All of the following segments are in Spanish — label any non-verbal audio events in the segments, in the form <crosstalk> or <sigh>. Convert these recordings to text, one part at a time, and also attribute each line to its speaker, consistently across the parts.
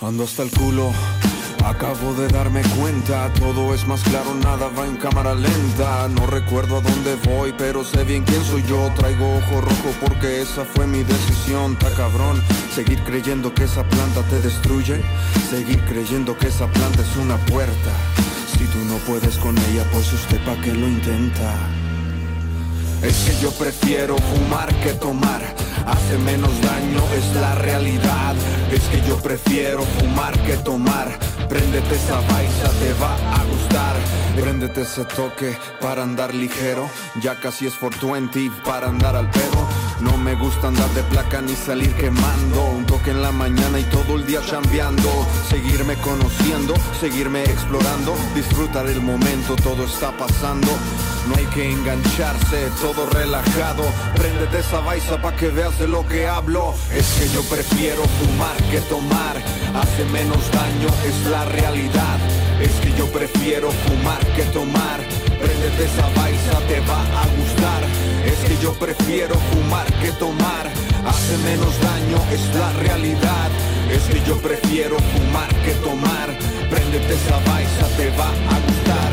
Speaker 1: Ando hasta el culo. Acabo de darme cuenta, todo es más claro, nada va en cámara lenta. No recuerdo a dónde voy, pero sé bien quién soy yo. Traigo ojo rojo porque esa fue mi decisión, ta cabrón. Seguir creyendo que esa planta te destruye, seguir creyendo que esa planta es una puerta. Si tú no puedes con ella, pues usted pa' qué lo intenta. Es que yo prefiero fumar que tomar. Hace menos daño, es la realidad. Es que yo prefiero fumar que tomar. Préndete esa baisa, te va a gustar. Préndete ese toque para andar ligero. Ya casi es 420 para andar al pedo. No me gusta andar de placa ni salir quemando. Un toque en la mañana y todo el día chambeando. Seguirme conociendo, seguirme explorando. Disfrutar el momento, todo está pasando. No hay que engancharse, todo relajado. Préndete esa baisa pa' que veas de lo que hablo. Es que yo prefiero fumar que tomar. Hace menos daño, es la realidad. Es que yo prefiero fumar que tomar. Préndete esa baisa, te va a gustar. Es que yo prefiero fumar que tomar. Hace menos daño, es la realidad. Es que yo prefiero fumar que tomar. Préndete esa baisa, te va a gustar.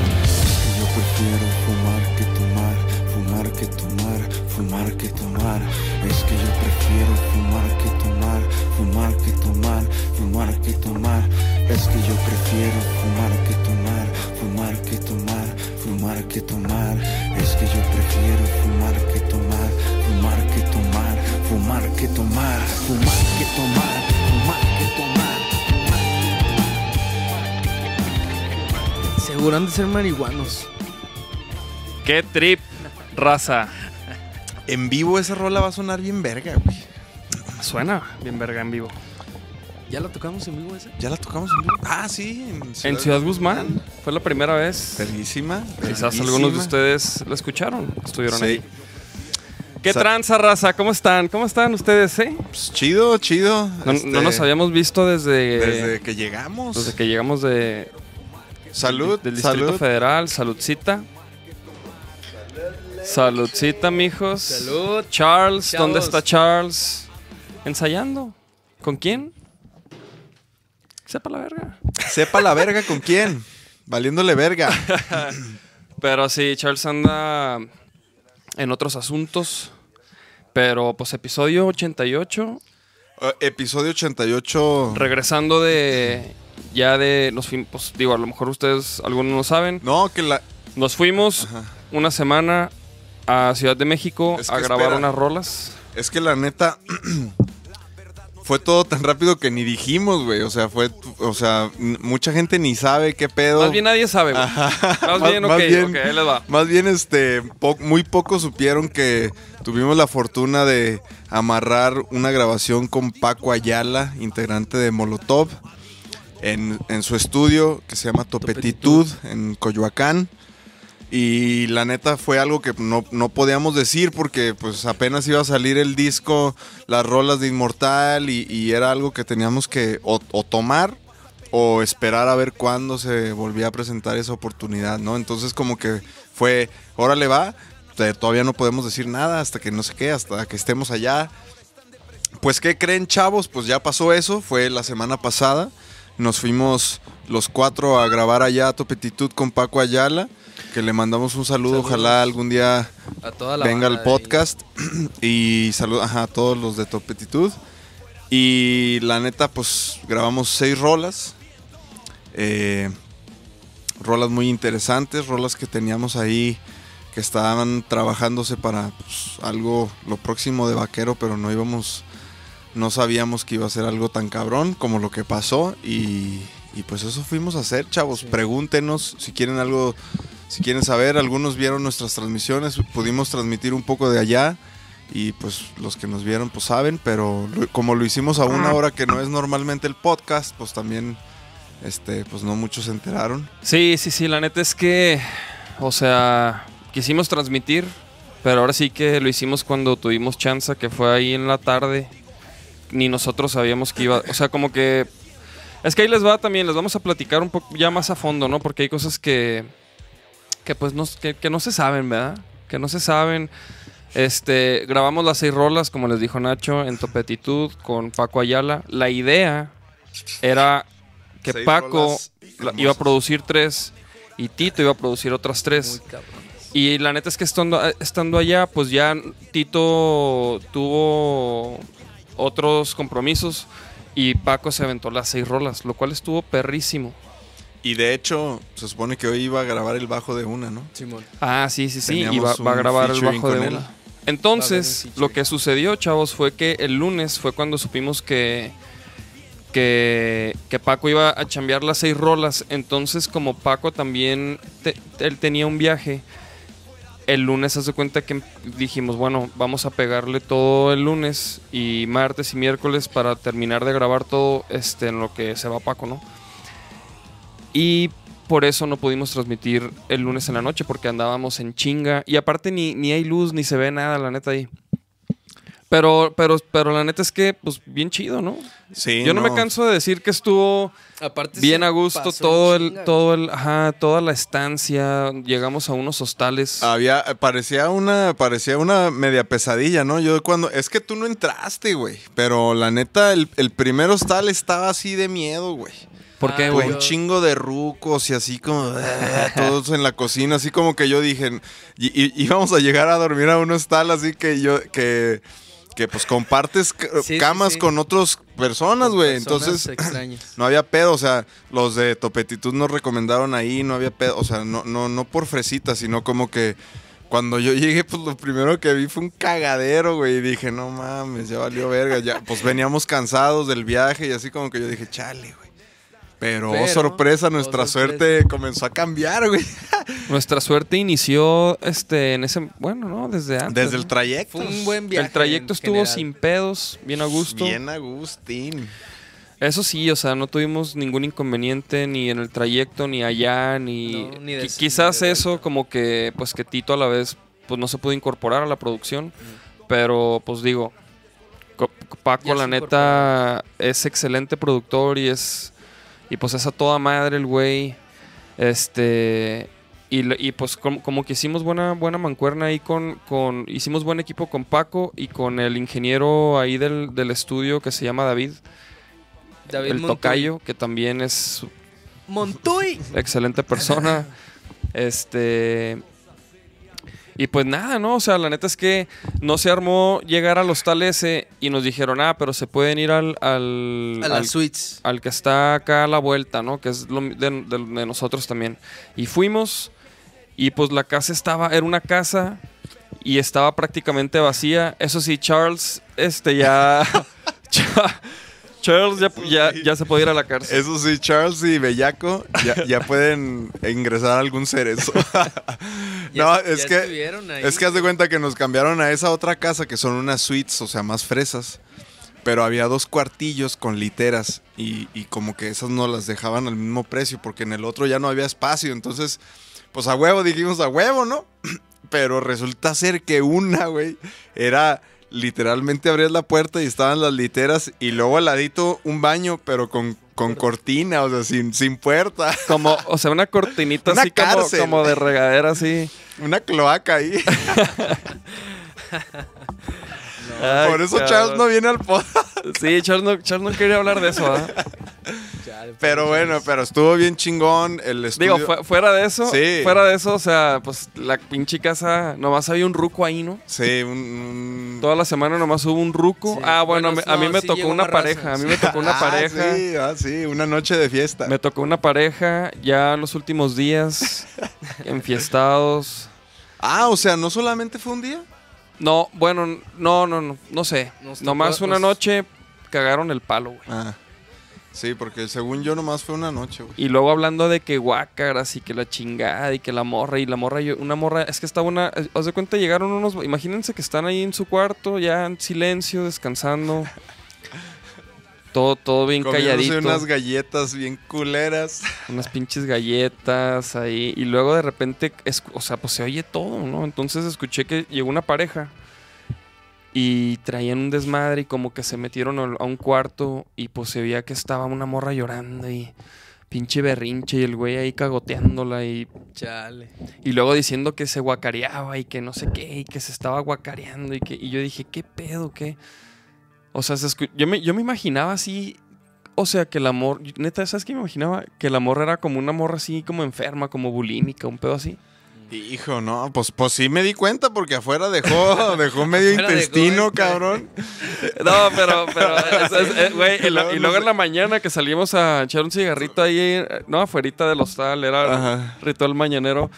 Speaker 1: Yo prefiero fumar que tomar, fumar que tomar, fumar que tomar. Es que yo prefiero fumar que tomar, fumar que tomar, fumar que tomar. Es que yo prefiero fumar que tomar, fumar que tomar, fumar que tomar. Es que yo prefiero fumar que tomar, fumar que tomar, fumar que tomar, fumar que tomar, fumar que tomar.
Speaker 2: Seguro han de ser marihuanos.
Speaker 3: ¡Qué trip, raza!
Speaker 4: En vivo esa rola va a sonar bien verga, güey.
Speaker 3: Suena bien verga en vivo.
Speaker 2: ¿Ya la tocamos en vivo ese?
Speaker 4: ¿Ya la tocamos en vivo? Ah, sí.
Speaker 3: En Ciudad Guzmán fue la primera vez.
Speaker 4: Verguísima.
Speaker 3: Quizás
Speaker 4: verguísima.
Speaker 3: algunos de ustedes la escucharon, estuvieron ahí.
Speaker 4: Sí.
Speaker 3: ¿Qué
Speaker 4: Sa-
Speaker 3: tranza, raza? ¿Cómo están? ¿Cómo están ustedes, eh?
Speaker 4: Pues chido, chido.
Speaker 3: No,
Speaker 4: Este,
Speaker 3: no nos habíamos visto desde,
Speaker 4: Desde que llegamos.
Speaker 3: desde que llegamos de,
Speaker 4: Salud,
Speaker 3: del Distrito
Speaker 4: salud.
Speaker 3: Federal. Saludcita. Saludcita, mijos.
Speaker 2: Salud.
Speaker 3: Charles, ¿dónde
Speaker 2: Chavos.
Speaker 3: está Charles? ¿Ensayando? ¿Con quién? Sepa la verga.
Speaker 4: Sepa la verga con quién. <laughs>
Speaker 3: <laughs>
Speaker 4: Valiéndole verga.
Speaker 3: Pero sí, Charles anda en otros asuntos. Pero pues episodio 88,
Speaker 4: Eh, Episodio 88.
Speaker 3: regresando de ya de nos fuimos, pues, digo, a lo mejor ustedes algunos no saben,
Speaker 4: No, que la.
Speaker 3: nos fuimos una semana a Ciudad de México
Speaker 4: Es
Speaker 3: a
Speaker 4: que
Speaker 3: grabar
Speaker 4: espera.
Speaker 3: unas rolas.
Speaker 4: Es que la neta. <clears throat> Fue todo tan rápido que ni dijimos, güey. O sea, fue. O sea, n- mucha gente ni sabe qué pedo.
Speaker 3: Más bien nadie sabe, güey. Más, bien, ok, ok, ahí les va.
Speaker 4: Más bien, este, po- muy pocos supieron que tuvimos la fortuna de amarrar una grabación con Paco Ayala, integrante de Molotov, en, en su estudio que se llama Topetitud, en Coyoacán. Y la neta fue algo que no, no podíamos decir porque pues apenas iba a salir el disco, las rolas de Inmortal y, y era algo que teníamos que o, o tomar o esperar a ver cuándo se volvía a presentar esa oportunidad, ¿no? Entonces como que fue, órale va, te- todavía no podemos decir nada hasta que no sé qué, hasta que estemos allá. Pues ¿qué creen chavos? Pues ya pasó eso, fue la semana pasada, nos fuimos los cuatro a grabar allá a Topetitud con Paco Ayala, que le mandamos un saludo,
Speaker 2: Saludos.
Speaker 4: ojalá algún día
Speaker 2: A toda
Speaker 4: venga el
Speaker 2: banda de ahí.
Speaker 4: podcast <clears throat> y saluda ajá, a todos los de Topetitud. Y la neta, pues grabamos seis rolas. eh, rolas muy interesantes, rolas que teníamos ahí que estaban trabajándose para pues, algo, lo próximo de vaquero, pero no íbamos, no sabíamos que iba a ser algo tan cabrón como lo que pasó. Y, y, pues eso fuimos a hacer, chavos. Pregúntenos si quieren algo si quieren saber, algunos vieron nuestras transmisiones, pudimos transmitir un poco de allá y pues los que nos vieron pues saben, pero lo- como lo hicimos a una hora que no es normalmente el podcast, pues también este pues no muchos se enteraron.
Speaker 3: Sí, sí, sí, la neta es que, o sea, quisimos transmitir, pero ahora sí que lo hicimos cuando tuvimos chance, que fue ahí en la tarde. Ni nosotros sabíamos que iba, o sea, como que... Es que ahí les va también, les vamos a platicar un poco ya más a fondo, ¿no? Porque hay cosas que, que pues no, que, que no se saben, ¿verdad? Que no se saben. Este, grabamos las seis rolas, como les dijo Nacho, en Topetitud con Paco Ayala. La idea era que
Speaker 4: Seis
Speaker 3: Paco
Speaker 4: rolas
Speaker 3: la- iba a
Speaker 4: hermosas.
Speaker 3: producir tres y Tito iba a producir otras tres.
Speaker 2: Muy cabrón.
Speaker 3: Y la neta es que estando, estando allá, pues ya Tito tuvo otros compromisos y Paco se aventó las seis rolas, lo cual estuvo perrísimo.
Speaker 4: Y de hecho, se supone que hoy iba a grabar el bajo de una, ¿no?
Speaker 2: Simón.
Speaker 3: Ah, sí, sí, sí, y va,
Speaker 4: Teníamos
Speaker 3: va a
Speaker 4: un
Speaker 3: grabar el
Speaker 4: featuring
Speaker 3: bajo de
Speaker 4: con él.
Speaker 3: una. Entonces,
Speaker 2: Va a haber un
Speaker 3: lo que sucedió, chavos, fue que el lunes fue cuando supimos que, que, que Paco iba a chambear las seis rolas. Entonces, como Paco también, te- él tenía un viaje, el lunes se hace cuenta que dijimos, bueno, vamos a pegarle todo el lunes y martes y miércoles para terminar de grabar todo este, en lo que se va Paco, ¿no? Y por eso no pudimos transmitir el lunes en la noche porque andábamos en chinga. Y aparte ni, ni hay luz, ni se ve nada, la neta ahí. Pero, pero, pero la neta es que, pues, bien chido, ¿no?
Speaker 4: Sí.
Speaker 3: Yo no, me canso de decir que estuvo
Speaker 2: Aparte
Speaker 3: bien
Speaker 2: se
Speaker 3: a gusto
Speaker 2: pasó
Speaker 3: todo
Speaker 2: en
Speaker 3: el,
Speaker 2: chinga,
Speaker 3: todo el, ajá, toda la estancia. Llegamos a unos hostales.
Speaker 4: Había, parecía una, parecía una media pesadilla, ¿no? Yo cuando, es que tú no entraste, güey. Pero la neta, el, el primer hostal estaba así de miedo, güey.
Speaker 3: porque
Speaker 2: Ah,
Speaker 4: Con
Speaker 2: güey.
Speaker 4: un chingo de rucos y así como <laughs> "Ah", todos en la cocina, así como que yo dije, y, y- íbamos a llegar a dormir a un hostal, así que yo, que, que pues compartes c-
Speaker 2: Sí, sí,
Speaker 4: camas
Speaker 2: sí.
Speaker 4: con otras personas, güey.
Speaker 2: personas
Speaker 4: Entonces,
Speaker 2: extrañas.
Speaker 4: no había pedo, o sea, los de Topetitud nos recomendaron ahí, no había pedo, o sea, no, no, no por fresita, sino como que cuando yo <laughs> llegué, pues lo primero que vi fue un cagadero, güey, y dije, no mames, ya valió verga, ya, pues veníamos cansados del viaje y así como que yo dije, chale, güey. Pero, oh,
Speaker 2: Pero,
Speaker 4: sorpresa,
Speaker 2: oh,
Speaker 4: nuestra
Speaker 2: sorpresa.
Speaker 4: suerte comenzó a cambiar, güey.
Speaker 3: nuestra suerte inició este, en ese, bueno, ¿no? Desde antes.
Speaker 4: Desde el
Speaker 3: ¿no?
Speaker 4: trayecto.
Speaker 2: Ah, pues, Fue un
Speaker 3: <laughs>
Speaker 2: buen viaje.
Speaker 3: El trayecto
Speaker 2: en
Speaker 3: estuvo
Speaker 2: general.
Speaker 3: sin pedos, bien a gusto.
Speaker 4: Bien, Agustín.
Speaker 3: Eso sí, o sea, no tuvimos ningún inconveniente ni en el trayecto, ni allá, ni,
Speaker 2: No, ni de
Speaker 3: qui-
Speaker 2: ida,
Speaker 3: quizás
Speaker 2: ni de
Speaker 3: eso
Speaker 2: vuelta.
Speaker 3: como que, pues que Tito a la vez, pues no se pudo incorporar a la producción, pero pues digo, co- Paco
Speaker 2: Ya
Speaker 3: la
Speaker 2: se
Speaker 3: neta es excelente productor y es, y pues es a toda madre el güey, este, y, le- y, pues como, como que hicimos buena, buena mancuerna ahí con, con, hicimos buen equipo con Paco y con el ingeniero ahí del, del estudio que se llama David
Speaker 2: David
Speaker 3: el
Speaker 2: Montoy.
Speaker 3: tocayo, que también es
Speaker 2: Montoy. <laughs>
Speaker 3: excelente persona. este. Y pues nada, ¿no? O sea, la neta es que no se armó llegar al hostal ese y nos dijeron, ah, pero se pueden ir al. Al,
Speaker 2: A
Speaker 3: al-
Speaker 2: las
Speaker 3: <laughs>
Speaker 2: suites.
Speaker 3: al que está acá a la vuelta, ¿no? Que es lo mi- de, de- de nosotros también. Y fuimos y pues la casa estaba, era una casa y estaba prácticamente vacía. Eso sí, Charles,
Speaker 2: <laughs>
Speaker 3: este ya... <laughs> Cha- Charles ya, ya, ya se puede ir a la cárcel.
Speaker 4: Eso sí, Charles y Bellaco ya, ya pueden ingresar a algún cerezo.
Speaker 2: <laughs> Ya-
Speaker 4: no,
Speaker 2: ya
Speaker 4: es que
Speaker 2: estuvieron ahí.
Speaker 4: es que haz de cuenta que nos cambiaron a esa otra casa que son unas suites, o sea, más fresas. Pero había dos cuartillos con literas y, y como que esas no las dejaban al mismo precio porque en el otro ya no había espacio. Entonces, pues a huevo dijimos a huevo, ¿no? <clears throat> Pero resulta ser que una, güey, era literalmente abrías la puerta y estaban las literas y luego al ladito un baño, pero con, con cortina, o sea, sin, sin puerta. <laughs>
Speaker 3: Como, o sea, una cortinita
Speaker 4: Una
Speaker 3: así como-
Speaker 4: cárcel.
Speaker 3: Como, de regadera así.
Speaker 4: Una cloaca ahí.
Speaker 3: Ay,
Speaker 4: Por eso
Speaker 3: cabrón.
Speaker 4: Charles no viene al pod.
Speaker 3: Sí, Charles no, Charles no quería hablar de eso,
Speaker 4: <laughs>
Speaker 3: ¿ah?
Speaker 2: Chale, pues,
Speaker 4: Pero bueno, pero estuvo bien chingón el estudio.
Speaker 3: Digo, fu- fuera de eso,
Speaker 4: Sí.
Speaker 3: fuera de eso, o sea, pues la pinche casa, nomás había un ruco ahí, ¿no?
Speaker 4: Sí, un... un-
Speaker 3: Toda la semana nomás hubo un ruco.
Speaker 2: Sí.
Speaker 3: Ah, bueno,
Speaker 2: Bueno,
Speaker 3: me- a
Speaker 2: no,
Speaker 3: mí me
Speaker 2: sí
Speaker 3: tocó
Speaker 2: llegó
Speaker 3: una
Speaker 2: más raza,
Speaker 3: pareja. A mí
Speaker 2: sí.
Speaker 3: me tocó una
Speaker 4: <laughs> Ah,
Speaker 3: pareja.
Speaker 4: Sí, ah, sí, una noche de fiesta.
Speaker 3: Me tocó una pareja ya en los últimos
Speaker 4: <laughs>
Speaker 3: días, enfiestados.
Speaker 4: Ah, o sea, ¿no solamente fue un día?
Speaker 3: No, bueno, no, no, no, no sé.
Speaker 2: Nos tocó-
Speaker 3: nomás una
Speaker 2: nos-
Speaker 3: noche cagaron el palo, güey.
Speaker 4: Ah. Sí, porque según yo nomás fue una noche, güey.
Speaker 3: Y luego hablando de que guácaras y que la chingada y que la morra y la morra, yo- una morra, es que estaba una, eh, os de cuenta llegaron unos, imagínense que están ahí en su cuarto ya en silencio,
Speaker 4: <laughs>
Speaker 3: descansando. Todo, todo bien
Speaker 4: Comiéndose
Speaker 3: calladito.
Speaker 4: unas galletas bien culeras.
Speaker 3: unas pinches galletas ahí. Y luego de repente, escu- o sea, pues se oye todo, ¿no? Entonces escuché que llegó una pareja y traían un desmadre y como que se metieron al- a un cuarto y pues se veía que estaba una morra llorando y pinche berrinche y el güey ahí cagoteándola y,
Speaker 2: Chale.
Speaker 3: y luego diciendo que se guacareaba y que no sé qué y que se estaba guacareando y que y yo dije, ¿qué pedo? ¿Qué? O sea, se escu- yo, me, yo me imaginaba así o sea, que la morra. Neta, ¿sabes qué me imaginaba? Que la morra era como una morra así, como enferma, como bulímica, un pedo así.
Speaker 4: Hijo, no, pues, pues sí me di cuenta porque afuera dejó,
Speaker 3: <laughs>
Speaker 4: dejó medio
Speaker 2: Afuera dejó
Speaker 4: intestino,
Speaker 3: eh.
Speaker 2: este-
Speaker 4: cabrón.
Speaker 3: No, pero, pero,
Speaker 4: <laughs>
Speaker 3: es- es- eh, güey, y, lo- y
Speaker 4: No,
Speaker 3: luego
Speaker 4: no
Speaker 3: en la mañana que salimos a echar un cigarrito ahí, eh, no, afuerita del hostal, era
Speaker 4: Ajá.
Speaker 3: ritual mañanero,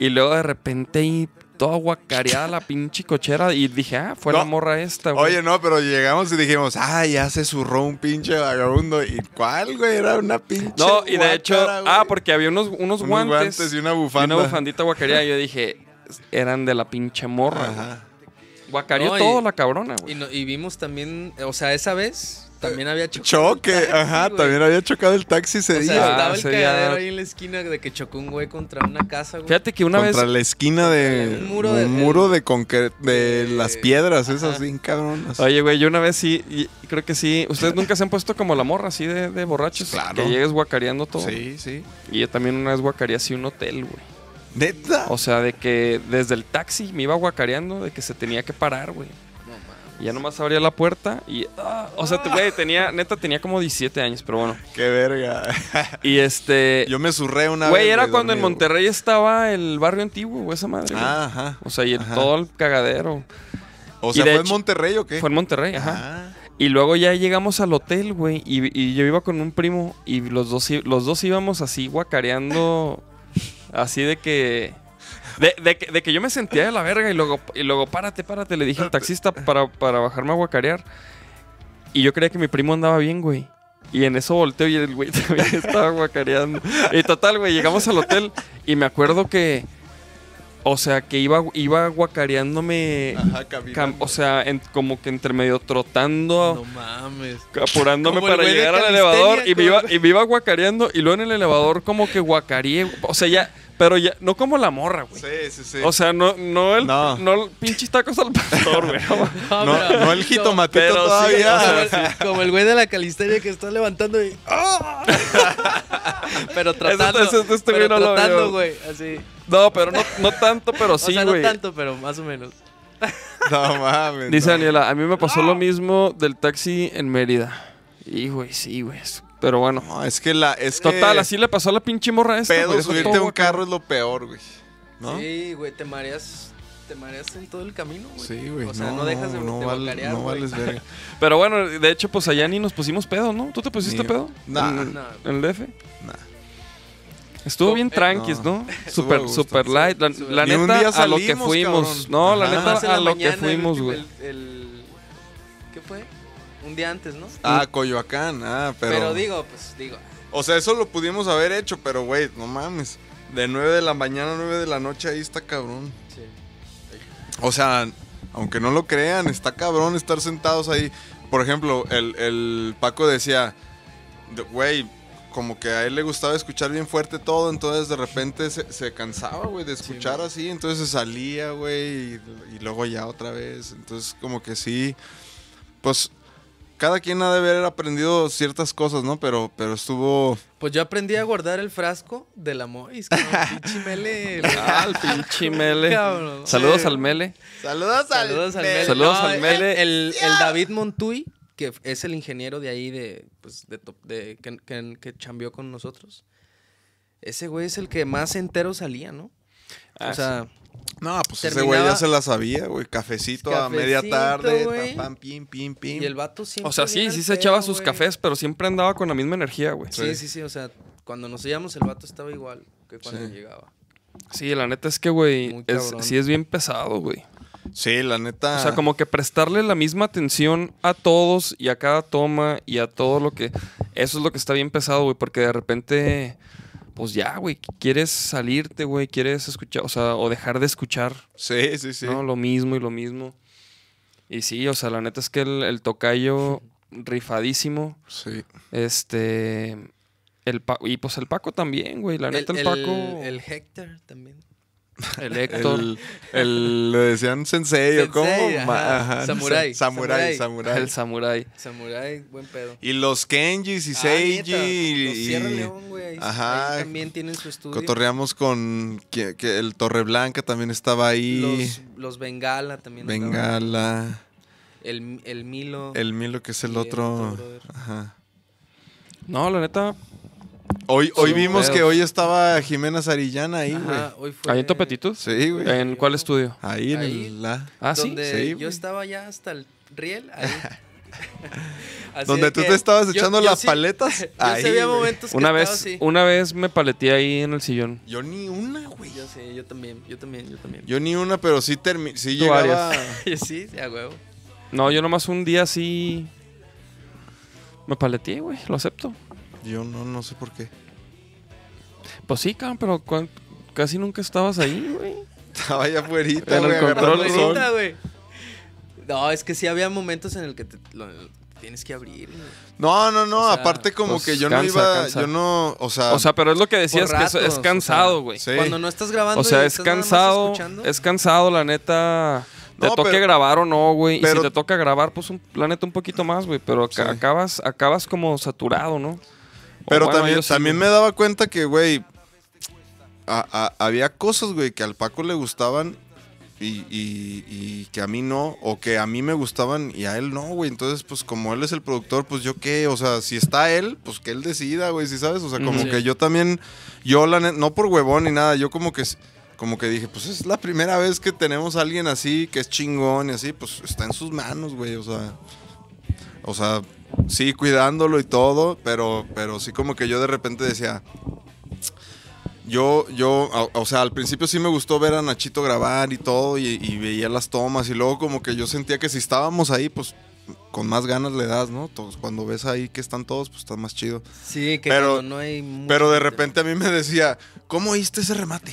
Speaker 3: y luego de repente ahí toda guacareada la pinche cochera, y dije, ah, fue la
Speaker 4: No.
Speaker 3: morra esta, güey.
Speaker 4: Oye, no, pero llegamos y dijimos, ah, ya se zurró un pinche vagabundo. ¿Y cuál, güey? Era una pinche.
Speaker 3: No, y de hecho,
Speaker 4: guácara, güey.
Speaker 3: ah, porque había unos, unos,
Speaker 4: Unos
Speaker 3: guantes,
Speaker 4: guantes y una
Speaker 3: Y
Speaker 4: bufanda.
Speaker 3: una bufandita guacareada, y yo dije, eran de la pinche morra, güey.
Speaker 4: Ajá.
Speaker 3: Guacareó
Speaker 2: No, y-
Speaker 3: todo la cabrona,
Speaker 2: Y,
Speaker 3: güey.
Speaker 2: no- y vimos también, o sea, esa vez también había chocado.
Speaker 4: Choque,
Speaker 2: <laughs>
Speaker 4: ajá,
Speaker 2: güey.
Speaker 4: también había chocado el taxi ese
Speaker 2: O sea,
Speaker 4: día.
Speaker 3: Ah,
Speaker 2: estaba el
Speaker 3: ese día-
Speaker 2: cagadero ahí en la esquina de que chocó un güey contra una casa, güey.
Speaker 3: Fíjate que una vez...
Speaker 4: contra la esquina de
Speaker 2: Un
Speaker 4: un
Speaker 2: muro
Speaker 4: muro
Speaker 2: de-
Speaker 4: de, concre- de
Speaker 2: de-
Speaker 4: las piedras,
Speaker 2: ajá.
Speaker 4: esas bien cabronas.
Speaker 3: Oye, güey, yo una vez sí, y creo que sí. Ustedes nunca se han puesto como la morra así de, de borrachos.
Speaker 4: Claro.
Speaker 3: Que llegues guacareando todo.
Speaker 4: sí, sí.
Speaker 3: Y yo también una vez guacareé así un hotel, güey.
Speaker 4: Neta.
Speaker 3: O sea, de que desde el taxi me iba guacareando de que se tenía que parar, güey. Y Ya nomás abría la puerta y... ah, o sea, te- güey, tenía... Neta, tenía como 17 años, pero bueno.
Speaker 4: Qué verga.
Speaker 3: Y este...
Speaker 4: Yo me zurré una vez.
Speaker 3: güey, era cuando en
Speaker 4: dormido, güey.
Speaker 3: Monterrey estaba el barrio antiguo, güey, esa madre. güey.
Speaker 4: Ah, ajá.
Speaker 3: O sea, y el-
Speaker 4: ajá.
Speaker 3: todo el cagadero.
Speaker 4: O
Speaker 3: y
Speaker 4: sea,
Speaker 3: de
Speaker 4: ¿fue en
Speaker 3: hecho-
Speaker 4: Monterrey o qué?
Speaker 3: Fue en Monterrey, ajá.
Speaker 4: Ah.
Speaker 3: Y luego ya llegamos al hotel, güey, y, y yo iba con un primo y los dos, i- los dos íbamos así guacareando, así de que... De, de que, de que yo me sentía de la verga y luego, y luego párate, párate, le dije al taxista para, para bajarme a guacarear. Y yo creía que mi primo andaba bien, güey. Y en eso volteo y el güey <laughs> también estaba guacareando. Y total, güey, llegamos al hotel y me acuerdo que... O sea, que iba, iba guacareándome...
Speaker 4: Ajá, caminando.
Speaker 3: Cam- o sea, en- como que entre medio trotando,
Speaker 2: No mames.
Speaker 3: apurándome
Speaker 2: Como el
Speaker 3: para
Speaker 2: güey de
Speaker 3: llegar al
Speaker 2: calistenia,
Speaker 3: elevador y me, iba,
Speaker 2: como-
Speaker 3: y me iba guacareando y luego en el elevador como que guacareé. O sea, ya, pero ya, no como la morra, güey.
Speaker 4: Sí, sí, sí.
Speaker 3: O sea, no, no el, no.
Speaker 4: No.
Speaker 3: el pinches tacos al pastor, güey. no.
Speaker 4: no,
Speaker 2: pero-
Speaker 4: no el jitomatito
Speaker 3: Pero sí,
Speaker 4: todavía.
Speaker 2: Como el- <laughs> Como el güey de la calistenia que está levantando y. ¡Ah! <laughs> pero tratando.
Speaker 3: Eso- eso- este güey
Speaker 2: pero
Speaker 3: no lo
Speaker 2: tratando,
Speaker 3: veo.
Speaker 2: güey. Así.
Speaker 3: No, pero no, no tanto, pero
Speaker 2: o
Speaker 3: sí,
Speaker 2: sea,
Speaker 3: güey.
Speaker 2: no tanto, pero más o menos.
Speaker 4: <laughs> No mames.
Speaker 3: Dice
Speaker 4: no.
Speaker 3: Daniela, a mí me pasó lo mismo del taxi en Mérida. Y, güey, sí, güey. es- Pero bueno.
Speaker 4: No, es que la. Es
Speaker 3: Total,
Speaker 4: que
Speaker 3: así le pasó a la pinche morra a esta, güey,
Speaker 4: Eh, Pedo,
Speaker 3: dejó
Speaker 4: subirte
Speaker 3: todo
Speaker 4: a un
Speaker 3: guacareado.
Speaker 4: carro es lo peor, güey. ¿No?
Speaker 2: Sí, güey, te mareas. Te mareas en todo el camino, güey.
Speaker 4: Sí, güey.
Speaker 2: O sea, no, dejas de,
Speaker 4: no
Speaker 2: de
Speaker 4: vale-
Speaker 2: guacarear,
Speaker 4: No
Speaker 2: güey. <laughs>
Speaker 4: vales verga.
Speaker 3: Pero bueno, de hecho, pues allá ni nos pusimos pedo, ¿no? ¿Tú te pusiste
Speaker 4: Ni-
Speaker 3: pedo?
Speaker 4: Nah.
Speaker 3: ¿En,
Speaker 2: Nah.
Speaker 3: en el DF?
Speaker 4: Nah.
Speaker 3: Estuvo
Speaker 2: No,
Speaker 3: bien
Speaker 2: eh,
Speaker 3: tranquis,
Speaker 4: no.
Speaker 3: ¿no?
Speaker 4: <laughs> Estuvo a
Speaker 3: Super,
Speaker 4: gusto.
Speaker 3: super light. La,
Speaker 2: Sí,
Speaker 3: la
Speaker 4: Y un
Speaker 3: neta,
Speaker 4: día
Speaker 3: a lo que
Speaker 4: salimos,
Speaker 3: fuimos.
Speaker 4: cabrón.
Speaker 3: No, la
Speaker 4: Ajá.
Speaker 2: Más en
Speaker 3: neta,
Speaker 2: la
Speaker 3: a lo que
Speaker 2: mañana, el
Speaker 3: fuimos,
Speaker 2: último-
Speaker 3: güey.
Speaker 2: el- el- ¿Qué fue? Un día antes, ¿no?
Speaker 4: Ah, Coyoacán, ah, pero.
Speaker 2: Pero, digo, pues digo.
Speaker 4: O sea, eso lo pudimos haber hecho, pero güey, no mames. De 9 de la mañana a 9 de la noche ahí está cabrón.
Speaker 2: Sí.
Speaker 4: O sea, aunque no lo crean, está cabrón estar sentados ahí. Por ejemplo, el, el Paco decía, de- güey, como que a él le gustaba escuchar bien fuerte todo, entonces de repente se, se cansaba, güey, de escuchar
Speaker 2: güey.
Speaker 4: así, entonces se salía, güey, y, y luego ya otra vez. Entonces como que sí, pues cada quien ha de haber aprendido ciertas cosas, ¿no? Pero, pero estuvo...
Speaker 2: Pues yo aprendí a guardar el frasco de la Mois, cabrón. Pinche mele.
Speaker 3: Ah, el
Speaker 2: <laughs>
Speaker 3: pinche mele.
Speaker 2: Cabrón.
Speaker 3: Saludos
Speaker 2: Sí.
Speaker 3: al mele.
Speaker 4: Saludos,
Speaker 2: Saludos al Mele.
Speaker 3: Saludos
Speaker 2: No,
Speaker 3: al
Speaker 2: el-
Speaker 3: Mele.
Speaker 2: El, el David Montuy, que es el ingeniero de ahí de, pues, de, Top- de- que, que, que chambeó con nosotros. Ese güey es el que más entero salía, ¿no?
Speaker 3: Ah,
Speaker 2: o sea,
Speaker 4: No, pues ese
Speaker 2: Terminaba-
Speaker 4: güey ya se la sabía, güey. Cafecito, a media
Speaker 2: Cafecito,
Speaker 4: tarde,
Speaker 2: güey.
Speaker 4: pam, pam, pim, pim, pim.
Speaker 2: y el vato siempre.
Speaker 3: O sea, sí,
Speaker 2: bien
Speaker 3: sí
Speaker 2: al
Speaker 3: se echaba
Speaker 2: pedo,
Speaker 3: sus
Speaker 2: güey.
Speaker 3: cafés, pero siempre andaba con la misma energía, güey.
Speaker 2: Sí, sí, sí. O sea, cuando nos íbamos, el vato estaba igual que cuando
Speaker 4: Sí.
Speaker 2: llegaba.
Speaker 3: Sí, la neta es que, güey,
Speaker 2: Muy
Speaker 3: es-
Speaker 2: cabrón.
Speaker 3: sí es bien pesado, güey.
Speaker 4: Sí, la neta.
Speaker 3: O sea, como que prestarle la misma atención a todos y a cada toma y a todo lo que... Eso es lo que está bien pesado, güey, porque de repente, pues ya, güey, qu- quieres salirte, güey, quieres escuchar, o sea, o dejar de escuchar,
Speaker 4: Sí, sí, sí.
Speaker 3: ¿no? Lo mismo y lo mismo. Y sí, o sea, la neta es que el, el tocayo rifadísimo,
Speaker 4: Sí.
Speaker 3: este... El Pa- y pues el Paco también, güey, la neta el, Paco... <laughs>
Speaker 2: El Hector también.
Speaker 3: el Héctor.
Speaker 4: El, el- le decían sensei o cómo.
Speaker 2: Sensei, ajá.
Speaker 4: Ma-
Speaker 2: Samurái,
Speaker 4: Samurai,
Speaker 2: samurái.
Speaker 4: samurai.
Speaker 3: El Samurai.
Speaker 2: Samurai, buen pedo.
Speaker 4: Y los Kenjis y
Speaker 2: Ah,
Speaker 4: Seiji.
Speaker 2: neta,
Speaker 4: y-
Speaker 2: los Sierra
Speaker 4: y
Speaker 2: León, güey. ahí-
Speaker 4: Ajá.
Speaker 2: ahí también tienen su estudio.
Speaker 4: Cotorreamos con que, que el Torreblanca también estaba ahí.
Speaker 2: Los, los Bengala también. andaban.
Speaker 4: Bengala.
Speaker 2: El, el Milo.
Speaker 4: El Milo, que es
Speaker 2: y
Speaker 4: el
Speaker 2: el
Speaker 4: otro.
Speaker 2: otro brother.
Speaker 4: Ajá.
Speaker 3: No, la neta.
Speaker 4: Hoy, hoy
Speaker 3: Sí,
Speaker 4: vimos
Speaker 3: pedos.
Speaker 4: que hoy estaba Jimena Sarillana ahí, güey.
Speaker 2: Ajá, hoy fue...
Speaker 3: ¿Ahí en Topetitud?
Speaker 4: Sí, güey.
Speaker 3: ¿En cuál estudio?
Speaker 4: Ahí en
Speaker 2: Ahí.
Speaker 4: el- la...
Speaker 3: Ah, sí.
Speaker 2: Donde
Speaker 4: Sí,
Speaker 2: yo
Speaker 4: güey.
Speaker 2: estaba ya hasta el riel.
Speaker 4: <laughs>
Speaker 2: ahí. Así
Speaker 4: Donde
Speaker 2: de
Speaker 4: tú
Speaker 2: que
Speaker 4: te estabas
Speaker 2: yo-
Speaker 4: echando
Speaker 2: yo
Speaker 4: las
Speaker 2: sí- <laughs>
Speaker 4: paletas,
Speaker 2: Yo sí
Speaker 4: ahí,
Speaker 2: había
Speaker 4: güey.
Speaker 2: momentos Pues que
Speaker 3: Una
Speaker 2: estaba
Speaker 3: vez,
Speaker 2: así.
Speaker 3: una vez me paleteé ahí en el sillón.
Speaker 4: Yo ni una, güey.
Speaker 2: Yo sí, yo también, yo también, yo también.
Speaker 4: Yo ni una, pero sí, termi- sí
Speaker 3: Tú
Speaker 4: llegaba...
Speaker 2: <laughs> Yo sí, sí, a huevo.
Speaker 3: No, yo nomás un día sí. Me paleteé, güey, lo acepto.
Speaker 4: Yo no, no sé por qué. <laughs>
Speaker 3: Pues sí, cabrón, pero cuan- casi nunca estabas ahí, güey.
Speaker 4: Estaba allá afuera, güey,
Speaker 3: el
Speaker 4: agarrando
Speaker 3: control
Speaker 4: el
Speaker 3: remoto.
Speaker 4: sol.
Speaker 2: Ahorita, güey. No, es que sí había momentos en el que te, lo- te tienes que abrir. güey.
Speaker 4: No, no, no.
Speaker 2: O sea,
Speaker 4: aparte como
Speaker 3: pues,
Speaker 4: que yo
Speaker 3: cansa,
Speaker 4: no iba,
Speaker 3: cansa.
Speaker 4: yo no, o sea,
Speaker 3: O sea, pero es lo que decías, que eso-
Speaker 2: ratos,
Speaker 3: es
Speaker 2: o
Speaker 3: cansado,
Speaker 2: sea,
Speaker 3: güey.
Speaker 4: Ah. sí.
Speaker 2: Cuando no estás grabando,
Speaker 3: O sea,
Speaker 2: y
Speaker 3: es
Speaker 2: estás nada más
Speaker 3: cansado,
Speaker 2: escuchando,
Speaker 3: es cansado, la neta. Te
Speaker 4: No,
Speaker 3: toque
Speaker 4: pero-
Speaker 3: grabar o no, güey. Y si
Speaker 4: pero-
Speaker 3: te toca grabar, pues un, la neta un poquito más, güey. Pero aca-
Speaker 4: Sí.
Speaker 3: acabas, acabas como saturado, ¿no? O
Speaker 4: pero
Speaker 3: bueno,
Speaker 4: también,
Speaker 3: yo sí,
Speaker 4: también me
Speaker 3: güey.
Speaker 4: daba cuenta que, güey, a- a- había cosas, güey, que al Paco le gustaban y, y- y que a mí no, o que a mí me gustaban y a él no, güey. Entonces, pues como él es el productor, pues yo qué, o sea, si está él, pues que él decida, güey, si sabes, o sea, como
Speaker 3: Ujú.
Speaker 4: que yo también, yo la neta, no por huevón ni nada, yo como que... s- Como que dije, pues es la primera vez que tenemos a alguien así, que es chingón y así, pues está en sus manos, güey, o sea. O sea, sí, cuidándolo y todo, pero, pero sí como que yo de repente decía, yo, yo, o- o sea, al principio sí me gustó ver a Nachito grabar y todo, y, y veía las tomas, y luego como que yo sentía que si estábamos ahí, pues con más ganas le das, ¿no? Todos, cuando ves ahí que están todos, pues está más chido.
Speaker 2: Sí, que
Speaker 4: pero-
Speaker 2: cuando no hay. mucha
Speaker 4: Pero de
Speaker 2: gente.
Speaker 4: repente a mí me decía, ¿cómo oíste ese remate?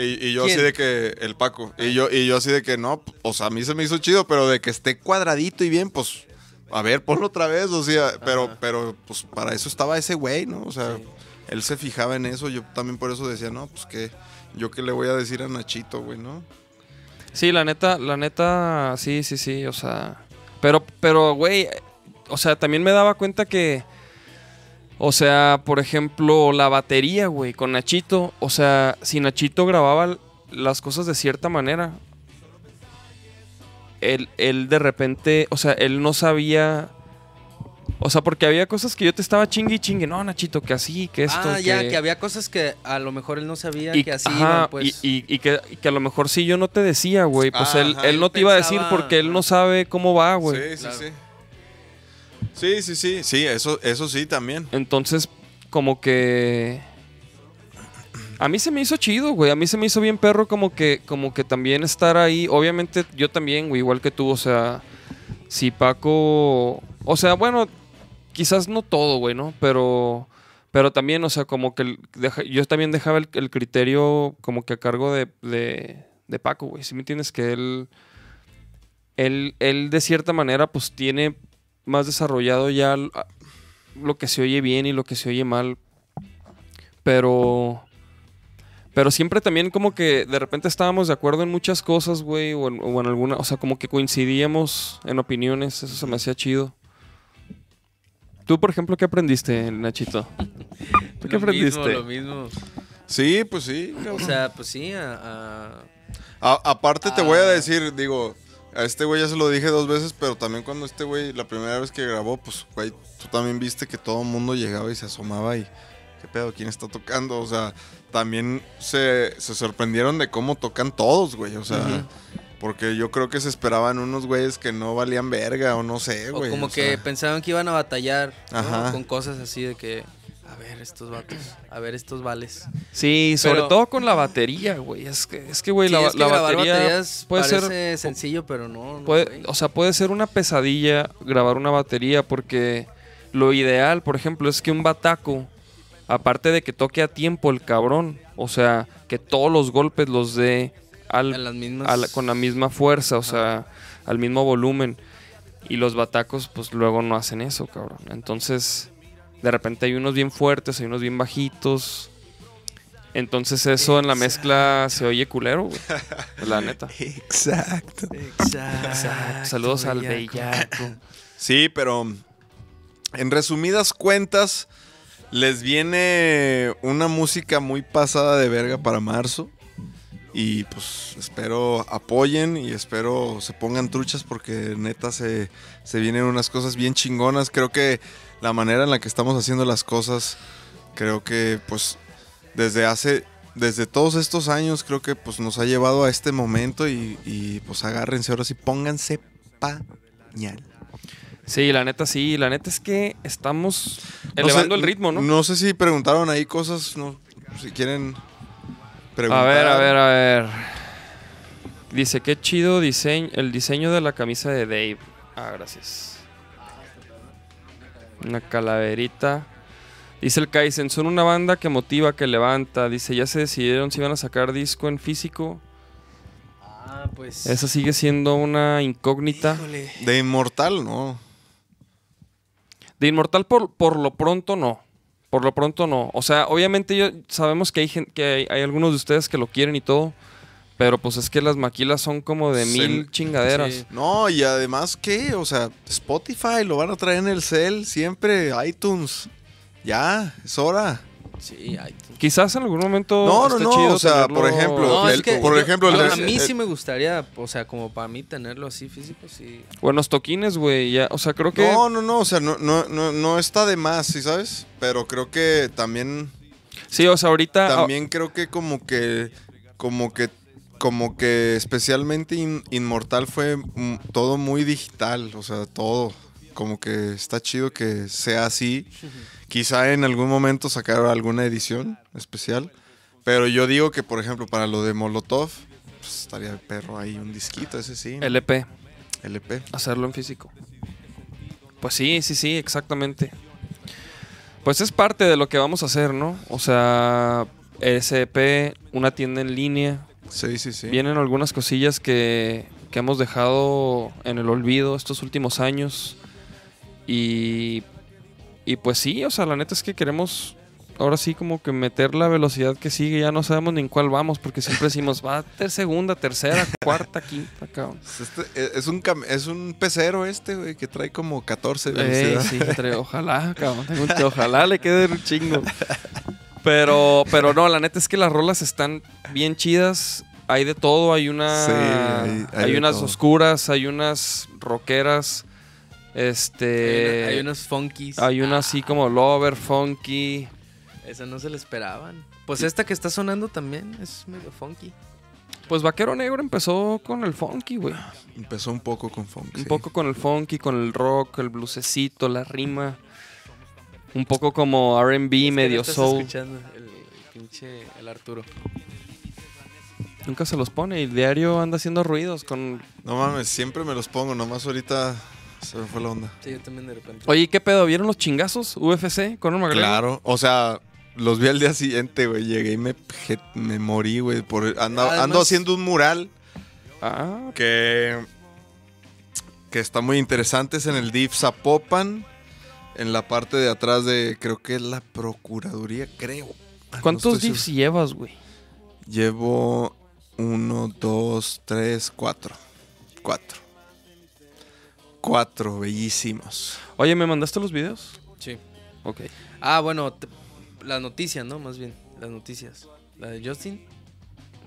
Speaker 4: Y, y yo así
Speaker 2: ¿Quién? Ah.
Speaker 4: de que, el Paco, y yo, y yo así de que no, p- o sea, a mí se me hizo chido, pero de que esté cuadradito y bien, pues, a ver, ponlo otra vez, o sea, pero,
Speaker 2: Ajá.
Speaker 4: pero, pues, para eso estaba ese güey, ¿no? O sea,
Speaker 2: Sí.
Speaker 4: él se fijaba en eso, yo también por eso decía, no, pues, que yo qué le voy a decir a Nachito, güey, ¿no?
Speaker 3: Sí, la neta, la neta, sí, sí, sí, o sea. Pero, pero, güey, eh, o sea, también me daba cuenta que. O sea, por ejemplo, la batería, güey, con Nachito. O sea, si Nachito grababa l- las cosas de cierta manera, él, él de repente, o sea, él no sabía. O sea, porque había cosas que yo te estaba chingue y chingue. No, Nachito, que así, que esto.
Speaker 2: Ah, ya, que había cosas que a lo mejor él no sabía que así
Speaker 3: ajá,
Speaker 2: iban, pues.
Speaker 3: y- y- y que, y que a lo mejor si yo no te decía, güey, pues él,
Speaker 4: Ajá,
Speaker 3: él no
Speaker 2: él
Speaker 3: te iba a decir
Speaker 2: pensaba-
Speaker 3: porque él no sabe cómo va, güey.
Speaker 4: sí,
Speaker 2: Ah, claro.
Speaker 4: sí. Sí, sí, sí, sí, eso, eso sí también.
Speaker 3: Entonces, como que... A mí se me hizo chido, güey. A mí se me hizo bien perro como que, como que también estar ahí. Obviamente yo también, güey, igual que tú. O sea, si Paco... O sea, bueno, quizás no todo, güey, ¿no? Pero... Pero también, o sea, como que el- deja- yo también dejaba el, el criterio como que a cargo de, de, de Paco, güey. Si me entiendes que él, él, él de cierta manera pues tiene más desarrollado ya l- a- lo que se oye bien y lo que se oye mal. Pero... Pero siempre también como que de repente estábamos de acuerdo en muchas cosas, güey, o en, o en alguna... O sea, como que coincidíamos en opiniones, eso se me hacía chido. Tú, por ejemplo, ¿qué aprendiste, Nachito? ¿Tú qué
Speaker 2: Lo mismo,
Speaker 3: aprendiste?
Speaker 2: Lo mismo,
Speaker 4: Sí, pues sí.
Speaker 2: O sea, pues sí, a- a-
Speaker 4: A- aparte te
Speaker 2: Ah.
Speaker 4: voy a decir, digo, a este güey ya se lo dije dos veces, pero también cuando este güey, la primera vez que grabó, pues, güey, tú también viste que todo el mundo llegaba y se asomaba y, ¿qué pedo? ¿Quién está tocando? O sea, también se, se sorprendieron de cómo tocan todos, güey, o sea... Porque yo creo que se esperaban unos güeyes que no valían verga o no sé,
Speaker 2: o
Speaker 4: güey.
Speaker 2: como
Speaker 4: o
Speaker 2: que
Speaker 4: sea.
Speaker 2: pensaban que iban a batallar ¿no?
Speaker 4: Ajá.
Speaker 2: con cosas así de que, a ver estos vatos, a ver estos vales.
Speaker 3: Sí, sobre
Speaker 2: Pero-
Speaker 3: todo con la batería, güey. Es que, es que güey,
Speaker 2: Sí,
Speaker 3: la,
Speaker 2: es que
Speaker 3: la
Speaker 2: grabar
Speaker 3: batería
Speaker 2: baterías
Speaker 3: puede
Speaker 2: parece
Speaker 3: ser...
Speaker 2: sencillo, pero no. no,
Speaker 3: Puede,
Speaker 2: güey.
Speaker 3: o sea, puede ser una pesadilla grabar una batería porque lo ideal, por ejemplo, es que un bataco, aparte de que toque a tiempo el cabrón, o sea, que todos los golpes los dé al,
Speaker 2: En las mismas.
Speaker 3: a la- con la misma fuerza, o sea, al mismo volumen. Y los batacos, pues luego no hacen eso, cabrón. Entonces, de repente hay unos bien fuertes, hay unos bien bajitos. Entonces, eso en la mezcla se oye culero, <laughs> güey. La neta.
Speaker 4: Exacto.
Speaker 2: Exacto.
Speaker 3: Exacto. Saludos al bellaco.
Speaker 4: Sí, pero en resumidas cuentas, les viene una música muy pasada de verga para marzo. Y pues espero apoyen y espero se pongan truchas porque neta se, se vienen unas cosas bien chingonas. Creo que la manera en la que estamos haciendo las cosas, creo que pues desde hace, desde todos estos años, creo que pues nos ha llevado a este momento y, y, pues agárrense ahora sí, pónganse pañal.
Speaker 3: Sí, la neta sí, la neta es que estamos
Speaker 4: No
Speaker 3: elevando
Speaker 4: sé-
Speaker 3: el ritmo, ¿no?
Speaker 4: No sé si preguntaron ahí cosas, no, si quieren
Speaker 3: A
Speaker 4: preguntar.
Speaker 3: ver, a ver, a ver. Dice, qué chido diseño, el diseño de la camisa de Dave. Ah, gracias. Una calaverita. Dice el Kaizen, son una banda que motiva, que levanta. Dice, ya se decidieron si iban a sacar disco en físico.
Speaker 2: Ah, pues.
Speaker 3: Esa sigue siendo una incógnita.
Speaker 2: Híjole.
Speaker 4: De Inmortal, no.
Speaker 3: De Inmortal por, por lo pronto no. Por lo pronto no. O sea, obviamente yo, sabemos que, hay, gen- que hay, hay algunos de ustedes que lo quieren y todo. Pero pues es que las maquilas son como de
Speaker 4: Se-
Speaker 3: mil chingaderas.
Speaker 2: sí.
Speaker 4: No, y además, ¿qué? O sea, Spotify lo van a traer en el cel siempre, iTunes. Ya, es hora.
Speaker 2: Sí, ay, tú.
Speaker 3: Quizás en algún momento.
Speaker 4: No, no,
Speaker 3: esté
Speaker 4: no,
Speaker 3: chido
Speaker 4: o sea,
Speaker 3: tenerlo-
Speaker 4: por ejemplo,
Speaker 2: No,
Speaker 4: el-
Speaker 2: es que
Speaker 4: por
Speaker 2: yo-
Speaker 4: ejemplo, el-
Speaker 2: yo- a
Speaker 4: el- eh,
Speaker 2: mí
Speaker 4: el-
Speaker 2: sí me gustaría, o sea, como para mí tenerlo así físico, sí.
Speaker 3: Buenos toquines, güey. ya, O sea, creo que.
Speaker 4: No, no, no, o sea, no, no, no, no está de más, ¿sí sabes? Pero creo que también,
Speaker 3: sí, o sea, ahorita.
Speaker 4: también creo que como que, como que, como que especialmente In- Inmortal fue mm, todo muy digital, o sea, todo. Como que está chido que sea así. Quizá en algún momento sacar alguna edición especial. Pero yo digo que, por ejemplo, para lo de Molotov, pues, estaría el perro ahí, un disquito, ese sí.
Speaker 3: oh, LP.
Speaker 4: LP.
Speaker 3: Hacerlo en físico. Pues sí, sí, sí, exactamente. Pues es parte de lo que vamos a hacer, ¿no? O sea, SP, una tienda en línea.
Speaker 4: Sí, sí, sí.
Speaker 3: Vienen algunas cosillas que, que hemos dejado en el olvido estos últimos años. Y, y pues sí, o sea, la neta es que queremos ahora sí como que meter la velocidad que sigue. Ya no sabemos ni en cuál vamos porque siempre decimos, <laughs> va a ter segunda, tercera, cuarta, quinta, cabrón.
Speaker 4: Este, eh, es, un cam- es un pecero este, güey, que trae como 14
Speaker 3: Ey,
Speaker 4: velocidades.
Speaker 3: Eh, sí, entre- ojalá, cabrón, tengo un- ojalá le quede un
Speaker 4: <laughs>
Speaker 3: chingo. Pero, pero no, la neta es que las rolas están bien chidas. Hay de todo, hay una.
Speaker 4: Sí, hay-
Speaker 3: hay,
Speaker 4: hay de
Speaker 3: unas
Speaker 4: todo.
Speaker 3: oscuras, hay unas rockeras.
Speaker 2: Hay,
Speaker 3: Este.
Speaker 2: una- hay unos funkies.
Speaker 3: hay una así como Lover, Funky.
Speaker 2: Esa no se la esperaban. Pues esta que está sonando también es medio funky.
Speaker 3: Pues Vaquero Negro empezó con el funky, güey.
Speaker 4: Empezó un poco con funk.
Speaker 3: Un
Speaker 4: Ah, sí.
Speaker 3: poco con el funky, con el rock, el blusecito, la rima. Un poco como RB,
Speaker 2: Es que
Speaker 3: medio
Speaker 2: no estás
Speaker 3: soul.
Speaker 2: escuchando el, el pinche el Arturo.
Speaker 3: Nunca se los pone y el diario anda haciendo ruidos con...
Speaker 4: No mames, siempre me los pongo, nomás ahorita se me fue la onda.
Speaker 2: Sí, yo también de repente.
Speaker 3: Oye, ¿qué pedo? ¿Vieron los chingazos UFC con un McGregor?
Speaker 4: Claro, o sea, los vi al día siguiente, güey. Llegué y me, je- me morí, güey. Por, anda-
Speaker 2: Además-
Speaker 4: ando haciendo un mural
Speaker 3: Ah,
Speaker 4: que, que está muy interesante. Es en el DIF Zapopan, en la parte de atrás de, creo que es la Procuraduría, creo. Ay, no
Speaker 3: ¿cuántos
Speaker 4: estoy
Speaker 3: dips llevas, güey?
Speaker 4: seguro. Llevo uno, dos, tres, cuatro. Cuatro. Cuatro, bellísimos.
Speaker 3: Oye, ¿me mandaste los videos?
Speaker 2: Sí.
Speaker 3: Ok.
Speaker 2: Ah, bueno, te- las noticias, ¿no? Más bien, las noticias. La de Justin.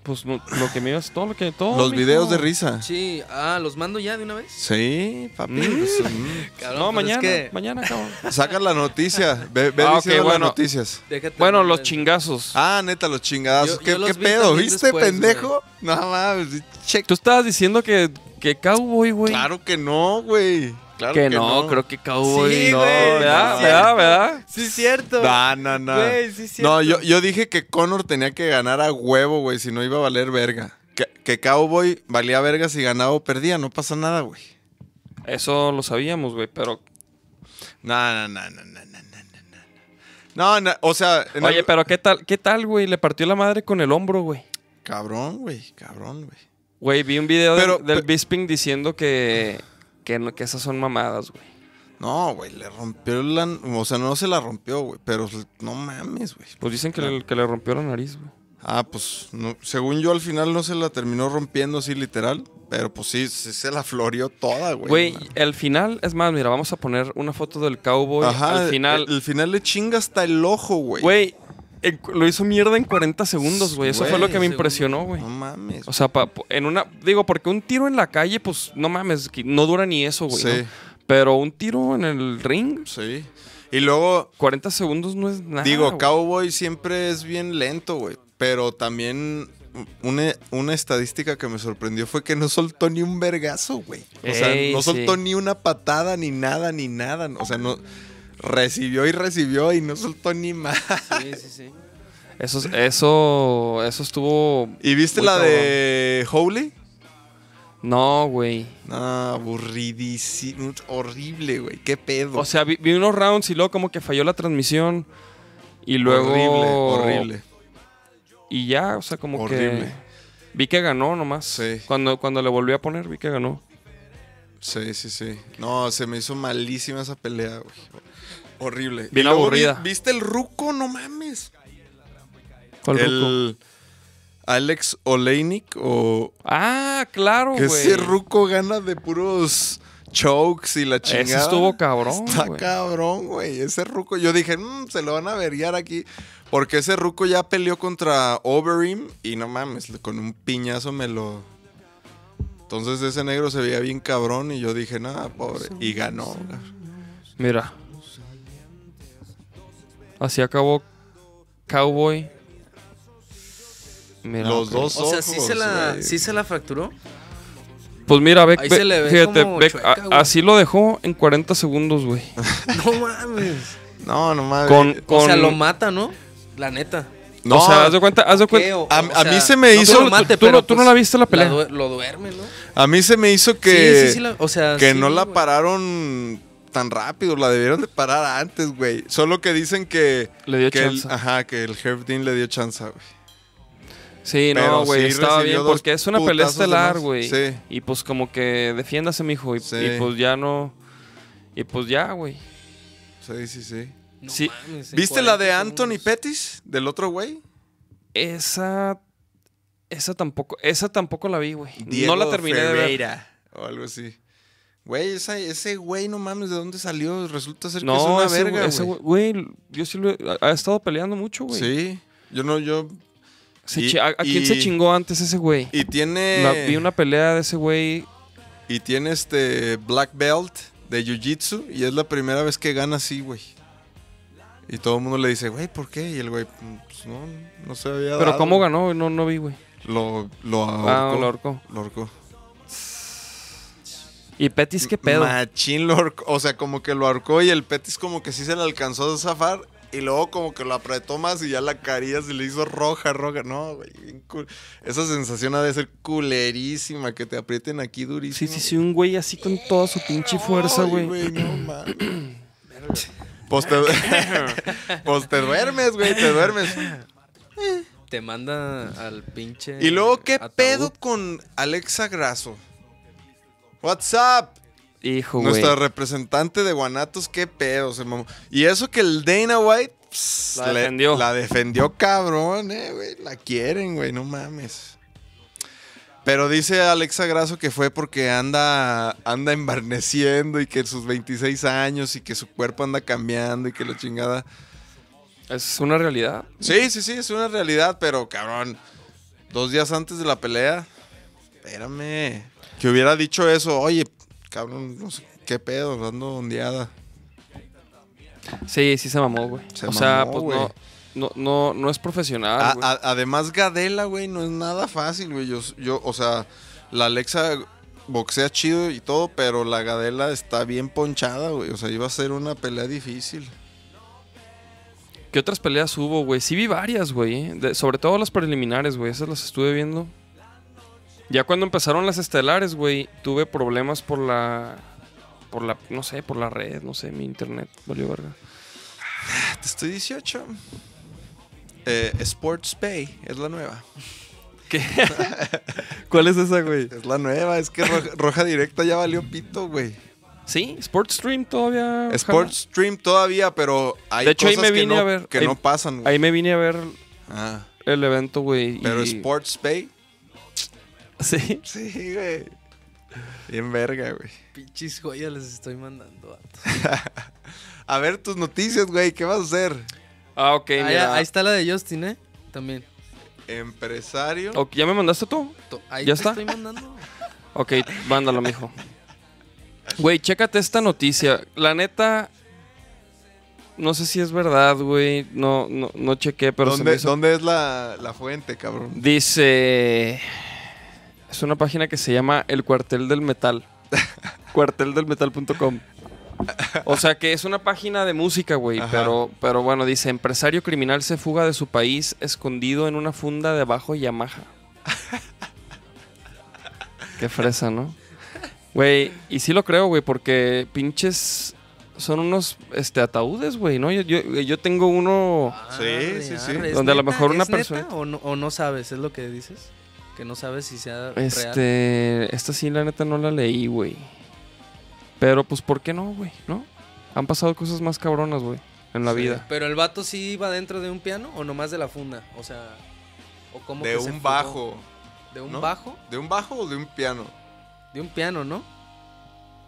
Speaker 3: Pues no- lo que me ibas, todo lo que... Todo,
Speaker 4: Los
Speaker 3: mijo.
Speaker 4: videos de risa.
Speaker 2: Sí, ah, los mando ya de una vez.
Speaker 4: Sí, papi.
Speaker 3: Mm.
Speaker 4: pues, mm.
Speaker 2: Cabrón,
Speaker 3: no,
Speaker 2: pues
Speaker 3: mañana,
Speaker 2: es que-
Speaker 3: mañana, cabrón.
Speaker 4: Saca la noticia. Ve, ve
Speaker 3: Ah, ok,
Speaker 4: diciendo las
Speaker 3: bueno.
Speaker 4: noticias.
Speaker 2: déjate-
Speaker 3: bueno, los chingazos.
Speaker 4: Ah, neta, los chingadazos.
Speaker 2: Yo-
Speaker 4: ¿Qué,
Speaker 2: yo los
Speaker 4: qué
Speaker 2: vi
Speaker 4: pedo?
Speaker 2: también
Speaker 4: ¿Viste,
Speaker 2: después,
Speaker 4: pendejo? No mames. Che,
Speaker 3: Tú estabas diciendo que, que Cowboy, güey.
Speaker 4: claro que no, güey. Claro
Speaker 3: que, no, creo que Cowboy.
Speaker 2: Sí,
Speaker 3: no,
Speaker 2: güey,
Speaker 3: Eh, ¿verdad?
Speaker 2: sí.
Speaker 3: ¿verdad? ¿verdad?
Speaker 2: Sí, es cierto.
Speaker 4: No, no, no.
Speaker 2: Güey, sí es cierto.
Speaker 4: no, yo, yo dije que Connor tenía que ganar a huevo, güey, si no iba a valer verga. Que, que Cowboy valía verga si ganaba o perdía. No pasa nada, güey.
Speaker 3: Eso lo sabíamos, güey, pero...
Speaker 4: No, no, no, no, no, no, no, no. No, no, o sea... en
Speaker 3: Oye,
Speaker 4: algo-
Speaker 3: pero ¿qué tal, qué tal, güey? Le partió la madre con el hombro, güey.
Speaker 4: Cabrón, güey, cabrón, güey.
Speaker 3: Güey, vi un video
Speaker 4: Pero-
Speaker 3: del, del
Speaker 4: pe-
Speaker 3: Bisping diciendo que, que, no- que esas son mamadas, güey.
Speaker 4: No, güey, le rompió la... O sea, no se la rompió, güey, pero no mames, güey.
Speaker 3: Pues dicen que, le, que le rompió la nariz, güey.
Speaker 4: Ah, pues, no- según yo, al final no se la terminó rompiendo así literal, pero pues sí, sí se la floreó toda, güey.
Speaker 3: Güey,
Speaker 4: No mames.
Speaker 3: al final, es más, mira, vamos a poner una foto del cowboy.
Speaker 4: Ajá,
Speaker 3: al final,
Speaker 4: El, el final le chinga hasta el ojo, güey.
Speaker 3: güey, en- lo hizo mierda en 40 segundos, güey. Eso fue lo que me
Speaker 2: Güey,
Speaker 3: impresionó, güey.
Speaker 4: No mames.
Speaker 3: O sea, pa- en una. Digo, porque un tiro en la calle, pues no mames, que no dura ni eso, güey.
Speaker 4: Sí.
Speaker 3: ¿no? Pero un tiro en el ring,
Speaker 4: Sí. Y luego,
Speaker 3: 40 segundos no es nada.
Speaker 4: Digo,
Speaker 3: güey.
Speaker 4: Cowboy siempre es bien lento, güey. Pero también una, una estadística que me sorprendió fue que no soltó ni un vergazo, güey. O sea,
Speaker 3: Ey,
Speaker 4: no soltó
Speaker 3: sí.
Speaker 4: ni una patada, ni nada, ni nada. O sea, no recibió y recibió y no soltó ni más.
Speaker 2: Sí, sí, sí.
Speaker 3: Eso, es- eso, eso estuvo.
Speaker 4: ¿Y viste
Speaker 3: muy
Speaker 4: la
Speaker 3: cabrón.
Speaker 4: de Holy?
Speaker 3: No, güey.
Speaker 4: No, aburridísimo. Horrible, güey. Qué
Speaker 3: <laughs>
Speaker 4: pedo.
Speaker 3: O sea, vi, vi unos rounds y luego como que falló la transmisión. Y luego.
Speaker 4: Horrible, horrible.
Speaker 3: Y ya, o sea, como
Speaker 4: Horrible.
Speaker 3: que. Vi que ganó nomás.
Speaker 4: Sí.
Speaker 3: Cuando, cuando le volví a poner, vi que ganó.
Speaker 4: Sí, sí, sí. No, se me hizo malísima esa pelea, güey. Horrible.
Speaker 3: Bien
Speaker 4: Y luego vi-
Speaker 3: aburrida.
Speaker 4: ¿Viste el ruco? No mames.
Speaker 3: ¿Cuál ruco?
Speaker 4: el Alex Oleinik o
Speaker 3: Ah, claro,
Speaker 4: que
Speaker 3: güey.
Speaker 4: ese ruco gana de puros chokes y la chingada.
Speaker 3: Ese estuvo cabrón,
Speaker 4: Está
Speaker 3: güey.
Speaker 4: cabrón, güey. Ese ruco, yo dije, "Mm, se lo van a averiar aquí. Porque ese ruco ya peleó contra Overeem y no mames, con un piñazo me lo. Entonces ese negro se veía bien cabrón y yo dije, nada, pobre. Y ganó.
Speaker 3: Mira. Así acabó Cowboy. Mira,
Speaker 4: Los
Speaker 3: ok.
Speaker 4: dos
Speaker 2: O sea, sí se,
Speaker 4: ojos,
Speaker 2: la,
Speaker 4: güey.
Speaker 2: sí se la fracturó.
Speaker 3: Pues mira, Beck,
Speaker 2: Ahí se le ve
Speaker 3: fíjate,
Speaker 2: como
Speaker 3: Beck,
Speaker 2: chueca,
Speaker 3: a-
Speaker 2: güey.
Speaker 3: así lo dejó en 40 segundos, güey.
Speaker 2: No mames.
Speaker 4: No, no mames.
Speaker 3: Con,
Speaker 2: O sea,
Speaker 3: con-
Speaker 2: lo mata, ¿no? La neta.
Speaker 4: no,
Speaker 3: o sea, haz de cuenta, haz de
Speaker 2: ¿Qué?
Speaker 3: cuenta.
Speaker 2: O-
Speaker 4: a-
Speaker 2: o
Speaker 4: a mí se me
Speaker 2: no que
Speaker 4: hizo-
Speaker 2: lo
Speaker 4: tú-
Speaker 2: mate,
Speaker 3: tú no-
Speaker 2: pero pues,
Speaker 3: tú no la viste la pelea.
Speaker 2: due- lo duerme, ¿no?
Speaker 4: a mí se me hizo que.
Speaker 2: sí, sí, sí. La, o sea,
Speaker 4: Que
Speaker 2: sí,
Speaker 4: no la
Speaker 2: güey.
Speaker 4: pararon tan rápido, la debieron de parar antes, güey. Solo que dicen que.
Speaker 3: Le dio
Speaker 4: que el,
Speaker 3: chance.
Speaker 4: Ajá, que el Herb Dean le dio chance, güey.
Speaker 3: Sí,
Speaker 4: Pero
Speaker 3: no, güey,
Speaker 4: sí
Speaker 3: estaba
Speaker 4: recibió
Speaker 3: bien
Speaker 4: dos
Speaker 3: porque es una pelea
Speaker 4: putazos de
Speaker 3: estelar,
Speaker 4: más.
Speaker 3: güey.
Speaker 4: Sí.
Speaker 3: Y pues como que defiéndase, mijo. Y,
Speaker 4: Sí.
Speaker 3: y pues ya no. Y pues ya, güey.
Speaker 4: Sí, sí, sí.
Speaker 2: No
Speaker 3: Sí.
Speaker 2: mames, en
Speaker 4: ¿Viste la de
Speaker 2: 40
Speaker 4: Anthony
Speaker 2: segundos.
Speaker 4: Pettis? Del otro güey.
Speaker 3: Esa. Esa tampoco. Esa tampoco la vi, güey.
Speaker 4: Diego
Speaker 3: No la terminé de ver.
Speaker 4: Ferreira, O algo así. Güey, esa- ese güey, no mames, ¿de dónde salió? Resulta ser que es
Speaker 3: No,
Speaker 4: una
Speaker 3: ese
Speaker 4: verga,
Speaker 3: güey- ese
Speaker 4: güey.
Speaker 3: güey. Güey, yo sí lo he, ha- ha estado peleando mucho, güey.
Speaker 4: Sí. Yo no, yo.
Speaker 3: Se
Speaker 4: Y-
Speaker 3: chi- a, a quién se
Speaker 4: y-
Speaker 3: chingó antes ese güey?
Speaker 4: Y tiene.
Speaker 3: La- vi una pelea de ese güey.
Speaker 4: Y tiene este black belt de jiu-jitsu y es la primera vez que gana así, güey. Y todo el mundo le dice, güey, ¿por qué? Y el güey, pues no, no se había
Speaker 3: Pero
Speaker 4: dado".
Speaker 3: ¿cómo ganó? No, no vi, güey.
Speaker 4: Lo, lo ahorcó.
Speaker 3: Ah, lo ahorcó.
Speaker 4: Lo ahorcó.
Speaker 3: Y Petis, qué pedo.
Speaker 4: Machín lo ahorcó. O sea, como que lo ahorcó y el Petis como que sí se le alcanzó a zafar. Y luego como que lo apretó más y ya la caría se le hizo roja, roja. No, güey, bien cool. Esa sensación ha de ser culerísima, que te aprieten aquí
Speaker 3: Sí,
Speaker 4: durísimo.
Speaker 3: sí, sí, un güey así con toda su pinche fuerza,
Speaker 4: Ay,
Speaker 3: güey. <clears throat>
Speaker 4: no mames. Verga. Pues te, <laughs> pues te duermes, güey, te duermes.
Speaker 2: Te manda al pinche.
Speaker 4: Y luego, ¿qué
Speaker 2: ataúd.
Speaker 4: pedo con Alexa Grasso? What's up?
Speaker 3: Hijo, güey.
Speaker 4: Nuestra representante de Guanatos, ¿qué pedo? Se mamó. Y eso que el Dana White pss,
Speaker 3: La
Speaker 4: le-
Speaker 3: defendió.
Speaker 4: la defendió cabrón, eh, güey. La quieren, güey, no mames. Pero dice Alexa Grasso que fue porque anda, anda embarneciendo y que sus 26 años y que su cuerpo anda cambiando y que la chingada.
Speaker 3: Es una realidad.
Speaker 4: Sí, sí, sí, es una realidad, pero cabrón, dos días antes de la pelea, espérame, que hubiera dicho eso, oye, cabrón, no sé, qué pedo, ando ondeada.
Speaker 3: Sí, sí se mamó, güey.
Speaker 4: Se
Speaker 3: o sea,
Speaker 4: mamó,
Speaker 3: pues
Speaker 4: güey. Ah,
Speaker 3: no. No, no, no es
Speaker 4: A-
Speaker 3: profesional, Ah, güey.
Speaker 4: a- además, Gadela, güey, no es nada fácil, güey, yo, yo, o sea, la Alexa boxea chido y todo, pero la Gadela está bien ponchada, güey, o sea, iba a ser una pelea difícil.
Speaker 3: ¿Qué otras peleas hubo, güey? Sí vi varias, güey. eh. De- Sobre todo las preliminares, güey. Esas las estuve viendo. Ya cuando empezaron las estelares, güey, tuve problemas por la... Por la... No sé, por la red, no sé, mi internet. Valió verga.
Speaker 4: Ah, Te estoy 18. Eh, Sports Pay es la nueva. <laughs>
Speaker 3: ¿Qué? ¿Cuál es esa, güey?
Speaker 4: Es la nueva, es que Roja, <laughs> Roja Directa ya valió pito, güey.
Speaker 3: Sí, Sports Stream todavía... jala.
Speaker 4: Sports Stream todavía, pero hay
Speaker 3: De hecho, ahí
Speaker 4: cosas
Speaker 3: me vine
Speaker 4: que, no,
Speaker 3: a ver.
Speaker 4: que
Speaker 3: Ahí-
Speaker 4: no pasan. güey.
Speaker 3: Ahí me vine a ver
Speaker 4: Ah,
Speaker 3: el evento, güey.
Speaker 4: pero
Speaker 3: y-
Speaker 4: Sports Pay, <laughs>
Speaker 3: Sí.
Speaker 4: sí, güey. Bien verga, güey.
Speaker 2: Pinches joyas les estoy mandando. vato.
Speaker 4: A ver tus noticias, güey, ¿qué vas a hacer?
Speaker 3: Ah, ok,
Speaker 2: Ahí,
Speaker 3: mira.
Speaker 2: ahí está la de Justin, ¿eh? También.
Speaker 4: Empresario.
Speaker 3: Ok, ¿Ya me mandaste tú?
Speaker 2: To- Ahí
Speaker 3: ¿Ya
Speaker 2: te
Speaker 3: está?
Speaker 2: estoy mandando.
Speaker 3: Ok, mándalo, mijo. Güey, chécate esta noticia. La neta. No sé si es verdad, güey. No, no, no chequé, pero se me
Speaker 4: ¿Dónde,
Speaker 3: hizo-
Speaker 4: dónde es la, la fuente, cabrón?
Speaker 3: Dice. Es una página que se llama El Cuartel del Metal. Cuarteldelmetal.com. O sea que es una página de música, güey.
Speaker 4: Ajá.
Speaker 3: Pero, pero bueno, dice: Empresario criminal se fuga de su país escondido en una funda debajo Yamaha. Qué fresa, ¿no? Güey, y sí lo creo, güey, porque pinches. Son unos este, ataúdes, güey, ¿no? Yo, yo- yo tengo uno.
Speaker 4: Sí, sí, sí.
Speaker 2: ¿es
Speaker 3: Donde a
Speaker 2: neta?
Speaker 3: lo mejor una
Speaker 2: ¿Es neta
Speaker 3: persona-
Speaker 2: O no, o no sabes, es lo que dices. Que no sabes si sea real.
Speaker 3: Este, esta sí, la neta no la leí, güey. Pero pues, ¿por qué no, güey? ¿No? Han pasado cosas más cabronas, güey, en la
Speaker 4: Sí.
Speaker 3: vida.
Speaker 2: Pero el vato sí iba dentro de un piano o nomás de la funda. O sea, o cómo
Speaker 4: De
Speaker 2: que se
Speaker 4: un
Speaker 2: fugó?
Speaker 4: bajo.
Speaker 2: ¿De un
Speaker 4: ¿no?
Speaker 2: bajo?
Speaker 4: ¿De un bajo o de un piano?
Speaker 2: De un piano, ¿no?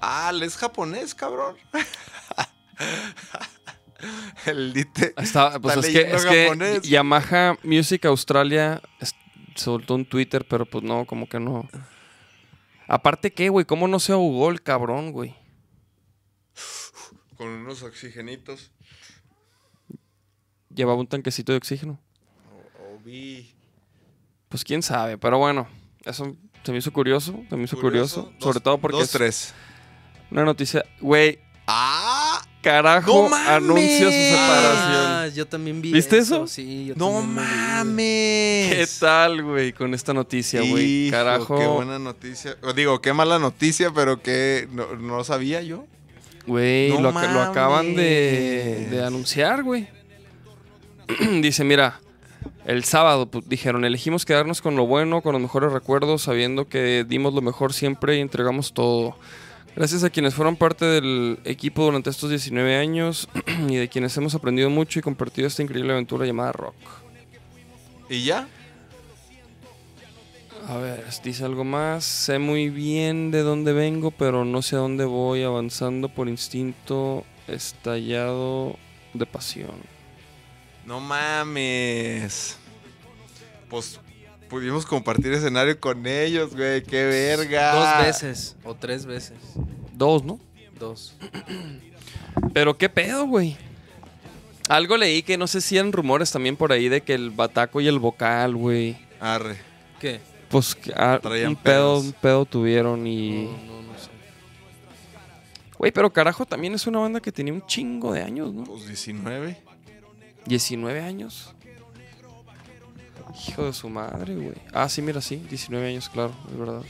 Speaker 4: Ah, él es japonés, cabrón. <laughs> El dite.
Speaker 3: Está, pues
Speaker 4: Está
Speaker 3: es que,
Speaker 4: leyendo
Speaker 3: es que
Speaker 4: japonés.
Speaker 3: Yamaha Music Australia es- soltó un Twitter, pero pues no, como que no. Aparte, ¿qué, güey? ¿Cómo no se ahogó el cabrón, güey?
Speaker 4: Con unos oxigenitos.
Speaker 3: Llevaba un tanquecito de oxígeno.
Speaker 4: O, o vi.
Speaker 3: Pues quién sabe, pero bueno, eso se me hizo curioso, se me hizo curioso. sobre todo porque
Speaker 4: Dos,
Speaker 3: es
Speaker 4: tres.
Speaker 3: una noticia, güey,
Speaker 4: ¡Ah!
Speaker 3: carajo,
Speaker 4: ¡No mames!
Speaker 3: anuncia su separación.
Speaker 2: Ah, yo también vi.
Speaker 3: ¿Viste eso?
Speaker 2: Sí, yo
Speaker 4: ¡No
Speaker 2: también lo vi, güey.
Speaker 3: ¿Qué
Speaker 4: mames!
Speaker 3: tal, güey? Con esta noticia, güey.
Speaker 4: Hijo, Qué
Speaker 3: Carajo.
Speaker 4: buena noticia. O Digo, qué mala noticia, pero que no, no lo sabía yo.
Speaker 3: Güey,
Speaker 4: No
Speaker 3: lo, aca- lo acaban de,
Speaker 4: mames.
Speaker 3: de anunciar, güey. <clears throat> Dice, mira, el sábado pu- dijeron, elegimos quedarnos con lo bueno, con los mejores recuerdos, sabiendo que dimos lo mejor siempre y entregamos todo. Gracias a quienes fueron parte del equipo durante estos 19 años <clears throat> y de quienes hemos aprendido mucho y compartido esta increíble aventura llamada rock.
Speaker 4: ¿Y ya?
Speaker 3: A ver, dice algo más. Sé muy bien de dónde vengo, pero no sé a dónde voy, avanzando por instinto estallado de pasión.
Speaker 4: No mames. Pues pudimos compartir escenario con ellos, güey. ¡Qué verga!
Speaker 2: Dos veces o tres veces.
Speaker 3: Dos, ¿no?
Speaker 2: Dos.
Speaker 3: Pero qué pedo, güey. Algo leí que no sé si eran rumores también por ahí de que el bataco y el vocal, güey.
Speaker 4: Arre.
Speaker 2: ¿Qué?
Speaker 3: Pues que, ah,
Speaker 4: Traían
Speaker 3: un pedo,
Speaker 4: pedos. Mm.
Speaker 3: un pedo tuvieron y.
Speaker 2: No, no, no sé.
Speaker 3: Güey, pero carajo, también es una banda que tenía un chingo de años, ¿no?
Speaker 4: Pues 19.
Speaker 3: 19 años. Hijo de su madre, güey. Ah, sí, mira, sí, 19 años, claro, es verdad.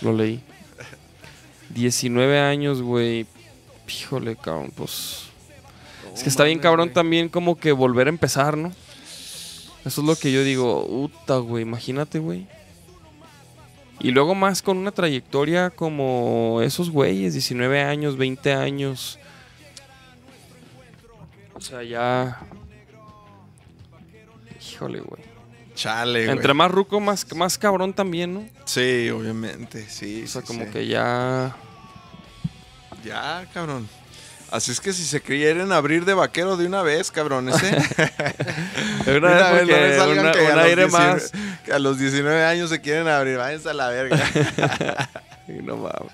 Speaker 3: Lo leí. 19 años, güey. Híjole, cabrón, pues. Es que está
Speaker 4: Oh,
Speaker 3: bien, cabrón, también como que volver a empezar, ¿no? Eso es lo que yo digo. Uta, güey, imagínate, güey. Y luego más con una trayectoria como esos güeyes, 19 años, 20 años. O sea, ya. Híjole, güey.
Speaker 4: Chale, güey.
Speaker 3: Entre más ruco, más, más cabrón también, ¿no?
Speaker 4: Sí, obviamente, sí.
Speaker 3: O sea,
Speaker 4: sí,
Speaker 3: como
Speaker 4: sí.
Speaker 3: que ya.
Speaker 4: Ya, cabrón. Así es que si se quieren abrir de vaquero de una vez, cabrones,
Speaker 3: <laughs>
Speaker 4: ¿eh?
Speaker 3: Una,
Speaker 4: Una vez, no
Speaker 3: porque
Speaker 4: les salgan
Speaker 3: una-
Speaker 4: que a
Speaker 3: un
Speaker 4: los
Speaker 3: aire
Speaker 4: 19
Speaker 3: más.
Speaker 4: que a los 19 años se quieren abrir. Váyanse a la verga.
Speaker 3: <laughs> Y no mames.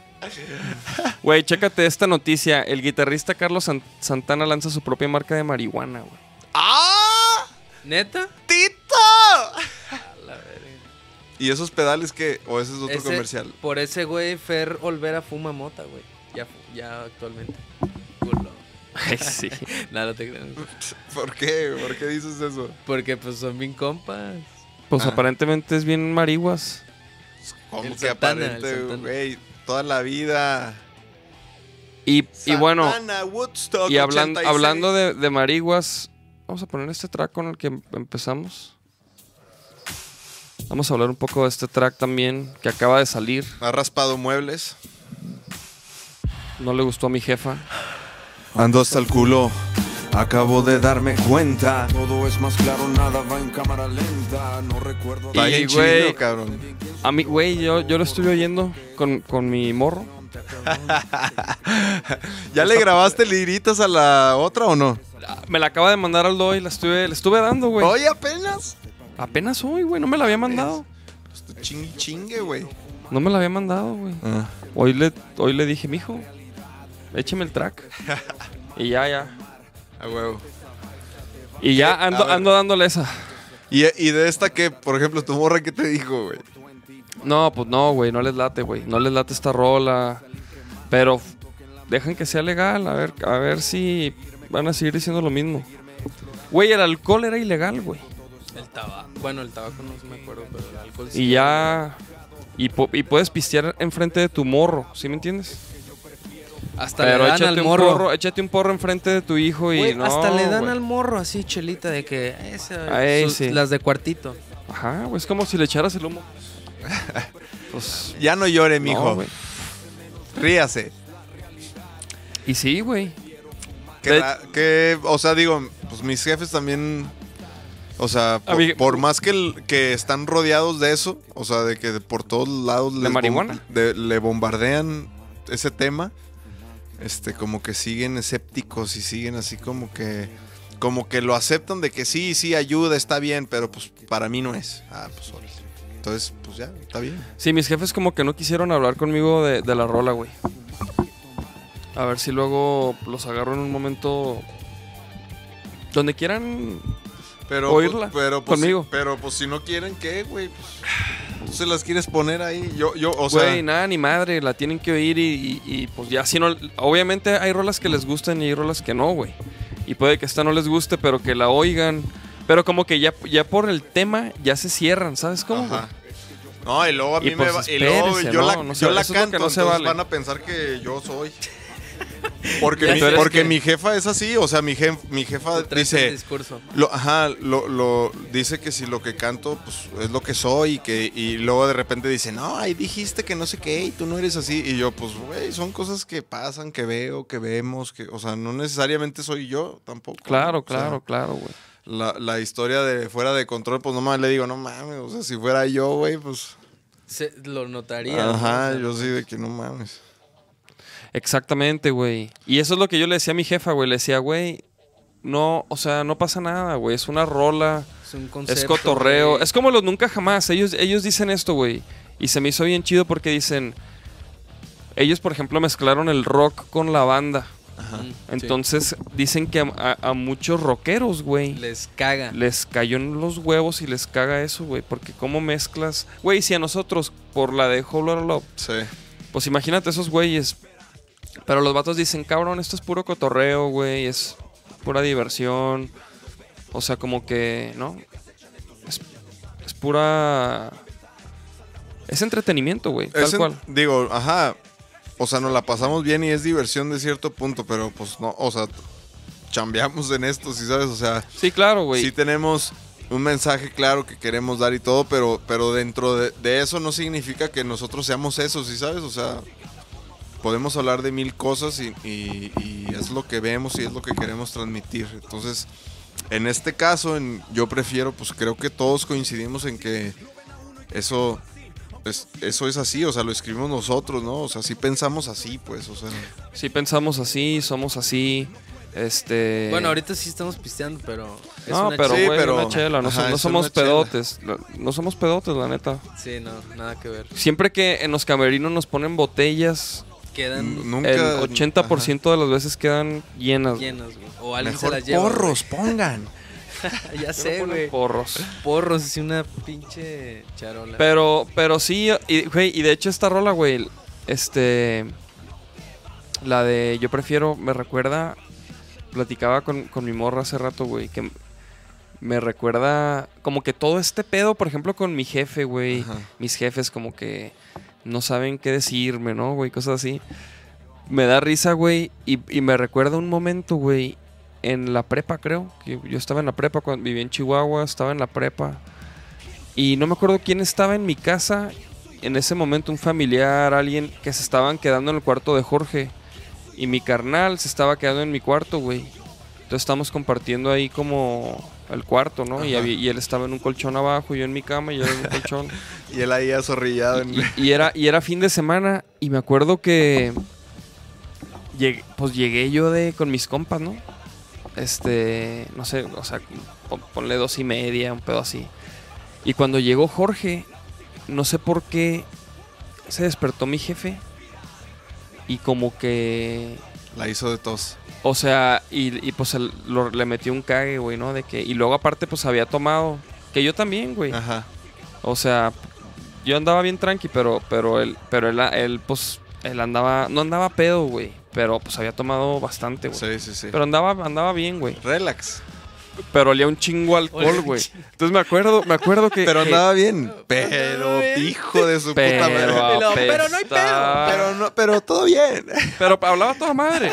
Speaker 3: Güey, chécate esta noticia. El guitarrista Carlos Sant- Santana lanza su propia marca de marihuana, güey.
Speaker 4: ¡Ah!
Speaker 2: ¿Neta?
Speaker 4: ¡Tito! ¿Y esos pedales que ¿O ese es otro
Speaker 2: Ese-
Speaker 4: comercial?
Speaker 2: Por ese güey, Fer Olvera fuma mota, güey. Ya, fu- ya actualmente. Culo.
Speaker 3: sí.
Speaker 2: Nada, te creo.
Speaker 4: ¿Por qué? ¿Por qué dices eso?
Speaker 2: Porque pues son bien compas.
Speaker 3: <laughs> Pues
Speaker 4: Ah.
Speaker 3: aparentemente es bien marihuas.
Speaker 4: Como
Speaker 2: El
Speaker 4: que
Speaker 2: Santana, el
Speaker 4: aparente,
Speaker 2: Santana.
Speaker 4: güey. Toda la vida.
Speaker 3: Y, y bueno,
Speaker 4: Santana, Woodstock,
Speaker 3: y hablan-
Speaker 4: 86.
Speaker 3: hablando de, de marihuas, vamos a poner este track con el que em- empezamos. Vamos a hablar un poco de este track también que acaba de salir.
Speaker 4: Ha raspado muebles.
Speaker 3: No le gustó a mi jefa.
Speaker 4: Ando hasta el culo.
Speaker 1: Acabo de darme cuenta. Todo es más claro, nada va en cámara lenta. No recuerdo.
Speaker 3: Y,
Speaker 4: Está bien
Speaker 3: güey,
Speaker 4: chido, cabrón.
Speaker 3: A mí, güey, yo, yo lo estuve oyendo con, con mi morro.
Speaker 4: ¿Ya le grabaste liritas a la otra o no?
Speaker 3: ah, me la acaba de mandar Aldo hoy, la estuve, la estuve dando, güey.
Speaker 4: Oye, apenas.
Speaker 3: Apenas hoy, güey, no me la había mandado.
Speaker 4: Pues, Chingue, chingue, güey.
Speaker 3: No me la había mandado, güey.
Speaker 4: Ah.
Speaker 3: Hoy le, hoy le dije, mijo, écheme el
Speaker 2: <laughs>
Speaker 3: track. y ya, ya.
Speaker 4: A huevo.
Speaker 3: Y ya ando,
Speaker 4: ver.
Speaker 3: ando dándole esa.
Speaker 4: Y, y de esta que, por ejemplo, tu morra, ¿qué te dijo, güey?
Speaker 3: No, pues no, güey, no les late, güey. No les late esta rola. Pero f- dejen que sea legal, a ver, a ver si van a seguir diciendo lo mismo. Güey, el alcohol era ilegal, güey.
Speaker 2: El tabaco. Bueno, el tabaco no me acuerdo, pero el alcohol sí.
Speaker 3: Y ya. Y, po- y puedes pistear enfrente de tu morro, ¿sí me entiendes?
Speaker 2: Hasta le
Speaker 3: Pero
Speaker 2: dan
Speaker 3: échate
Speaker 2: al
Speaker 3: un
Speaker 2: morro.
Speaker 3: porro, échate un porro enfrente de tu hijo y
Speaker 2: Güey,
Speaker 3: no.
Speaker 2: hasta le dan
Speaker 3: güey.
Speaker 2: al morro así, chelita, de que esa-
Speaker 3: A él
Speaker 2: sus-
Speaker 3: sí.
Speaker 2: las de cuartito.
Speaker 3: Ajá, güey, es como si le echaras el humo. Pues.
Speaker 4: Ya no llore,
Speaker 3: no,
Speaker 4: <laughs> mijo.
Speaker 3: güey.
Speaker 4: Ríase.
Speaker 3: y sí, güey.
Speaker 4: Que,
Speaker 3: De-
Speaker 4: la- que, o sea, digo, pues mis jefes también, o sea, por,
Speaker 3: Amig-
Speaker 4: por más que, el- que están rodeados de eso, o sea, de que por todos lados les bom-
Speaker 3: marihuana?
Speaker 4: de- le bombardean ese tema, este, como que siguen escépticos y siguen así como que, como que lo aceptan de que sí, sí, ayuda, está bien, pero pues para mí no es. Ah, pues órale. Entonces, pues ya, está bien.
Speaker 3: Sí, mis jefes como que no quisieron hablar conmigo de, de la rola, güey. A ver si luego los agarro en un momento donde quieran.
Speaker 4: Pero,
Speaker 3: Oírla
Speaker 4: pues, pero, pues,
Speaker 3: conmigo.
Speaker 4: si- pero pues si no quieren, ¿qué, güey? Pues, tú se las quieres poner ahí. Yo, yo, o sea.
Speaker 3: Güey, nada, ni madre, la tienen que oír y, y- y, pues ya si no... Obviamente hay rolas que les gustan y hay rolas que no, güey. Y puede que esta no les guste, pero que la oigan. Pero como que ya, ya por el tema ya se cierran, ¿sabes cómo? güey?
Speaker 4: Ajá. No, y luego a mí
Speaker 3: Y, pues,
Speaker 4: me va, y luego
Speaker 3: espérese,
Speaker 4: yo la,
Speaker 3: no, no se-
Speaker 4: yo la
Speaker 3: eso es lo que
Speaker 4: canto,
Speaker 3: no se
Speaker 4: entonces
Speaker 3: vale.
Speaker 4: van a pensar que yo
Speaker 3: <laughs>
Speaker 4: soy. Porque,
Speaker 3: Ya
Speaker 4: mi,
Speaker 3: sabes
Speaker 4: porque
Speaker 3: que-
Speaker 4: mi jefa es así, o sea, mi, jef- mi jefa
Speaker 2: Traes el
Speaker 4: Ah, dice,
Speaker 2: discurso.
Speaker 4: lo, ajá, lo, lo- dice que si lo que canto pues, es lo que soy y que y luego de repente dice, no, ahí dijiste que no sé qué y tú no eres así. Y yo, pues, güey, son cosas que pasan, que veo, que vemos, que, o sea, no necesariamente soy yo tampoco.
Speaker 3: Claro,
Speaker 4: O sea,
Speaker 3: claro, claro, güey.
Speaker 4: la, la historia de fuera de control, pues nomás le digo, no mames, o sea, si fuera yo, güey, pues...
Speaker 2: Se- lo notaría.
Speaker 4: Ajá,
Speaker 2: ¿no?
Speaker 4: yo sí, de que no mames.
Speaker 3: Exactamente, güey. Y eso es lo que yo le decía a mi jefa, güey. Le decía, güey, no, o sea, no pasa nada, güey. Es una rola,
Speaker 2: Es un concepto.
Speaker 3: es cotorreo.
Speaker 2: güey.
Speaker 3: Es como los nunca jamás. Ellos, ellos dicen esto, güey. Y se me hizo bien chido porque dicen. Ellos, por ejemplo, mezclaron el rock con la banda.
Speaker 2: Mm, sí.
Speaker 3: Entonces, dicen que a, a- a muchos rockeros, güey.
Speaker 2: Les caga.
Speaker 3: Les cayó en los huevos y les caga eso, güey. Porque cómo mezclas... Güey, si a nosotros, por la de Hollow Love,
Speaker 4: Sí.
Speaker 3: pues imagínate esos güeyes. Pero los vatos dicen, cabrón, esto es puro cotorreo, güey, es pura diversión. O sea, como que, ¿no? Es, es pura... Es entretenimiento, güey, tal
Speaker 4: Es en-
Speaker 3: cual.
Speaker 4: Digo, ajá. O sea, nos la pasamos bien y es diversión de cierto punto, pero pues no, o sea, chambeamos en esto, si sabes, o sea,
Speaker 3: Sí, claro, güey.
Speaker 4: sí tenemos un mensaje claro que queremos dar y todo, pero, pero dentro de, de eso no significa que nosotros seamos eso, si sabes, o sea, podemos hablar de mil cosas y, y- y es lo que vemos y es lo que queremos transmitir. Entonces, en este caso, en- yo prefiero, pues creo que todos coincidimos en que eso... es- eso es así, o sea, lo escribimos nosotros, ¿no? O sea, sí pensamos así, pues, o sea.
Speaker 3: Sí pensamos así, somos así. Este...
Speaker 2: Bueno, ahorita sí estamos pisteando, pero. es
Speaker 3: No,
Speaker 2: una
Speaker 3: pero,
Speaker 2: chela.
Speaker 3: güey,
Speaker 4: Sí, pero-
Speaker 3: una chela. No,
Speaker 4: ajá,
Speaker 3: so- no
Speaker 4: es una
Speaker 3: somos
Speaker 4: chela.
Speaker 3: pedotes. la- No somos pedotes, la neta.
Speaker 2: Sí, no, nada que ver.
Speaker 3: Siempre que en los camerinos nos ponen botellas,
Speaker 4: n-
Speaker 2: Quedan
Speaker 4: Nunca.
Speaker 3: el 80% de las veces quedan llenas. güey.
Speaker 2: llenas, güey. O alguien se
Speaker 4: Mejor
Speaker 2: las lleva.
Speaker 4: porros, pongan.
Speaker 2: güey. ya sé,
Speaker 3: Ponen
Speaker 2: güey.
Speaker 3: Porros.
Speaker 2: Porros, es una pinche charola.
Speaker 3: Pero, pero sí, y, güey, y de hecho esta rola, güey, este, la de Yo Prefiero, me recuerda, platicaba con, con mi morra hace rato, güey, que me recuerda como que todo este pedo, por ejemplo, con mi jefe, güey,
Speaker 4: Ajá.
Speaker 3: mis jefes como que no saben qué decirme, ¿no, güey? Cosas así. Me da risa, güey, y, y me recuerda un momento, güey, en la prepa, creo. Que yo estaba en la prepa, cuando vivía en Chihuahua, estaba en la prepa. Y no me acuerdo quién estaba en mi casa. En ese momento, un familiar, alguien que se estaban quedando en el cuarto de Jorge. Y mi carnal se estaba quedando en mi cuarto, güey. Entonces estamos compartiendo ahí como el cuarto, ¿no? Y,
Speaker 4: Ajá.
Speaker 3: había- y él estaba en un colchón abajo, yo en mi cama y él en un colchón.
Speaker 4: Y él ahí azorrillado en.
Speaker 3: Y, y era, y era fin de semana y me acuerdo que llegué- pues llegué yo de con mis compas, ¿no? este, no sé, o sea, pon- ponle dos y media, un pedo así. Y cuando llegó Jorge, no sé por qué se despertó mi jefe y como que,
Speaker 4: La hizo de tos.
Speaker 3: o sea, y, y, pues el- lo- le metió un cague, güey, ¿no? De que, y luego aparte pues había tomado, que yo también, güey.
Speaker 4: Ajá.
Speaker 3: O sea, yo andaba bien tranqui, pero, pero él, pero él, él, pues, él andaba, no andaba pedo, güey. Pero pues había tomado bastante, güey.
Speaker 4: Sí, sí, sí.
Speaker 3: Pero andaba, andaba bien, güey.
Speaker 4: Relax.
Speaker 3: Pero olía un chingo a alcohol,
Speaker 2: Olía un
Speaker 3: güey. Entonces me acuerdo, me acuerdo que.
Speaker 4: Pero
Speaker 3: que-
Speaker 4: andaba bien.
Speaker 2: andaba
Speaker 4: Pero
Speaker 2: bien.
Speaker 4: hijo de su
Speaker 3: Pero, ah.
Speaker 4: puta madre.
Speaker 2: Y luego, "Pero no hay pedo".
Speaker 3: apestaba.
Speaker 4: Pero no, pero todo bien.
Speaker 3: Pero hablaba toda madre.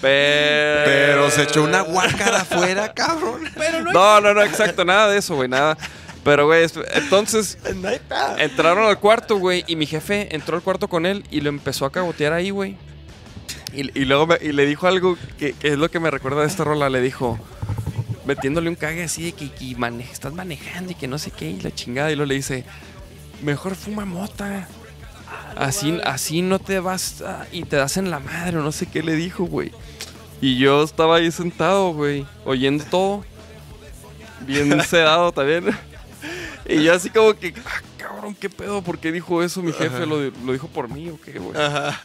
Speaker 3: Pero.
Speaker 4: Pero se echó una guácara afuera,
Speaker 3: <laughs>
Speaker 4: cabrón.
Speaker 2: Pero no,
Speaker 3: No, no, no, exacto, nada de eso, güey, nada. Pero, güey, es- entonces
Speaker 4: No hay pedo.
Speaker 3: entraron al cuarto, güey, y mi jefe entró al cuarto con él y lo empezó a cagotear ahí, güey. Y, y luego me- y le dijo algo que, que es lo que me recuerda de esta rola. Le dijo, metiéndole un cague así de que, que mane- estás manejando y que no sé qué, y la chingada. Y luego le dice, mejor fuma mota. Así, así no te vas a- y te das en la madre, o no sé qué le dijo, güey. Y yo estaba ahí sentado, güey, oyendo todo. Bien sedado también. Y yo así como que, ah, cabrón, qué pedo, ¿por qué dijo eso mi jefe? ¿Lo, di- lo dijo por mí o qué, güey?
Speaker 4: Ajá.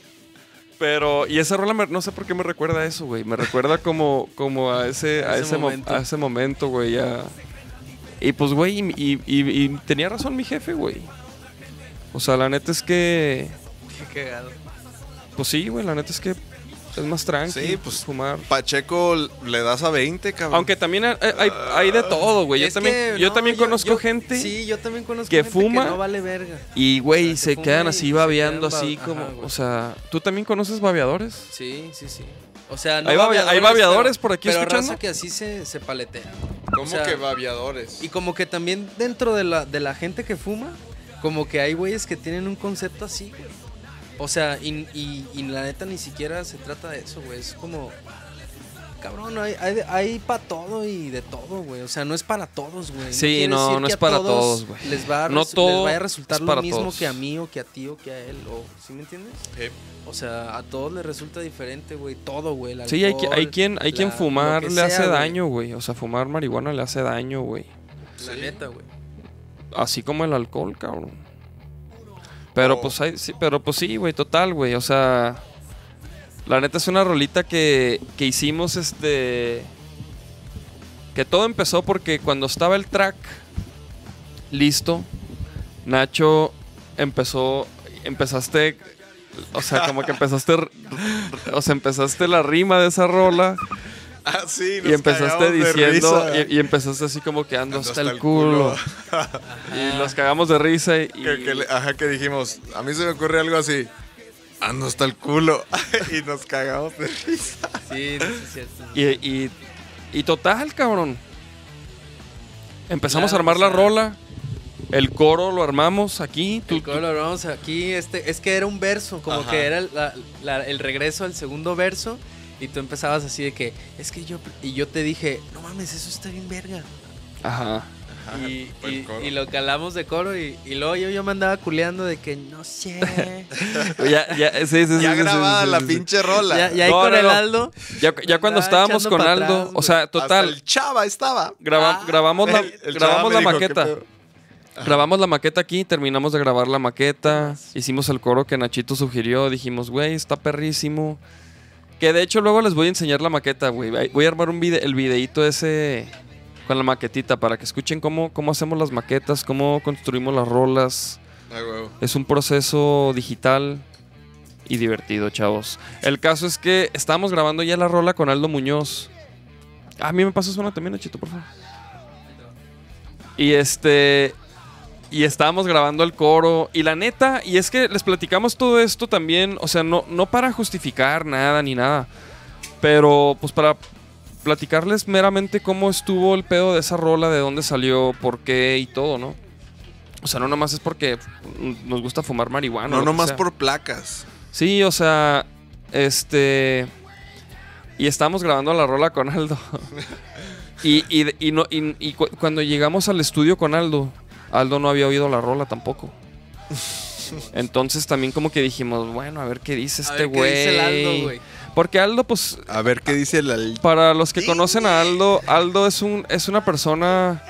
Speaker 3: Pero, y esa rola me- no sé por qué me recuerda a eso, güey. Me recuerda como, como a ese, a
Speaker 2: Ese
Speaker 3: ese, mo-
Speaker 2: momento.
Speaker 3: a ese momento, güey. a- Y pues, güey, y, y- y- y tenía razón mi jefe, güey. O sea, la neta es que.
Speaker 2: Qué cagado.
Speaker 3: Pues sí, güey, la neta es que es más tranqui.
Speaker 4: Sí, pues,
Speaker 3: Fumar.
Speaker 4: Pacheco le das a 20, cabrón.
Speaker 3: Aunque también hay, hay- hay de todo, güey. Yo
Speaker 2: Es
Speaker 3: también,
Speaker 2: que,
Speaker 3: yo
Speaker 2: no,
Speaker 3: también conozco
Speaker 2: yo-
Speaker 3: gente.
Speaker 2: Sí, yo también conozco
Speaker 3: que
Speaker 2: gente
Speaker 3: fuma.
Speaker 2: que no vale verga.
Speaker 3: Y,
Speaker 2: O
Speaker 3: güey,
Speaker 2: sea,
Speaker 3: se
Speaker 2: se
Speaker 3: quedan
Speaker 2: fuman y
Speaker 3: así
Speaker 2: se
Speaker 3: babeando,
Speaker 2: quedan
Speaker 3: así
Speaker 2: ba-
Speaker 3: como.
Speaker 2: ajá, güey.
Speaker 3: o sea, ¿tú también conoces babeadores?
Speaker 2: Sí, sí, sí. O sea, no
Speaker 3: Hay babea- hay babeadores por aquí
Speaker 2: pero
Speaker 3: escuchando.
Speaker 2: raza que así se, se paletea.
Speaker 4: ¿Cómo
Speaker 2: O sea,
Speaker 4: que babiadores?
Speaker 2: Y como que también dentro de la, de la gente que fuma, como que hay güeyes que tienen un concepto así, güey. O sea, y, y- y la neta ni siquiera se trata de eso, güey. Es como, cabrón, hay, hay, para todo y de todo, güey. O sea, no es para todos, güey.
Speaker 3: Sí,
Speaker 2: quiere
Speaker 3: no,
Speaker 2: decir
Speaker 3: no
Speaker 2: que
Speaker 3: es
Speaker 2: a
Speaker 3: para todos, güey.
Speaker 2: Les va a,
Speaker 3: No
Speaker 2: resu- les
Speaker 3: todo
Speaker 2: vaya a resultar
Speaker 3: es para
Speaker 2: lo mismo
Speaker 3: todos.
Speaker 2: que a mí o que a ti o que a él. O, ¿Sí me entiendes?
Speaker 4: Eh,
Speaker 2: O sea, a todos les resulta diferente, güey. Todo, güey. el
Speaker 3: Sí, hay, qui-
Speaker 2: alcohol,
Speaker 3: hay quien, hay quien
Speaker 2: la-
Speaker 3: fumar
Speaker 2: lo
Speaker 3: le
Speaker 2: que
Speaker 3: hace
Speaker 2: sea, güey.
Speaker 3: daño, güey. O sea, fumar marihuana le hace daño, güey.
Speaker 2: La neta, güey.
Speaker 3: Así como el alcohol, cabrón. Pero
Speaker 4: Oh.
Speaker 3: pues hay, sí, pero pues sí, güey, total, güey. O sea, la neta es una rolita que, que hicimos este que todo empezó porque cuando estaba el track listo, Nacho empezó empezaste o sea, como que empezaste r- r- o sea, empezaste la rima de esa rola
Speaker 4: Ah, sí,
Speaker 3: y
Speaker 4: nos
Speaker 3: empezaste
Speaker 4: cagamos de
Speaker 3: diciendo
Speaker 4: risa.
Speaker 3: y, y empezaste así como que ando hasta, el culo, y los cagamos de risa y, y-
Speaker 4: <laughs> Ah. Que- que le- ajá, que dijimos, a mí se me ocurre algo así. Ando hasta el culo. <laughs> y nos cagamos de risa.
Speaker 2: Sí, sí, es cierto.
Speaker 3: y, y- y total cabrón empezamos
Speaker 2: Claro,
Speaker 3: a armar
Speaker 2: o
Speaker 3: la
Speaker 2: sea,
Speaker 3: rola el coro lo armamos aquí tú-
Speaker 2: El coro lo hablamos aquí, este, es que era un verso, como
Speaker 4: Ajá.
Speaker 2: que era el- la- la- el regreso al segundo verso y tú empezabas así de que, es que yo, y yo te dije, no mames, eso está bien verga.
Speaker 3: ajá
Speaker 2: y,
Speaker 4: buen
Speaker 2: y-
Speaker 4: coro.
Speaker 2: y lo calamos de coro y, y luego yo, yo me andaba culeando de que, no
Speaker 3: <laughs>
Speaker 2: sé,
Speaker 3: <laughs> ya ya sí, sí, sí, sí,
Speaker 4: Ya
Speaker 3: sí,
Speaker 4: grabada
Speaker 3: sí,
Speaker 4: la
Speaker 3: sí, sí.
Speaker 4: pinche rola.
Speaker 2: ya, ya ahí
Speaker 3: No,
Speaker 2: con
Speaker 3: no,
Speaker 2: el
Speaker 3: no.
Speaker 2: Aldo,
Speaker 3: ya, ya cuando
Speaker 2: Andaba
Speaker 3: estábamos
Speaker 2: echando
Speaker 3: con
Speaker 2: pa'
Speaker 3: Aldo
Speaker 2: atrás,
Speaker 3: o sea
Speaker 4: Hasta
Speaker 3: total
Speaker 4: el chava estaba.
Speaker 3: graba-
Speaker 2: Ah.
Speaker 3: grabamos la,
Speaker 4: <laughs> El- el chava
Speaker 3: grabamos
Speaker 4: me
Speaker 3: la
Speaker 4: dijo, "¿Qué
Speaker 3: maqueta
Speaker 4: pedo?".
Speaker 3: Grabamos la maqueta aquí, terminamos de grabar la maqueta, hicimos el coro que Nachito sugirió, dijimos, güey, está perrísimo. Que de hecho luego les voy a enseñar la maqueta, güey. Ahí Voy a armar un vide- el videito ese con la maquetita para que escuchen cómo, cómo hacemos las maquetas, cómo construimos las rolas.
Speaker 4: Ah, huevo.
Speaker 3: Es un proceso digital y divertido, chavos. El caso es que estábamos grabando ya la rola con Aldo Muñoz. A mí me pasas una también, Nachito, por favor. Y este. Y estábamos grabando el coro. Y la neta, y es que les platicamos todo esto también. O sea, no, no para justificar nada ni nada. Pero pues para platicarles meramente cómo estuvo el pedo de esa rola, de dónde salió, por qué y todo, ¿no? O sea, no nomás es porque mm, nos gusta fumar marihuana.
Speaker 4: No,
Speaker 3: lo que
Speaker 4: nomás
Speaker 3: sea.
Speaker 4: por placas.
Speaker 3: Sí, o sea, este. Y estábamos grabando la rola
Speaker 2: <laughs>
Speaker 3: con Aldo. y, y- y no, y- y cu- cuando llegamos al estudio con Aldo, Aldo no había oído la
Speaker 2: <laughs>
Speaker 3: rola tampoco. Entonces también como que dijimos, bueno, a ver qué dice
Speaker 2: a
Speaker 3: este
Speaker 2: ver qué dice el Aldo,
Speaker 3: güey.
Speaker 2: güey.
Speaker 3: Porque Aldo, pues,
Speaker 4: A ver qué dice la...
Speaker 3: para los que conocen a Aldo, Aldo es, un, es una persona,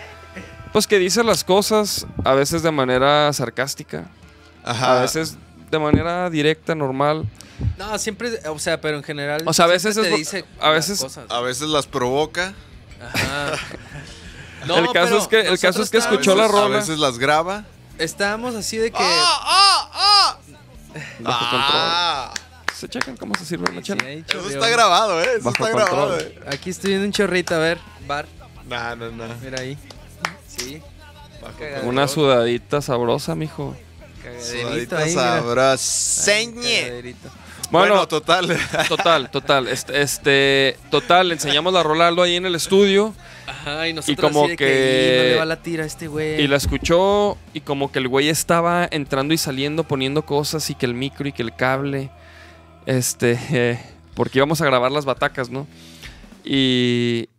Speaker 3: pues, que dice las cosas a veces de manera sarcástica,
Speaker 4: Ajá.
Speaker 3: a veces de manera directa, normal.
Speaker 2: No, siempre, o sea, pero en general.
Speaker 3: O sea, a veces
Speaker 2: siempre
Speaker 3: es
Speaker 2: te
Speaker 3: bo-
Speaker 2: dice
Speaker 3: a
Speaker 2: las
Speaker 3: veces- Ah.
Speaker 2: cosas.
Speaker 4: A veces las provoca.
Speaker 3: <laughs>
Speaker 2: Ajá.
Speaker 3: El caso
Speaker 2: pero
Speaker 3: es que- el
Speaker 2: nosotros
Speaker 3: caso es que
Speaker 4: a
Speaker 3: escuchó
Speaker 4: veces-
Speaker 3: la
Speaker 2: estábamos-
Speaker 3: rola.
Speaker 4: A veces las graba.
Speaker 2: Estábamos así de que.
Speaker 3: Bajo control.
Speaker 4: Ah,
Speaker 3: Se checan cómo se sirve la
Speaker 2: Sí,
Speaker 3: chela.
Speaker 2: hay
Speaker 4: eso
Speaker 2: chorreón.
Speaker 4: está grabado, ¿eh? Eso
Speaker 3: Bajo
Speaker 4: está grabado,
Speaker 3: control.
Speaker 4: ¿eh?
Speaker 2: Aquí estoy viendo un chorrito, a ver, bar,
Speaker 4: No, no, no.
Speaker 2: mira ahí. Sí, Bajo
Speaker 3: Una sudadita sabrosa, mijo.
Speaker 2: cagaderito ahí,
Speaker 4: Sudaditas
Speaker 2: mira.
Speaker 4: sabroseñe.
Speaker 2: Cagaderito.
Speaker 3: Bueno,
Speaker 4: Bueno, total.
Speaker 3: <laughs>
Speaker 4: <laughs>
Speaker 3: total, total. Este, este, total, le enseñamos la rola a Aldo ahí en el estudio.
Speaker 2: Ajá, y nosotros
Speaker 3: como
Speaker 2: así de
Speaker 3: que-
Speaker 2: que... "Y, No le va la tira a este güey.
Speaker 3: Y la escuchó y como que el güey estaba entrando y saliendo poniendo cosas y que el micro y que el cable. Este, eh, porque íbamos a grabar las batacas, ¿no? Y,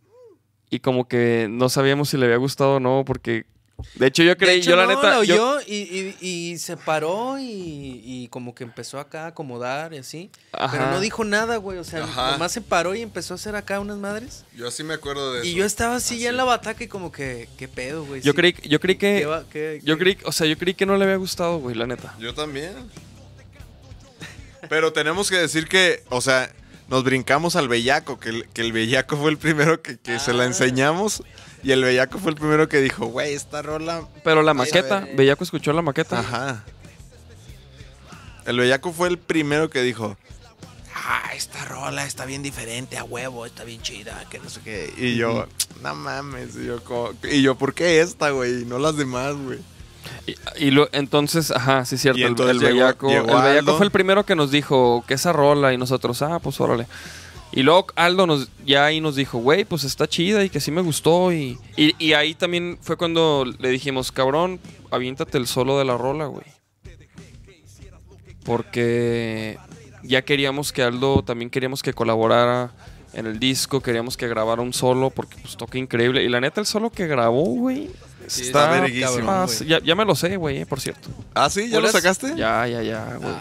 Speaker 3: y como que no sabíamos si le había gustado o no, porque... De hecho yo
Speaker 2: De
Speaker 3: creí,
Speaker 2: hecho,
Speaker 3: yo la
Speaker 2: no,
Speaker 3: neta...
Speaker 2: la
Speaker 3: yo-
Speaker 2: oyó y, y- y se paró y, y como que empezó acá a acomodar y así. Pero
Speaker 3: Ajá.
Speaker 2: no dijo nada, güey. O sea,
Speaker 4: Ajá.
Speaker 2: nomás se paró y empezó a hacer acá unas madres.
Speaker 4: Yo sí me acuerdo de eso.
Speaker 2: Y yo estaba así ya en la bataca y como que, ¿qué pedo, güey?
Speaker 3: Yo
Speaker 2: Sí.
Speaker 3: creí, yo creí que...
Speaker 2: ¿Qué va- qué-
Speaker 3: Yo
Speaker 2: qué-
Speaker 3: creí, o sea, yo creí que no le había gustado, güey, la neta.
Speaker 4: Yo también. Pero tenemos que decir que, o sea, nos brincamos al bellaco, que el, que el bellaco fue el primero que, que se
Speaker 3: Ah.
Speaker 4: la enseñamos y el bellaco fue el primero que dijo, güey, esta rola...
Speaker 3: Pero la
Speaker 4: Ay,
Speaker 3: maqueta,
Speaker 4: a ver.
Speaker 3: Bellaco escuchó la maqueta.
Speaker 4: Ajá. El bellaco fue el primero que dijo, ah, esta rola está bien diferente, a huevo, está bien chida, que no sé qué. Y yo, no mames, y yo, como- y yo ¿por qué esta, güey? Y no las demás, güey.
Speaker 3: Y, y lo, entonces, ajá, sí, cierto.
Speaker 4: Y
Speaker 3: el-
Speaker 4: entonces
Speaker 3: el,
Speaker 4: llegó-
Speaker 3: bellaco,
Speaker 4: llegó
Speaker 3: el bellaco
Speaker 4: Aldo.
Speaker 3: fue el primero que nos dijo que esa rola y nosotros, ah, pues órale. Y luego Aldo nos, ya ahí nos dijo, güey, pues está chida y que sí me gustó. Y, y, y ahí también fue cuando le dijimos, cabrón, aviéntate el solo de la rola, güey. Porque ya queríamos que Aldo también queríamos que colaborara en el disco, queríamos que grabara un solo porque pues toca increíble. Y la neta, el solo que grabó, güey,
Speaker 2: Sí,
Speaker 4: está
Speaker 2: cabrón,
Speaker 4: verguísima.
Speaker 2: güey.
Speaker 3: más- ya, ya me lo sé, güey, eh, por cierto.
Speaker 4: Ah, sí, ¿ya lo
Speaker 2: Horas-
Speaker 4: sacaste?
Speaker 3: Ya, ya, ya, güey.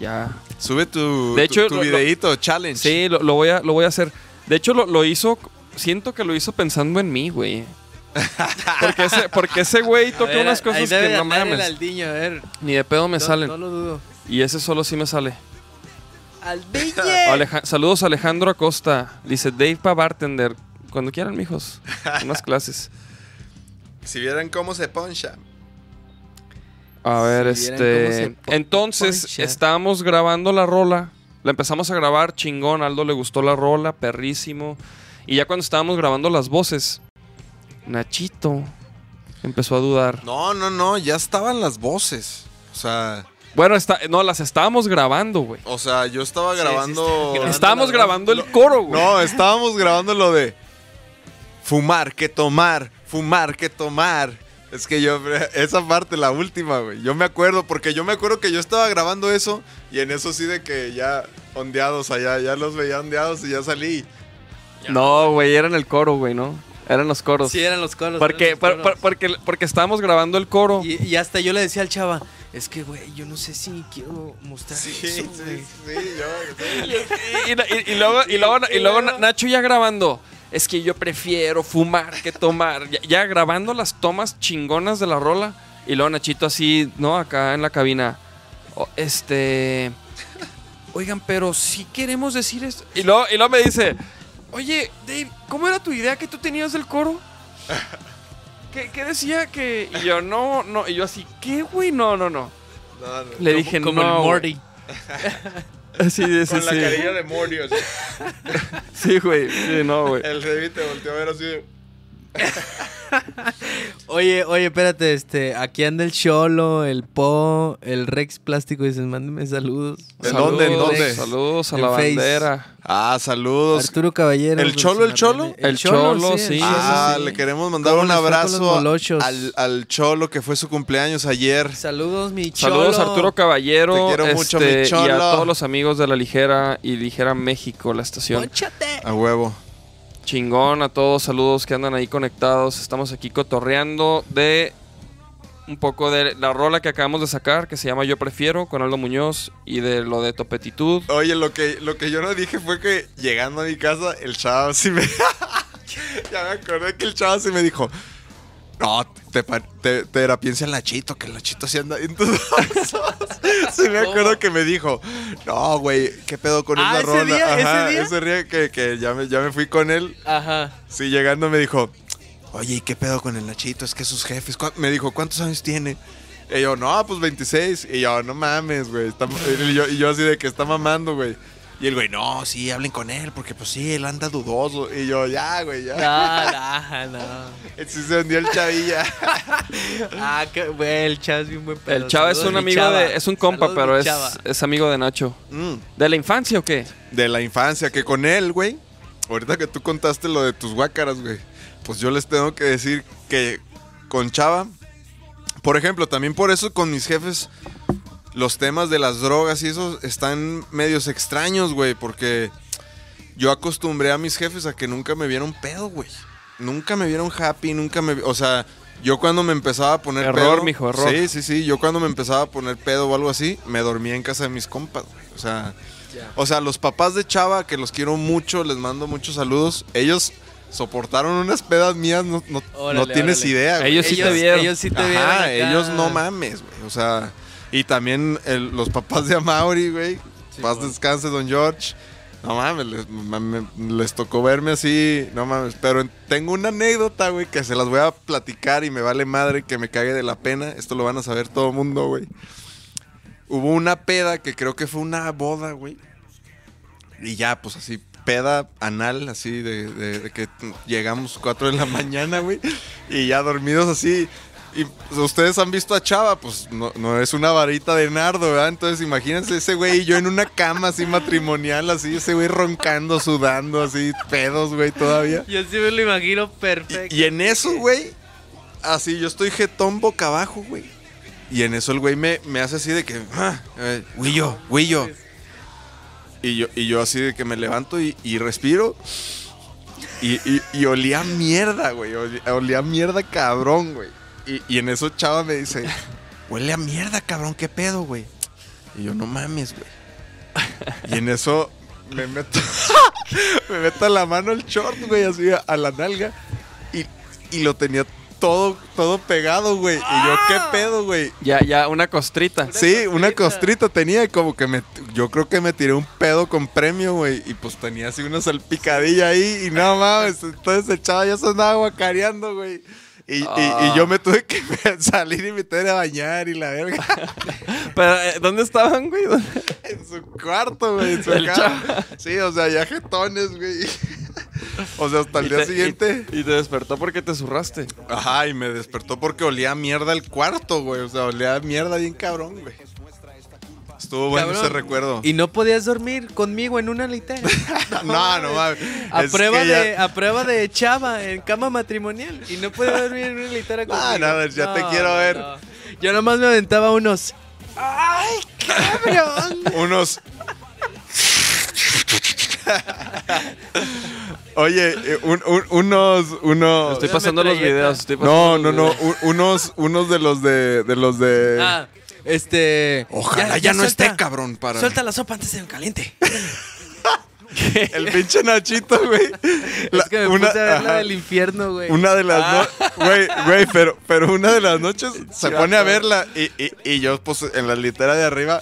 Speaker 3: Ya.
Speaker 4: Sube tu,
Speaker 3: De
Speaker 4: tu-
Speaker 3: hecho,
Speaker 4: tu
Speaker 3: lo- lo-
Speaker 4: videíto, challenge.
Speaker 3: Sí, lo, lo voy a, lo voy a hacer. De hecho, lo, lo hizo. Siento que lo hizo pensando en mí, güey. Porque ese, porque ese güey
Speaker 2: <laughs> A
Speaker 3: toca
Speaker 2: ver,
Speaker 3: unas
Speaker 2: ahí
Speaker 3: cosas
Speaker 2: debe
Speaker 3: que
Speaker 2: de
Speaker 3: no
Speaker 2: andar el
Speaker 3: mames.
Speaker 2: Aldiño, a ver.
Speaker 3: Ni de pedo me
Speaker 2: no,
Speaker 3: salen.
Speaker 2: No lo
Speaker 3: <laughs>
Speaker 2: dudo.
Speaker 3: Y ese solo sí me sale.
Speaker 2: ¡Aldiño!
Speaker 3: Aleja- Saludos a Alejandro Acosta. Dice Dave pa' bartender. Cuando quieran, mijos.
Speaker 2: <laughs>
Speaker 3: Unas clases.
Speaker 4: Si vieran cómo se poncha.
Speaker 3: A ver,
Speaker 2: Si vieran cómo se
Speaker 3: este.
Speaker 2: po-
Speaker 3: Entonces,
Speaker 2: poncha.
Speaker 3: estábamos grabando la rola. La empezamos a grabar, chingón. Aldo le gustó la rola, perrísimo. Y ya cuando estábamos grabando las voces, Nachito empezó a dudar.
Speaker 4: No, no, no, ya estaban las voces. O sea,
Speaker 3: Bueno, está, no, las estábamos grabando, güey.
Speaker 4: o sea, yo estaba
Speaker 2: Sí, sí,
Speaker 4: grabando.
Speaker 2: estaba
Speaker 4: <laughs>
Speaker 3: Estábamos
Speaker 2: grabando
Speaker 3: grabando el coro, güey.
Speaker 4: no, estábamos grabando lo de fumar que tomar, fumar que tomar. Es que yo, <laughs> esa parte, la última, güey. Yo me acuerdo, porque yo me acuerdo que yo estaba grabando eso y en eso sí de que ya ondeados allá, ya los veía ondeados y ya salí.
Speaker 3: No, güey, eran el coro, güey, ¿no? Eran los coros.
Speaker 2: Sí, eran los coros.
Speaker 3: porque,
Speaker 2: eran los
Speaker 3: por- por-
Speaker 2: coros.
Speaker 3: porque, porque estábamos grabando el coro.
Speaker 2: Y, y hasta yo le decía al chava, es que, güey, yo no sé si quiero mostrar
Speaker 4: Sí, sí, <laughs>
Speaker 2: eso, güey".
Speaker 4: sí, yo.
Speaker 3: Y, y- y luego, y luego- y luego Na- Nacho ya grabando. Es que yo prefiero fumar que tomar. Ya, ya grabando las tomas chingonas de la rola. Y luego Nachito así, ¿no? Acá en la cabina. "O- este. Oigan, pero si queremos decir esto. Y luego, y luego me dice: Oye, Dave, ¿cómo era tu idea que tú tenías
Speaker 2: <laughs>
Speaker 3: del coro? ¿Qué, qué decía que.? Y yo, no, no. Y yo así, ¿qué, güey? No, no, no.
Speaker 4: No, no.
Speaker 3: Le dije,
Speaker 2: como
Speaker 3: no.
Speaker 2: el
Speaker 3: güey".
Speaker 2: Morty.
Speaker 3: <laughs> Sí, sí, sí.
Speaker 4: Con la carilla de Morio. así.
Speaker 3: Sí, güey. Sí, no, güey.
Speaker 4: El David te volteó a ver así de...
Speaker 2: Oye, oye, espérate, este, aquí anda el Cholo, el Po, el Rex Plástico, dicen, mándenme saludos.
Speaker 4: ¿En dónde, en
Speaker 3: Saludos,
Speaker 4: dónde?
Speaker 3: Saludos a
Speaker 2: En
Speaker 3: la
Speaker 2: Face.
Speaker 3: bandera.
Speaker 4: Ah, saludos.
Speaker 2: Arturo Caballero. pues,
Speaker 4: ¿El Cholo, el Cholo?
Speaker 3: El Cholo, sí,
Speaker 4: ah,
Speaker 3: sí.
Speaker 4: le queremos mandar
Speaker 2: ¿Cómo
Speaker 4: un
Speaker 2: les fue con los
Speaker 4: abrazo
Speaker 2: molochos?
Speaker 4: al, al Cholo que fue su cumpleaños ayer.
Speaker 2: Saludos, mi Cholo.
Speaker 3: Saludos a Arturo Caballero.
Speaker 4: Te quiero mucho, mi
Speaker 3: este, Y a
Speaker 4: cholo.
Speaker 3: todos los amigos de La Ligera y Ligera México, la estación.
Speaker 2: ¡Pónchate!
Speaker 4: A huevo.
Speaker 3: Chingón a todos. Saludos que andan ahí conectados. Estamos aquí cotorreando de un poco de la rola que acabamos de sacar, que se llama Yo Prefiero, con Aldo Muñoz, y de lo de Topetitud.
Speaker 4: Oye, lo que, lo que yo no dije fue que llegando a mi casa, el chavo sí me. <laughs> ya me acordé que el chavo sí me dijo. No, te, pa- te, te la piensa en Nachito, que el Nachito sí anda en tus bolsos". <laughs> Sí me acuerdo que me dijo, no, güey, ¿qué pedo con
Speaker 2: Ah,
Speaker 4: esa
Speaker 2: ¿ese
Speaker 4: rola?
Speaker 2: día? ¿Ese
Speaker 4: Ajá,
Speaker 2: día?
Speaker 4: día que, que ya, me, ya me fui con él.
Speaker 2: Ajá.
Speaker 4: Sí, llegando me dijo, oye, ¿y qué pedo con el Nachito? Es que sus jefes. ¿cuá-?" Me dijo, ¿cuántos años tiene? Y yo, no, pues 26. Y yo, no mames, güey. está- Y, yo, y yo así de que está mamando, güey. Y el güey, no, sí, hablen con él, porque pues sí, él anda dudoso. Y yo, ya, güey, ya.
Speaker 2: Ah, no, no.
Speaker 4: Sí se hundió el chavilla.
Speaker 2: Ah, qué, güey, el Chava es bien buen pedo.
Speaker 3: El Chava es
Speaker 2: Saludos,
Speaker 3: un
Speaker 2: mi
Speaker 3: amigo
Speaker 2: Chava.
Speaker 3: de. Es un compa,
Speaker 2: Saludos,
Speaker 3: pero
Speaker 2: mi
Speaker 3: es,
Speaker 2: Chava.
Speaker 3: es amigo de Nacho.
Speaker 4: <laughs> Mm,
Speaker 3: ¿De la infancia o qué?
Speaker 4: de la infancia, que con él, güey. Ahorita que tú contaste lo de tus guácaras, güey. Pues yo les tengo que decir que con Chava, por ejemplo, también por eso con mis jefes, los temas de las drogas y eso están medios extraños, güey. Porque yo acostumbré a mis jefes a que nunca me vieron pedo, güey. Nunca me vieron happy, nunca me... O sea, yo cuando me empezaba a poner
Speaker 3: Error,
Speaker 4: pedo...
Speaker 3: mijo, error.
Speaker 4: Sí, sí, sí. Yo cuando me empezaba a poner pedo o algo así, me dormía en casa de mis compas, güey. O sea... O sea, los papás de Chava, que los quiero mucho, les mando muchos saludos. Ellos soportaron unas pedas mías, no, no-
Speaker 2: Órale,
Speaker 4: no tienes
Speaker 2: órale.
Speaker 4: idea, güey.
Speaker 3: Ellos sí te vieron.
Speaker 2: Ellos sí te
Speaker 4: Ajá,
Speaker 2: vieron. acá.
Speaker 4: ellos no mames, güey. O sea, y también el- los papás de Amaury, güey.
Speaker 2: Sí,
Speaker 4: Paz
Speaker 2: bueno.
Speaker 4: descanse, don George. No mames, les, mame- les tocó verme así, no mames. Pero en- tengo una anécdota, güey, que se las voy a platicar y me vale madre que me cague de la pena. Esto lo van a saber todo el mundo, güey. Hubo una peda que creo que fue una boda, güey. Y ya, pues así, peda anal, así, de, de- de que llegamos 4 de la mañana, güey. Y ya dormidos así. Y pues, ustedes han visto a Chava, pues no, no es una varita de nardo, ¿verdad? Entonces imagínense ese güey y yo en una cama así matrimonial, así, ese güey roncando, sudando, así, pedos, güey, todavía.
Speaker 2: Yo sí me lo imagino perfecto.
Speaker 4: Y, y en eso, güey, así, yo estoy jetón boca abajo, güey. Y en eso el güey me, me hace así de que, ah, eh, Huillo, Huillo. Y yo, y yo así de que me levanto y, y respiro. Y, y- y olía mierda, güey. oli- Olía mierda cabrón, güey. Y, y en eso Chava me dice, huele a mierda, cabrón, qué pedo, güey. Y yo, no mames, güey. Y en eso me meto, <laughs> me meto la mano al short, güey, así a la nalga. Y, y lo tenía todo, todo pegado, güey. Y yo, ¿qué
Speaker 3: Ah.
Speaker 4: pedo, güey?
Speaker 3: Ya, ya, una costrita.
Speaker 4: Sí, una
Speaker 2: costrita.
Speaker 4: costrita tenía y como que me... Yo creo que me tiré un pedo con premio, güey. Y pues tenía así una salpicadilla ahí
Speaker 3: <laughs>
Speaker 4: y nada más. Entonces el chavo ya se andaba guacareando, güey. Y, y-
Speaker 3: Ah.
Speaker 4: y yo me tuve que <laughs> salir y meter a bañar y la verga. <laughs>
Speaker 3: Pero, eh, ¿dónde estaban, güey?
Speaker 4: En su cuarto, güey, en su
Speaker 3: El
Speaker 4: cama. Sí, o sea, ya jetones, güey. <laughs> O sea, hasta el
Speaker 3: Y
Speaker 4: día
Speaker 3: te- y-
Speaker 4: siguiente.
Speaker 3: Y, te despertó porque te zurraste.
Speaker 4: Ajá, y me despertó porque olía a mierda el cuarto, güey. O sea, olía a mierda bien cabrón, güey. Estuvo bueno
Speaker 2: Cabrón.
Speaker 4: ese recuerdo.
Speaker 2: Y no podías dormir conmigo en una litera.
Speaker 4: <laughs> no, no mames.
Speaker 2: A
Speaker 4: Es
Speaker 2: prueba,
Speaker 4: que ya-
Speaker 2: de, a prueba de chava en cama matrimonial. Y no podía dormir en una
Speaker 4: <laughs>
Speaker 2: litera conmigo.
Speaker 4: Ah, no, pues, ya te quiero ver.
Speaker 2: Yo nomás me aventaba unos. ¡Ay,
Speaker 4: <laughs>
Speaker 2: cabrón!
Speaker 4: Unos. Oye, eh, un- un- unos. Unos.
Speaker 3: Estoy pasando los
Speaker 2: metralleta.
Speaker 3: videos. estoy pasando
Speaker 4: No,
Speaker 3: los
Speaker 4: no, no.
Speaker 3: videos.
Speaker 4: un- unos, unos de los de. De los de.
Speaker 2: Ah, este.
Speaker 4: Ojalá ya no esté, cabrón, para-
Speaker 2: Suelta la sopa antes de que
Speaker 4: <laughs>
Speaker 2: caliente.
Speaker 4: El pinche Nachito, güey. La-
Speaker 2: es que me puse a ver la
Speaker 4: ajá,
Speaker 2: del infierno, güey.
Speaker 4: una de las
Speaker 2: Ah.
Speaker 4: no- güey, güey, pero, pero una de
Speaker 2: <laughs>
Speaker 4: las noches se pone a verla y, y- y yo pues en la litera de arriba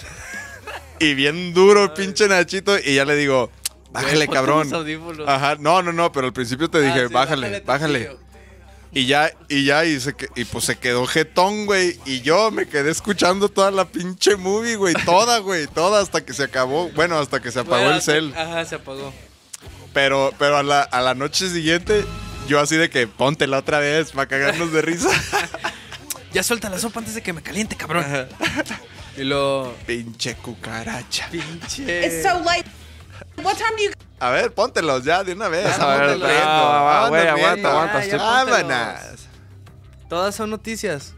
Speaker 4: y bien duro el pinche Nachito y ya le digo, bájale
Speaker 2: ponte
Speaker 4: cabrón.
Speaker 2: los audífonos.
Speaker 4: Ajá, no, no, no, pero al principio te
Speaker 2: Ah,
Speaker 4: dije,
Speaker 2: sí,
Speaker 4: bájale, bájale.
Speaker 2: tantito.
Speaker 4: Y ya, y ya, y, se que- y pues se quedó jetón, güey. Y yo me quedé escuchando toda la pinche movie, güey. Toda, güey, toda hasta que se acabó. Bueno, hasta que se apagó
Speaker 2: Bueno,
Speaker 4: el cel.
Speaker 2: Ajá, se apagó.
Speaker 4: Pero, pero a, la, a la noche siguiente, yo así de que póntela otra vez para cagarnos
Speaker 3: <laughs>
Speaker 4: de risa.
Speaker 2: Ya suelta la sopa antes de que me caliente, cabrón. Y lo.
Speaker 4: Pinche cucaracha.
Speaker 2: Pinche.
Speaker 5: It's so late. What time do you
Speaker 4: A ver, póntelos ya de una vez.
Speaker 2: Ya,
Speaker 4: a ver,
Speaker 2: póntelos.
Speaker 4: riendo,
Speaker 3: Ah, va, va,
Speaker 4: vámonos
Speaker 3: güey,
Speaker 4: riendo.
Speaker 3: aguanta, aguanta,
Speaker 4: Ah,
Speaker 3: estoy-
Speaker 4: ya, Vámonos. <laughs>
Speaker 2: Todas son noticias.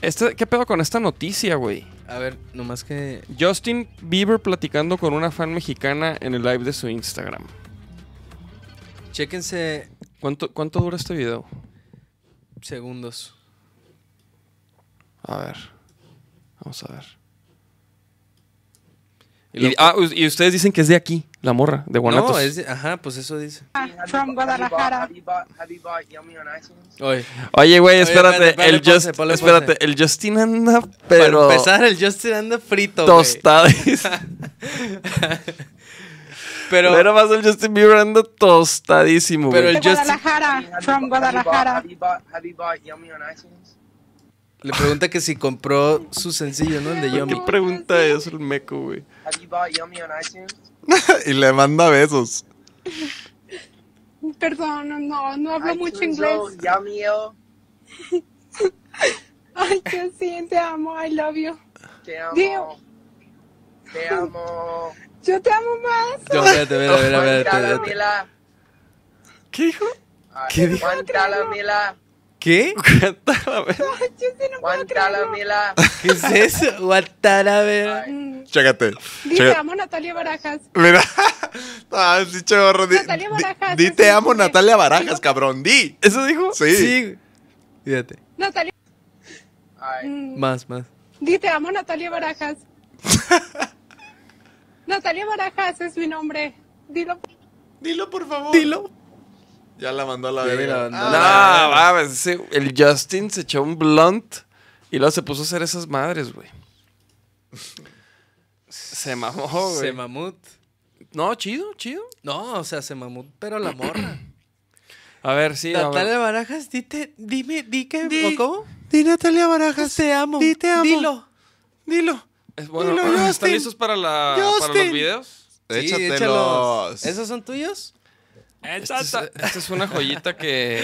Speaker 3: Este- ¿Qué pedo con esta noticia, güey?
Speaker 2: A ver, nomás que.
Speaker 3: Justin Bieber platicando con una fan mexicana en el live de su Instagram.
Speaker 2: Chéquense
Speaker 3: ¿Cuánto, cuánto dura este video?
Speaker 2: segundos.
Speaker 3: A ver. Vamos a ver. Y, ah, us- y ustedes dicen que es de aquí, la morra, de Guanatos.
Speaker 2: No, es de- ajá, pues eso dice.
Speaker 5: From Guadalajara.
Speaker 6: Have you bought Have you bought Yummy on iTunes?
Speaker 2: Oye,
Speaker 3: Oye, güey, espérate,
Speaker 2: espérate, ponle
Speaker 3: el,
Speaker 2: pause,
Speaker 3: Just-
Speaker 2: ponle
Speaker 3: espérate,
Speaker 2: pause.
Speaker 3: el Justin anda, pero
Speaker 2: para empezar, el Justin anda frito, güey.
Speaker 3: tostadis.
Speaker 2: <laughs> Pero,
Speaker 3: <laughs> Pero más el Justin Bieber anda tostadísimo,
Speaker 2: Pero
Speaker 3: güey.
Speaker 2: el- Just-
Speaker 5: Guadalajara. From Guadalajara.
Speaker 6: Have you bought Have you bought Yummy on iTunes?
Speaker 2: le pregunta que si compró su sencillo, ¿no? El de
Speaker 3: ¿Qué
Speaker 2: Yomi.
Speaker 3: pregunta es el meco, güey?
Speaker 6: Have you bought Yummy on iTunes?
Speaker 4: y le manda besos.
Speaker 5: Perdón, no, no hablo mucho
Speaker 6: iTunes,
Speaker 5: inglés.
Speaker 6: oh, Yummy, oh,
Speaker 5: Ay, yo sí, te amo, I love you.
Speaker 6: te amo.
Speaker 5: Digo.
Speaker 6: Te amo.
Speaker 5: Yo te amo más.
Speaker 2: No, espérate, espérate, espérate, espérate,
Speaker 6: Aguántala,
Speaker 2: espérate.
Speaker 6: Mila.
Speaker 3: ¿Qué dijo?
Speaker 6: ¿Qué dijo? Aguántala, Mila.
Speaker 2: ¿Qué?
Speaker 5: Ay, yo sí no puedo
Speaker 6: Aguántala,
Speaker 5: creerlo.
Speaker 6: Mila.
Speaker 2: ¿Qué es eso? Guantanamera.
Speaker 5: Mm.
Speaker 4: Chécate.
Speaker 5: Di, te
Speaker 4: chécate.
Speaker 5: amo, Natalia Barajas.
Speaker 4: Mira. <laughs> Ah, sí, chorro. Di,
Speaker 5: Natalia
Speaker 4: di-
Speaker 5: Barajas,
Speaker 4: di
Speaker 5: es
Speaker 4: te
Speaker 5: un
Speaker 4: amo,
Speaker 5: nombre.
Speaker 4: Natalia Barajas, cabrón. Di.
Speaker 3: ¿Eso dijo?
Speaker 4: Sí.
Speaker 2: Sí. Fíjate.
Speaker 5: Natalia.
Speaker 6: Alright.
Speaker 5: Mm.
Speaker 2: Más, más.
Speaker 5: Di, te amo, Natalia Barajas. Natalia Barajas es mi nombre. Dilo.
Speaker 4: Dilo, por favor. Dilo. Ya la mandó a la
Speaker 2: Ya
Speaker 4: verga.
Speaker 2: la mandó a
Speaker 3: No,
Speaker 4: Ah,
Speaker 3: mames, ese- el Justin se echó un blunt y luego se puso a hacer esas madres, güey. Se mamó, güey.
Speaker 2: Se mamut.
Speaker 3: no, chido, chido.
Speaker 2: No, o sea, se mamut, pero la morra.
Speaker 3: A ver, sí. a ver.
Speaker 2: Natalia Barajas, dite, dime, di que,
Speaker 3: Di-
Speaker 2: ¿o cómo?
Speaker 4: Di Natalia Barajas.
Speaker 2: Te amo.
Speaker 4: Di te amo.
Speaker 2: Dilo.
Speaker 4: Dilo.
Speaker 3: Es bueno,
Speaker 4: Dilo, Justin.
Speaker 3: ¿Están listos para, la, para los
Speaker 4: Justin.
Speaker 3: videos?
Speaker 2: Sí,
Speaker 4: Échatelos.
Speaker 2: échalos. ¿Esos son tuyos?
Speaker 3: Esta es, esta es una joyita que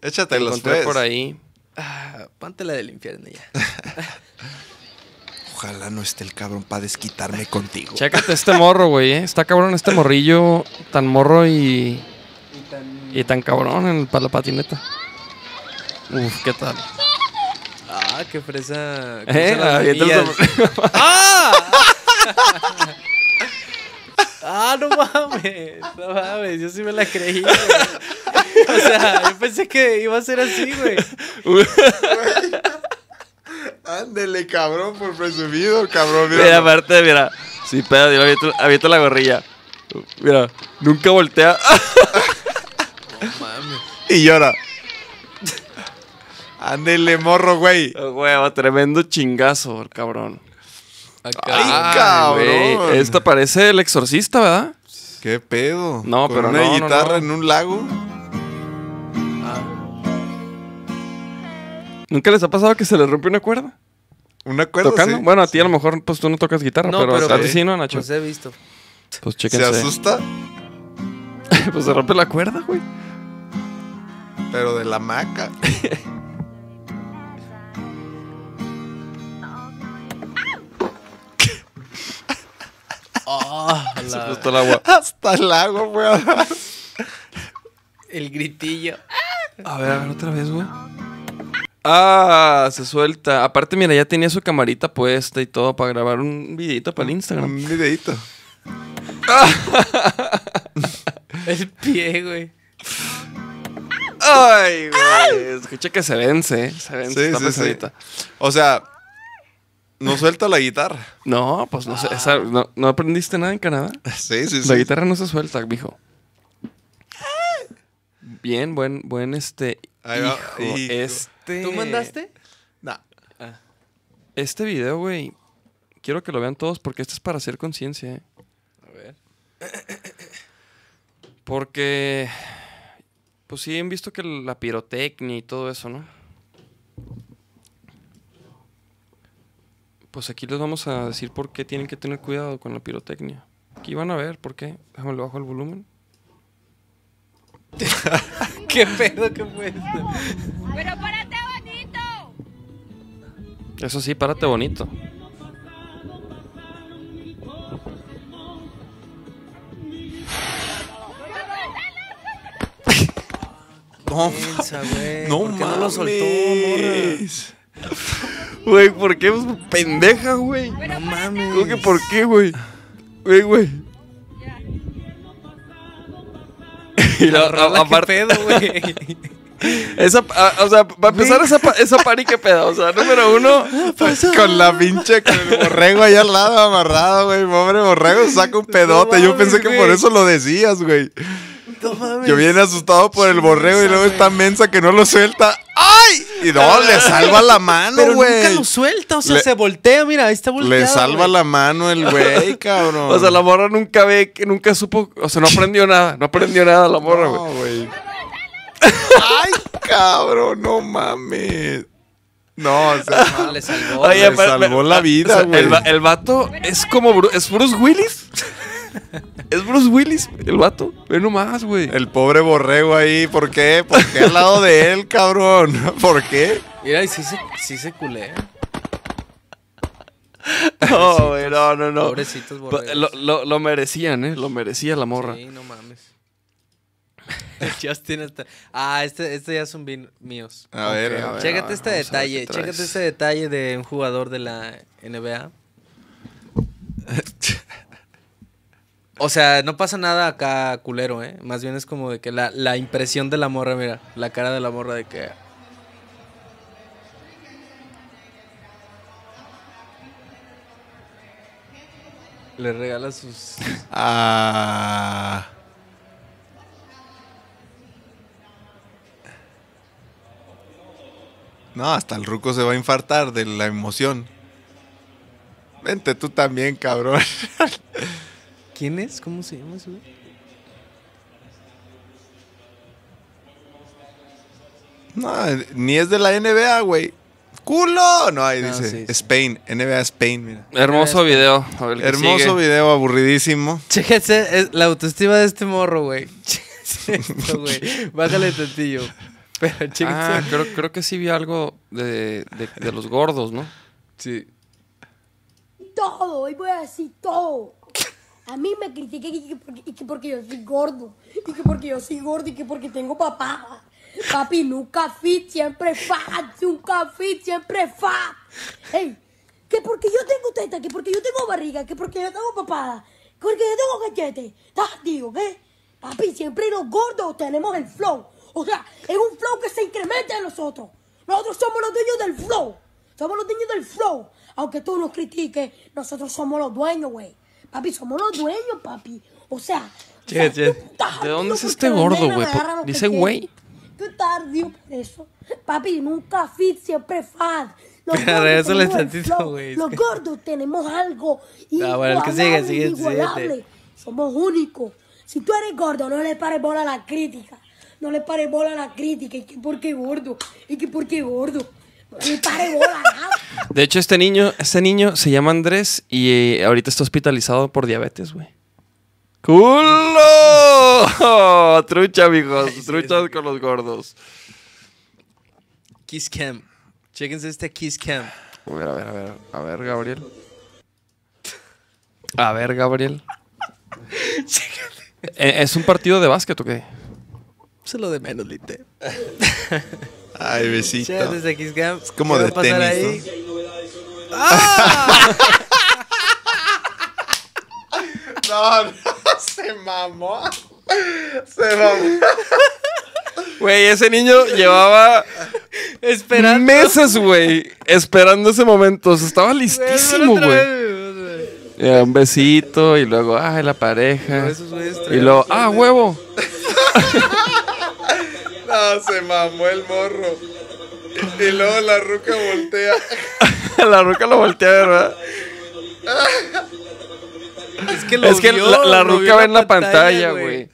Speaker 4: Échatelos,
Speaker 3: encontré
Speaker 4: pues.
Speaker 3: por ahí.
Speaker 2: Ah, Póntela del infierno ya.
Speaker 4: Ojalá no esté el cabrón para desquitarme contigo.
Speaker 3: Chécate este morro, güey. eh. Está cabrón este morrillo tan morro y, y tan cabrón en, para la patineta. Uf, ¿qué tal?
Speaker 2: Ah, qué fresa. ¿Cómo
Speaker 3: Eh,
Speaker 2: son las
Speaker 3: avienta el
Speaker 2: semillas? <laughs> ¡Ah! ¡Ah, no mames! No mames, yo sí me la creí. güey. O sea, yo pensé que iba a ser así, güey.
Speaker 3: <laughs>
Speaker 4: Ándele, cabrón, por presumido, cabrón.
Speaker 3: Mira, aparte, mira. Sí, pedo, yo aviento, aviento la gorrilla. Mira, nunca voltea. <laughs> Ah,
Speaker 4: Y llora. Ándele, morro, güey.
Speaker 3: Ah, Huevo, tremendo chingazo, el cabrón.
Speaker 2: Acá.
Speaker 4: Ay, cabrón.
Speaker 3: güey, Esta parece el exorcista, ¿verdad?
Speaker 4: ¿Qué pedo?
Speaker 3: No,
Speaker 4: Con
Speaker 3: pero
Speaker 4: una
Speaker 3: no, no,
Speaker 4: guitarra
Speaker 3: no.
Speaker 4: en un lago.
Speaker 3: ¿Nunca les ha pasado que se les rompe una cuerda?
Speaker 4: Una cuerda,
Speaker 3: ¿Tocando?
Speaker 4: sí.
Speaker 3: Bueno, a ti a lo mejor pues tú no tocas guitarra,
Speaker 2: No,
Speaker 3: pero,
Speaker 2: pero
Speaker 3: a ti
Speaker 2: pues-
Speaker 3: sí, ¿no, Nacho?
Speaker 2: Pues eh, he visto.
Speaker 3: Pues
Speaker 4: Se
Speaker 3: chéquense.
Speaker 4: asusta,
Speaker 3: <laughs> pues se rompe la cuerda, güey.
Speaker 4: pero de la maca.
Speaker 2: Ah,
Speaker 3: Se
Speaker 2: la-
Speaker 3: puso el agua.
Speaker 4: Hasta el lago, güey.
Speaker 2: el gritillo.
Speaker 3: A ver, a ver, otra vez, güey. Ah, se suelta. Aparte, mira, ya tenía su camarita puesta y todo para grabar un videito para el <laughs> Instagram.
Speaker 4: Un videito.
Speaker 2: El pie, güey.
Speaker 3: Ay, güey. Escucha que se vence, eh. Se vence.
Speaker 4: Sí,
Speaker 3: está
Speaker 4: sí, sí.
Speaker 3: pesadita.
Speaker 4: O sea, no suelta la guitarra.
Speaker 3: No, pues no sé. esa- no, ¿no aprendiste nada en Canadá?
Speaker 4: Sí, sí, sí.
Speaker 3: La guitarra no se suelta, mijo. Bien, buen, buen este.
Speaker 4: Ahí va,
Speaker 3: hijo,
Speaker 4: hijo.
Speaker 3: este.
Speaker 2: ¿Tú mandaste?
Speaker 4: Nah.
Speaker 3: Este video, güey. Quiero que lo vean todos porque este es para hacer conciencia, eh.
Speaker 2: A ver.
Speaker 3: Porque. Pues sí, han visto que la pirotecnia y todo eso, ¿no? Pues aquí les vamos a decir por qué tienen que tener cuidado con la pirotecnia. Aquí van a ver por qué. Déjame le bajo el volumen.
Speaker 2: ¿Qué pedo que fue esto?
Speaker 7: Pero párate bonito.
Speaker 3: Eso sí, párate bonito.
Speaker 4: No,
Speaker 2: Piensa, güey. Eh,
Speaker 4: no
Speaker 2: ¿Por qué no lo soltó, morra?
Speaker 4: mames.
Speaker 3: Güey, ¿por qué? Pues, Pendeja, güey.
Speaker 2: No
Speaker 3: Creo
Speaker 2: mames.
Speaker 3: que por qué, güey. Güey, güey. Y la,
Speaker 2: La rola,
Speaker 3: a-
Speaker 2: ¿qué
Speaker 3: aparte,
Speaker 2: pedo, güey?
Speaker 3: <laughs> Esa, ah, o sea, para empezar, esa, pa- esa pari que pedo. O sea, número uno,
Speaker 4: Pues Con la pinche, con el borrego ahí al lado amarrado, güey. Pobre borrego, saca un pedote. Yo
Speaker 2: mames,
Speaker 4: pensé que por
Speaker 2: güey.
Speaker 4: eso lo decías, güey.
Speaker 2: No mames.
Speaker 4: Yo bien asustado por el borrego y luego esta mensa que no lo suelta. ¡Ay! Y no, le salva la mano,
Speaker 2: Pero
Speaker 4: güey.
Speaker 2: nunca lo suelta, o sea,
Speaker 4: Le-
Speaker 2: se voltea, mira, ahí está volteado.
Speaker 4: Le salva
Speaker 2: güey.
Speaker 4: la mano
Speaker 2: <laughs>
Speaker 4: el güey, cabrón.
Speaker 3: o sea, la morra nunca ve, que nunca supo, o sea, no aprendió nada, no aprendió nada la morra, güey.
Speaker 4: No, güey. ¡Ay, cabrón! No mames. No, o sea,
Speaker 2: Le salvó.
Speaker 4: Ay,
Speaker 3: Oye,
Speaker 4: le
Speaker 3: pero-
Speaker 4: salvó
Speaker 3: pero-
Speaker 4: la vida,
Speaker 3: o sea,
Speaker 4: güey.
Speaker 3: el, va- el vato es como Bru- es Bruce Willis. <laughs> es Bruce Willis, el vato. Ve nomás, güey.
Speaker 4: el pobre borrego ahí. ¿Por qué? ¿Por qué al lado de él, cabrón? ¿Por qué?
Speaker 2: Mira, y sí se, sí se culea.
Speaker 3: <laughs> No, güey, no, no, no.
Speaker 2: Pobrecitos borregos.
Speaker 3: Pues, Lo, lo- lo merecían, ¿eh? Lo merecía la morra.
Speaker 2: Sí, no mames. <laughs> Justin está. Ah, este, este ya son bien míos.
Speaker 4: A ver, a ver.
Speaker 2: Chécate este
Speaker 3: vamos a ver
Speaker 2: detalle,
Speaker 3: qué traes.
Speaker 2: chécate este detalle de un jugador de la NBA. O sea, no pasa nada acá culero, ¿eh? Más bien es como de que la, la impresión de la morra, mira, la cara de la morra de que... Le regala sus...
Speaker 4: Ah. No, hasta el ruco se va a infartar de la emoción. Vente tú también, cabrón. <laughs>
Speaker 2: ¿Quién es? ¿Cómo se llama ese güey?
Speaker 4: No, ni es de la NBA, güey. ¡Culo! No, ahí
Speaker 2: No,
Speaker 4: dice
Speaker 2: sí, sí.
Speaker 4: Spain, NBA Spain, mira.
Speaker 3: Hermoso video. A ver, el que
Speaker 4: Hermoso
Speaker 3: sigue.
Speaker 4: video, aburridísimo.
Speaker 2: Chéquense es la autoestima de este morro, güey. <laughs> Chéquense esto, güey. Bájale tantillo. Pero chéquense.
Speaker 3: Ah, creo, creo que sí vi algo de, de- de los gordos, ¿no?
Speaker 2: Sí.
Speaker 8: todo, hoy voy a decir todo. A mí me critiqué y que porque, y que porque yo soy gordo, y que porque yo soy gordo, y que porque tengo papá. Papi, nunca fit, siempre fat, nunca fit, siempre fat. Hey, que porque yo tengo teta, que porque yo tengo barriga, que porque yo tengo papada, que porque yo tengo cachete. Ah, digo, ¿qué? Papi, siempre los gordos tenemos el flow. O sea, es un flow que se incrementa en nosotros. Nosotros somos los dueños del flow. Somos los dueños del flow. Aunque tú nos critiques, nosotros somos los dueños, güey. Papi, somos los dueños, papi. O sea, o
Speaker 2: Che,
Speaker 8: sea,
Speaker 2: che.
Speaker 8: tú estás
Speaker 3: ¿De dónde es
Speaker 8: ardido
Speaker 3: este
Speaker 8: porque
Speaker 3: gordo,
Speaker 8: la nena
Speaker 3: güey?
Speaker 8: me agarra lo que
Speaker 3: Dice
Speaker 8: quiere.
Speaker 3: güey.
Speaker 8: Tú estás ardido por eso. Papi, nunca fit, siempre fat.
Speaker 3: <laughs>
Speaker 8: Los
Speaker 2: Espera,
Speaker 8: gordos
Speaker 2: regrésale
Speaker 8: tenemos el
Speaker 2: tantito,
Speaker 8: flow.
Speaker 2: güey, es
Speaker 8: Los
Speaker 2: que-
Speaker 8: gordos tenemos algo
Speaker 2: Ah, bueno, el que sigue, sigue,
Speaker 8: inigualable,
Speaker 2: sigue,
Speaker 8: inigualable.
Speaker 2: sigue.
Speaker 8: Somos únicos. Si tú eres gordo, no le pares bola a la crítica. No le pares bola a la crítica. Y que por qué gordo. Y que por qué gordo. No le pares bola a nada.
Speaker 3: De hecho, este niño, este niño se llama Andrés y eh, ahorita está hospitalizado por diabetes, güey. <laughs> ¡Culo! Trucha, amigos. Truchas con los gordos.
Speaker 2: Kiss Cam. Chéquense este Kiss Cam.
Speaker 3: A ver, a ver, a ver. A ver, Gabriel. A ver, <laughs> Gabriel. Eh, ¿Es un partido de básquet o qué?
Speaker 2: Se lo de menos, Lite.
Speaker 4: Ay, besito.
Speaker 2: Chéquense este Kiss Cam. Es
Speaker 4: como de tenis,
Speaker 2: ahí? ¡Ah!
Speaker 4: No, no, se mamó. Se mamó.
Speaker 3: Güey, ese niño llevaba
Speaker 2: Esperando.
Speaker 3: meses, güey, esperando ese momento. O sea, estaba
Speaker 2: Güey,
Speaker 3: listísimo,
Speaker 2: otra
Speaker 3: güey.
Speaker 2: vez, otra vez.
Speaker 3: Era un besito y luego, ay, la pareja.
Speaker 2: Pero esos güeyes
Speaker 3: Y
Speaker 2: traían-
Speaker 3: luego, ah,
Speaker 2: <laughs>
Speaker 3: huevo.
Speaker 4: No, se mamó el morro. Y luego la ruca voltea.
Speaker 3: <laughs> la ruca lo voltea a ver, ¿verdad?
Speaker 2: Es que, lo
Speaker 3: Es que
Speaker 2: vio,
Speaker 3: la, la
Speaker 2: lo vio
Speaker 3: ruca ve en la pantalla, güey.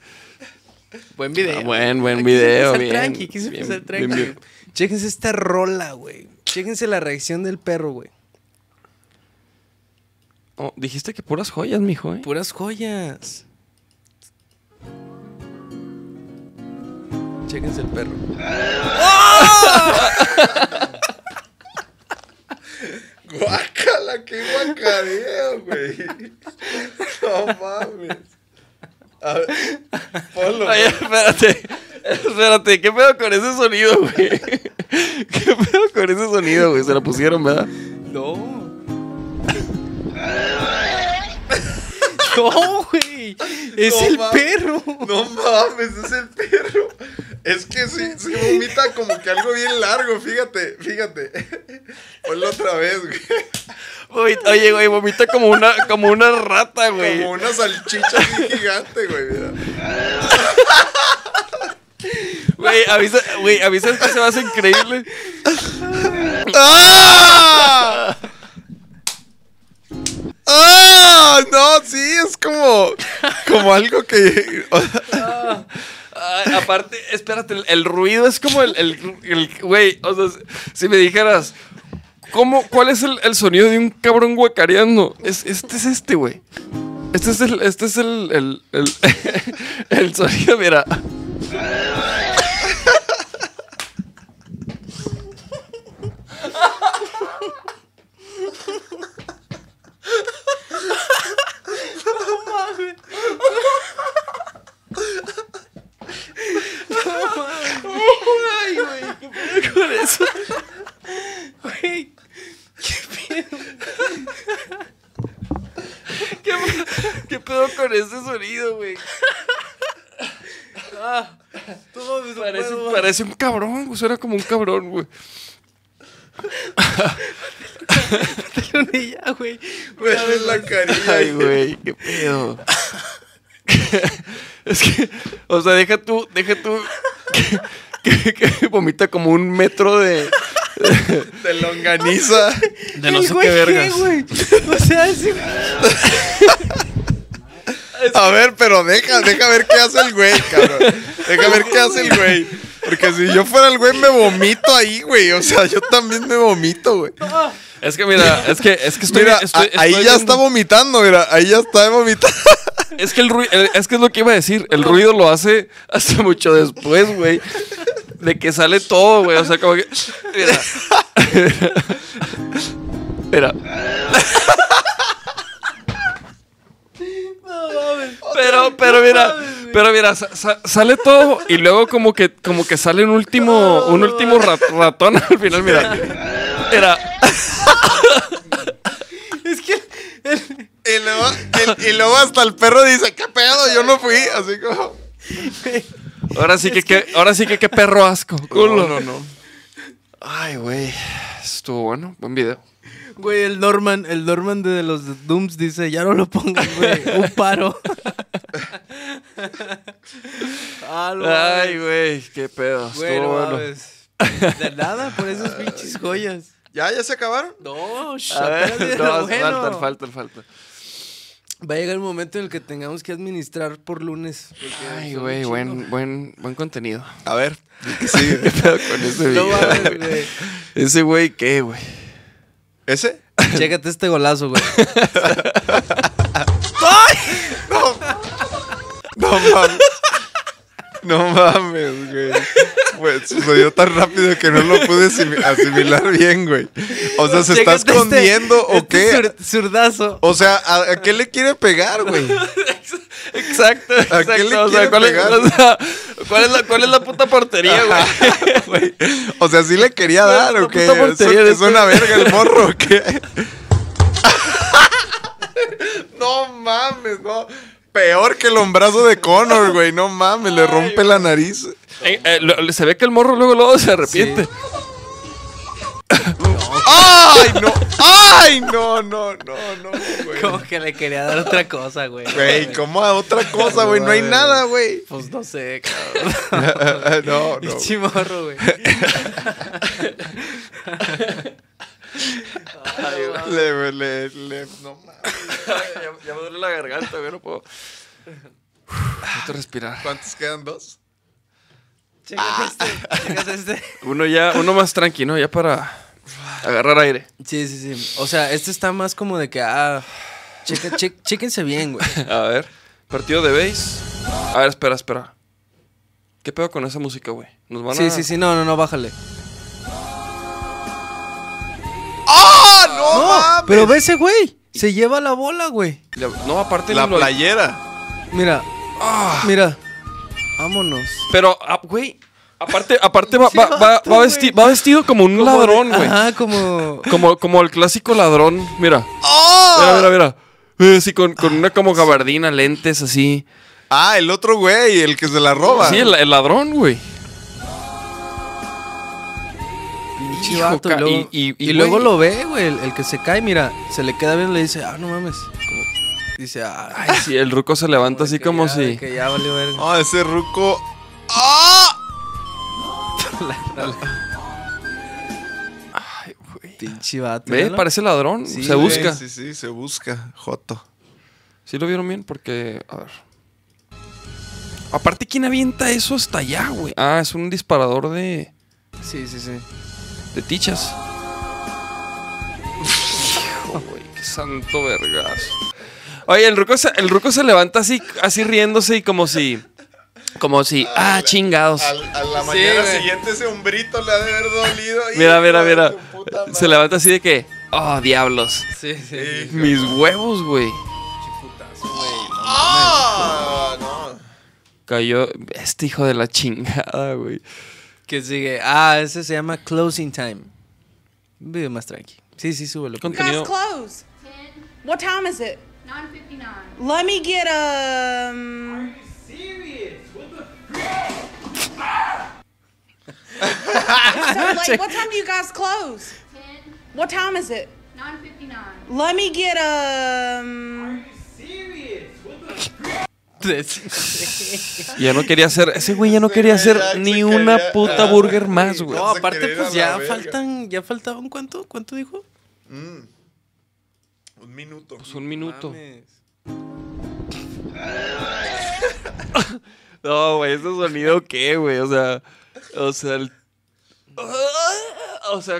Speaker 2: Buen video.
Speaker 3: Ah, buen, buen
Speaker 2: Aquí
Speaker 3: video,
Speaker 2: se
Speaker 3: bien.
Speaker 2: empieza el tranqui, aquí se
Speaker 3: bien,
Speaker 2: empieza el
Speaker 3: bien,
Speaker 2: tranqui.
Speaker 3: bien.
Speaker 2: Chéquense esta rola, güey. Chéquense la reacción del perro, güey.
Speaker 3: Oh, dijiste que puras joyas, mijo, ¿eh?
Speaker 2: Puras joyas. Chéquense el
Speaker 3: <laughs>
Speaker 2: perro.
Speaker 4: Guácala, qué guacadeo, güey. No mames. A ver, ponlo.
Speaker 3: Oye, <laughs> espérate. Espérate, ¿qué pedo con ese sonido, güey? <laughs> ¿Qué pedo con ese sonido, güey? Se la pusieron, ¿verdad? <laughs>
Speaker 2: No. no, güey. Es
Speaker 4: No
Speaker 2: el
Speaker 4: mames.
Speaker 2: perro.
Speaker 4: No mames, es el perro. Es que sí, se vomita como que algo bien largo, fíjate, fíjate. Ponlo otra vez, güey.
Speaker 3: Güey, Oye, güey, vomita como una, como una rata, güey.
Speaker 4: Como una salchicha así gigante, güey. mira.
Speaker 3: Güey, avisa, güey, avisa que se me hace increíble.
Speaker 4: ¡Ah! ¡Ah! No, sí, es como, como algo que...
Speaker 3: Ay, Ah, aparte, espérate, el, el ruido es como el, el- el- güey, o sea, si- si me dijeras, ¿cómo, ¿cuál es el, el sonido de un cabrón huacareando? Es, este es este, güey. Este es el, este es el, el, <laughs> el, el sonido, mira.
Speaker 2: Güey,
Speaker 3: ¿Qué, qué pedo con ese sonido, güey?
Speaker 2: todo me
Speaker 3: Parece,
Speaker 2: puedo-
Speaker 3: parece un cabrón, güey, suena como un cabrón, güey.
Speaker 2: Y ya, güey.
Speaker 4: Es la carilla.
Speaker 3: Ay, güey, qué pedo. <laughs> es que, o sea, deja tú, deja tú que, que- que vomita como un metro de,
Speaker 4: Te longaniza.
Speaker 3: de no
Speaker 2: El
Speaker 3: sé
Speaker 2: güey,
Speaker 3: qué vergas.
Speaker 2: güey? O sea, ese güey-
Speaker 4: A ver, pero deja, deja ver qué hace el güey, cabrón. Deja ver qué hace el güey. Porque si yo fuera el güey, me vomito ahí, güey. O sea, yo también me vomito, güey.
Speaker 3: Es que mira, es que, es que estoy,
Speaker 4: Mira,
Speaker 3: estoy-
Speaker 4: a- ahí
Speaker 3: estoy
Speaker 4: ya
Speaker 3: viendo-
Speaker 4: está vomitando, mira. Ahí ya está vomitando. <laughs>
Speaker 3: Es que el ruido, eh, es que es lo que iba a decir, el ruido lo hace hasta mucho después, güey. De que sale todo, güey. O sea, como que. Mira. Mira. Pero, pero mira, pero mira, sa- sa- sale todo y luego como que, como que sale un último, un último ra- ratón al final, mira. Mira.
Speaker 2: Es que el-
Speaker 4: Y luego, el- y luego hasta el perro dice, ¿qué pedo? Yo no fui. Así como...
Speaker 3: Ahora sí que, qué- ahora sí que qué perro asco. culo.
Speaker 4: No, no, no.
Speaker 3: Ay, güey. Estuvo bueno, buen video.
Speaker 2: güey, el Norman, el Norman de los Dooms dice, ya no lo pongan, güey, un
Speaker 3: <laughs>
Speaker 2: paro. Ah, lo
Speaker 3: Ay,
Speaker 2: mames.
Speaker 3: güey, qué pedo. Estuvo
Speaker 2: Güey, no
Speaker 3: bueno.
Speaker 2: mames. De nada, por esas pinches joyas.
Speaker 4: ¿Ya? ¿Ya se acabaron?
Speaker 2: No,
Speaker 3: A ver,
Speaker 2: apenas era
Speaker 3: <laughs> no,
Speaker 2: bueno.
Speaker 3: falta, falta, falta.
Speaker 2: Va a llegar el momento en el que tengamos que administrar por lunes. porque
Speaker 3: Ay,
Speaker 2: son un
Speaker 3: güey,
Speaker 2: chingo.
Speaker 3: buen, buen, buen contenido.
Speaker 4: A ver.
Speaker 3: <laughs>
Speaker 4: ¿Qué sigue?
Speaker 3: Con ese
Speaker 2: No
Speaker 3: video,
Speaker 2: mames,
Speaker 3: güey.
Speaker 2: güey.
Speaker 3: Ese güey, ¿qué, güey?
Speaker 4: ¿Ese? <laughs>
Speaker 2: Chécate este golazo,
Speaker 3: <laughs>
Speaker 2: güey.
Speaker 4: No mames. No mames, güey. Pues sucedió tan rápido que no lo pude asimi- asimilar bien, güey. O sea, ¿se
Speaker 2: Chécate
Speaker 4: está
Speaker 2: este-
Speaker 4: escondiendo o
Speaker 2: este
Speaker 4: qué?
Speaker 2: zur- zurdazo.
Speaker 4: O sea, ¿a, a qué le quiere pegar, güey?
Speaker 3: Exacto,
Speaker 4: ¿A qué le
Speaker 3: exacto. O sea,
Speaker 4: quiere
Speaker 3: ¿cuál es,
Speaker 4: pegar?
Speaker 3: o sea, ¿cuál es la, cuál es la puta portería, güey?
Speaker 4: Güey, O sea, ¿sí le quería dar
Speaker 3: la
Speaker 4: o qué?
Speaker 3: puta
Speaker 4: ¿Es,
Speaker 3: portería de
Speaker 4: es
Speaker 3: este-
Speaker 4: una verga el morro o qué? <laughs> no mames, no. Peor que el hombrazo de Connor, güey. No mames, le rompe la nariz.
Speaker 3: Eh, eh, lo- se ve que el morro luego luego se arrepiente.
Speaker 4: ¡Ay, <laughs> no! ¡Ay, no, no, no, no, güey!
Speaker 2: Como que le quería dar otra cosa, güey.
Speaker 4: Güey, ¿cómo a otra cosa, güey? No hay nada, güey.
Speaker 2: Pues no sé, cabrón.
Speaker 4: <laughs> No, no.
Speaker 2: Pinche morro, güey.
Speaker 4: Le, le, le, no mames.
Speaker 3: ya, ya me duele la garganta, güey,
Speaker 2: <laughs>
Speaker 3: no puedo. Necesito respirar.
Speaker 4: ¿Cuántos quedan? ¿Dos?
Speaker 2: Chécate este. Chécate este.
Speaker 3: Uno ya, uno más tranquilo, ya para agarrar aire.
Speaker 2: Sí, sí, sí. O sea, este está más como de que, ah, checa,
Speaker 3: <laughs>
Speaker 2: che- chéquense bien, güey.
Speaker 3: A ver, partido de base. A ver, espera, espera. ¿Qué pedo con esa música, güey? Nos van a.
Speaker 2: Sí, sí, sí, no, no, no, bájale.
Speaker 4: ¡Ah, no,
Speaker 2: No,
Speaker 4: mames!
Speaker 2: pero ve ese güey. Se lleva la bola, güey.
Speaker 3: Le- No, aparte
Speaker 4: La
Speaker 3: ni lo-
Speaker 4: playera.
Speaker 2: Mira.
Speaker 3: Ah.
Speaker 2: Mira. Vámonos.
Speaker 3: Pero, ah, güey. Aparte, aparte va,
Speaker 2: Sí,
Speaker 3: va- va-
Speaker 2: vato,
Speaker 3: va
Speaker 2: güey.
Speaker 3: vesti- va vestido como un
Speaker 2: Como de-
Speaker 3: ladrón, güey.
Speaker 2: Ajá, como.
Speaker 3: Como, como el clásico ladrón. Mira,
Speaker 2: ¡Oh!
Speaker 3: mira,
Speaker 4: ¡Ah!
Speaker 3: mira, mira. Eh, sí, con, con una como gabardina, lentes así.
Speaker 4: Ah, el otro güey, el que se la roba.
Speaker 3: Sí, el, el ladrón, güey.
Speaker 2: Pinche
Speaker 3: <laughs> Hijo,
Speaker 2: vato,
Speaker 3: ca-
Speaker 2: y luego,
Speaker 3: y- y- y,
Speaker 2: y luego
Speaker 3: güey.
Speaker 2: lo ve, güey, el, el que se cae, mira, se le queda bien y le dice, ah, no mames. Como- dice, ah,
Speaker 3: Ay, sí, el ruco se levanta así
Speaker 2: que
Speaker 3: como
Speaker 2: ya-
Speaker 3: si. Oh.
Speaker 2: Que ya valió verga.
Speaker 4: Ah, ese ruco.
Speaker 2: Pinche vato.
Speaker 3: Ve,
Speaker 2: ¿verdad?
Speaker 3: parece ladrón.
Speaker 2: Sí,
Speaker 3: se
Speaker 2: güey,
Speaker 3: busca.
Speaker 4: Sí, sí, se busca. Joto.
Speaker 3: Sí lo vieron bien porque, a ver. Aparte, ¿quién avienta eso hasta allá, güey? Ah, es un disparador de,
Speaker 2: Sí, sí, sí.
Speaker 3: de tichas. Hijo, güey, qué santo vergazo. Oye, el ruco se, el ruco se levanta así, así riéndose y como si... Como si... Ah, chingados.
Speaker 4: a la
Speaker 2: Sí, mañana güey.
Speaker 4: siguiente ese hombrito le ha de haber dolido.
Speaker 3: <laughs> Mira, mira, mira. Se levanta así de que... Oh, diablos.
Speaker 2: Sí, sí.
Speaker 3: Mis huevos, güey.
Speaker 4: Ah,
Speaker 3: Cayó... Este hijo de la chingada, güey.
Speaker 2: Que sigue. Ah, ese se llama Closing Time. Un video más tranqui. Sí, sí, súbelo.
Speaker 3: Con-
Speaker 2: porque-
Speaker 3: <laughs> Contenido.
Speaker 9: close. What time is it?
Speaker 7: 959.
Speaker 9: Let me get um. Are you serious? What the? so, like, what time do you guys close?
Speaker 7: 10,
Speaker 9: What time is it?
Speaker 7: 959.
Speaker 9: Let me get um.
Speaker 3: Ya no quería hacer, ese güey ya no quería hacer ni una puta
Speaker 4: Ah,
Speaker 3: burger más, güey.
Speaker 2: No,
Speaker 4: Vas a
Speaker 2: aparte,
Speaker 4: querer
Speaker 2: pues
Speaker 4: a la
Speaker 2: ya
Speaker 4: verga.
Speaker 2: faltan, ya faltaban cuánto, cuánto dijo?
Speaker 4: Un minuto.
Speaker 3: Pues un minuto. <laughs> No, güey, ese sonido qué, güey, o sea, o sea, el- o sea,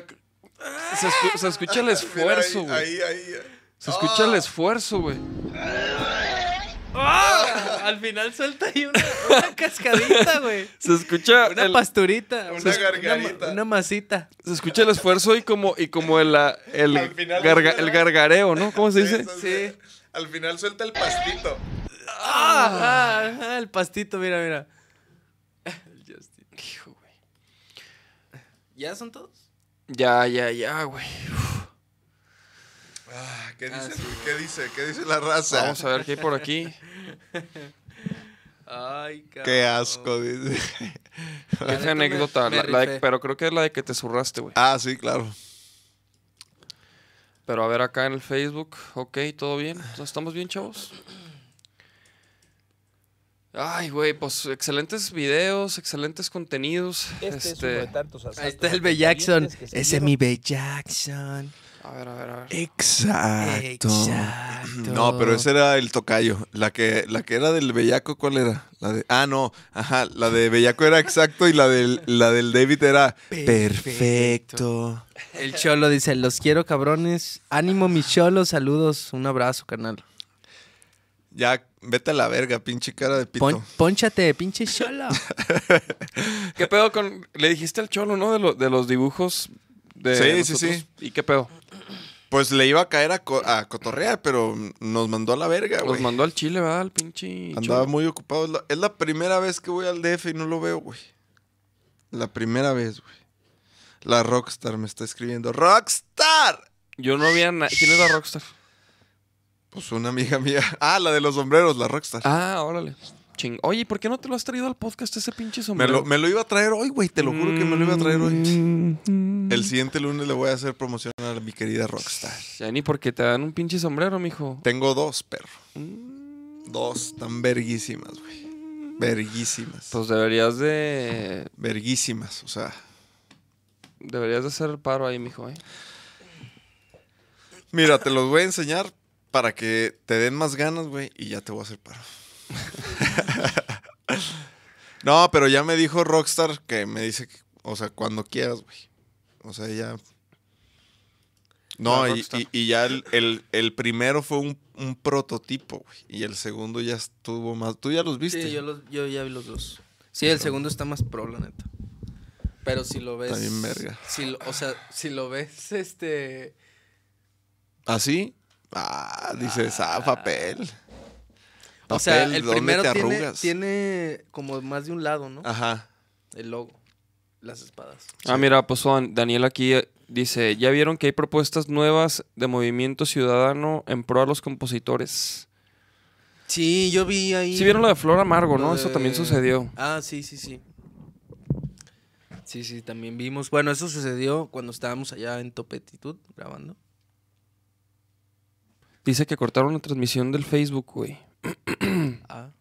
Speaker 3: se, escu- se escucha el esfuerzo,
Speaker 4: Mira,
Speaker 3: güey.
Speaker 4: ahí, Ah. ahí, ahí.
Speaker 3: Se escucha el esfuerzo, güey.
Speaker 2: <laughs> Al final suelta ahí una, una cascadita, güey.
Speaker 3: Se escucha
Speaker 2: Una
Speaker 3: <laughs> el,
Speaker 2: pasturita.
Speaker 4: Una
Speaker 2: se-
Speaker 4: gargarita.
Speaker 2: Una, una masita.
Speaker 3: se escucha el esfuerzo y como y como el ah, el,
Speaker 4: Al final
Speaker 3: garga-
Speaker 4: suena.
Speaker 3: el gargareo, ¿no? ¿Cómo se dice?
Speaker 4: Eso, sí. Al final suelta el pastito.
Speaker 2: Ah, ah, ah, el pastito, mira, mira. El Justin.
Speaker 3: Hijo, güey.
Speaker 2: ¿Ya son todos?
Speaker 3: Ya, ya, ya, güey.
Speaker 4: Ah, ¿Qué dice? ¿Qué dice? ¿Qué dice la raza?
Speaker 3: Vamos a ver qué hay por
Speaker 4: <laughs>
Speaker 3: aquí.
Speaker 2: Ay, cabrón.
Speaker 4: Qué asco, dice.
Speaker 3: Qué
Speaker 2: neta me-
Speaker 3: anécdota,
Speaker 2: me
Speaker 3: la- la de-
Speaker 2: rifé.
Speaker 3: pero creo que es la de que te zurraste, güey.
Speaker 4: Ah, sí, claro.
Speaker 3: Pero a ver acá en el Facebook, ok, todo bien, estamos bien, chavos. Ay, güey, pues excelentes videos, excelentes contenidos. Este,
Speaker 2: Ahí está el B. Jackson. Ese es mi B. Jackson.
Speaker 3: a ver, a ver, a ver.
Speaker 4: Eh, Exacto.
Speaker 2: Exacto.
Speaker 4: No, pero ese era el tocayo. La que, la que era del Bellaco, ¿cuál era? La de, ah, no. Ajá, la de Bellaco era exacto y la del, la del David era perfecto.
Speaker 2: El Cholo dice, los quiero cabrones. Ánimo, mis cholos, saludos, un abrazo, canal.
Speaker 4: Ya, vete a la verga, pinche cara de pito.
Speaker 2: Pon, ponchate, pinche cholo. <laughs>
Speaker 3: ¿Qué pedo con. Le dijiste al cholo, ¿no? De, lo- de los dibujos. De
Speaker 4: Sí, sí,
Speaker 3: nosotros?
Speaker 4: sí.
Speaker 3: ¿Y qué pedo?
Speaker 4: Pues le iba a caer a, co- a cotorrear, pero nos mandó a la verga,
Speaker 3: Los
Speaker 4: güey.
Speaker 3: mandó al Chile, ¿verdad? Al pinche.
Speaker 4: Andaba
Speaker 3: cholo.
Speaker 4: muy ocupado. Es la, es la primera vez que voy al DF y no lo veo, güey. La primera vez, güey. La Rockstar me está escribiendo. ¡Rockstar!
Speaker 3: Yo no había nada. ¿Quién era Rockstar?
Speaker 4: Pues una amiga mía. <laughs> Ah, la de los sombreros, la Rockstar.
Speaker 3: Ah, órale. Ching. Oye, ¿por qué no te lo has traído al podcast ese pinche
Speaker 4: me,
Speaker 3: sombrero?
Speaker 4: lo, me lo iba a traer hoy, güey. Te lo juro que me lo iba a traer hoy.
Speaker 3: Mm.
Speaker 4: El siguiente lunes le voy a hacer promoción a mi querida Rockstar.
Speaker 3: Ya ni porque te dan un pinche sombrero, mijo.
Speaker 4: Tengo dos, perro. Dos, tan verguísimas, güey. Verguísimas.
Speaker 3: Pues deberías de.
Speaker 4: verguísimas, o sea.
Speaker 3: Deberías de hacer el paro ahí, mijo, ¿eh?
Speaker 4: Mira, te los voy a enseñar para que te den más ganas, güey, y ya te voy a hacer paro. no, pero ya me dijo Rockstar que me dice, que- o sea, cuando quieras, güey. O sea, ya. No,
Speaker 3: Ah,
Speaker 4: y,
Speaker 3: Rockstar.
Speaker 4: y- y ya el, el- el primero fue un, un prototipo, güey. Y el segundo ya estuvo más. Tú ya los viste.
Speaker 2: Sí, yo, los- yo ya vi los dos. Sí, el segundo está más pro, la neta. Pero si lo ves...
Speaker 4: Está bien verga.
Speaker 2: Si lo- o sea, si lo ves, este...
Speaker 4: ¿Así? Ah, dices, ah, papel.
Speaker 2: o sea,
Speaker 4: Papel,
Speaker 2: el
Speaker 4: ¿dónde
Speaker 2: primero
Speaker 4: te
Speaker 2: tiene,
Speaker 4: arrugas? Ah.
Speaker 2: tiene como más de un lado, ¿no?
Speaker 4: Ajá.
Speaker 2: El logo, las espadas.
Speaker 3: Ah, mira, pues Juan, Daniel aquí eh, dice: Ya vieron que hay propuestas nuevas de movimiento ciudadano en pro a los compositores.
Speaker 2: Sí, yo vi ahí...
Speaker 3: Sí, vieron lo de Flor Amargo,
Speaker 2: Lo
Speaker 3: ¿no? Eso también
Speaker 2: de-
Speaker 3: sucedió.
Speaker 2: Ah, sí, sí, sí. Sí, sí, también vimos. Bueno, eso sucedió cuando estábamos allá en Topetitud grabando.
Speaker 3: Dice que cortaron la transmisión del Facebook, güey.
Speaker 2: Ah,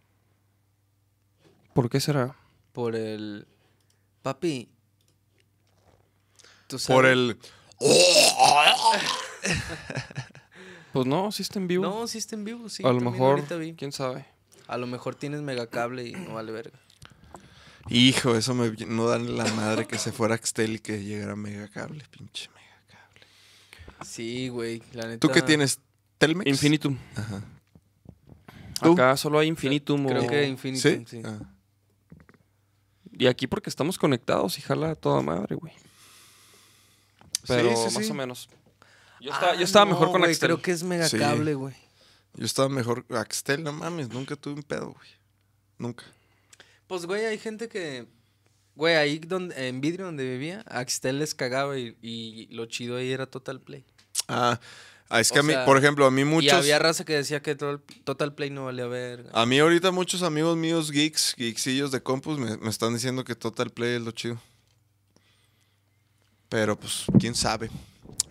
Speaker 3: ¿Por qué será?
Speaker 2: por el. Papi. ¿tú
Speaker 4: Por
Speaker 2: sabes?
Speaker 4: el.
Speaker 3: Pues no, sí está en vivo.
Speaker 2: No, sí está en vivo, sí.
Speaker 3: a lo
Speaker 2: también
Speaker 3: mejor,
Speaker 2: ahorita vi.
Speaker 3: quién sabe.
Speaker 2: A lo mejor tienes megacable y no vale verga.
Speaker 4: Hijo, eso me no dan la madre que se fuera Axtel y que llegara Megacable, pinche Megacable.
Speaker 2: Sí, güey, la neta.
Speaker 4: ¿Tú qué tienes? ¿Telmex?
Speaker 3: Infinitum.
Speaker 4: Ajá. ¿Tú?
Speaker 3: Acá solo hay Infinitum.
Speaker 2: Creo
Speaker 3: o-
Speaker 2: que
Speaker 4: ¿Sí?
Speaker 2: Infinitum, sí.
Speaker 4: Ah.
Speaker 3: Y aquí porque estamos conectados y jala a toda madre, güey. Pero
Speaker 4: sí,
Speaker 3: más
Speaker 4: sí.
Speaker 3: o menos. Yo estaba, yo
Speaker 2: Ah,
Speaker 3: estaba
Speaker 2: no,
Speaker 3: mejor con
Speaker 2: güey,
Speaker 3: Axtel.
Speaker 2: Creo que es megacable, güey.
Speaker 4: Yo estaba mejor. Axtel, no mames, nunca tuve un pedo, güey. Nunca.
Speaker 2: Pues, güey, hay gente que. Güey, ahí donde, en vidrio donde vivía, Axtel les cagaba y, y lo chido ahí era Total Play.
Speaker 4: Ah, ah, es
Speaker 2: O
Speaker 4: que a mí,
Speaker 2: sea,
Speaker 4: por ejemplo, a mí
Speaker 2: Y
Speaker 4: muchos.
Speaker 2: había raza que decía que Total, Total Play no valía verga.
Speaker 4: A mí ahorita muchos amigos míos geeks, geeksillos de compus, me, me están diciendo que Total Play es lo chido. Pero pues, quién sabe.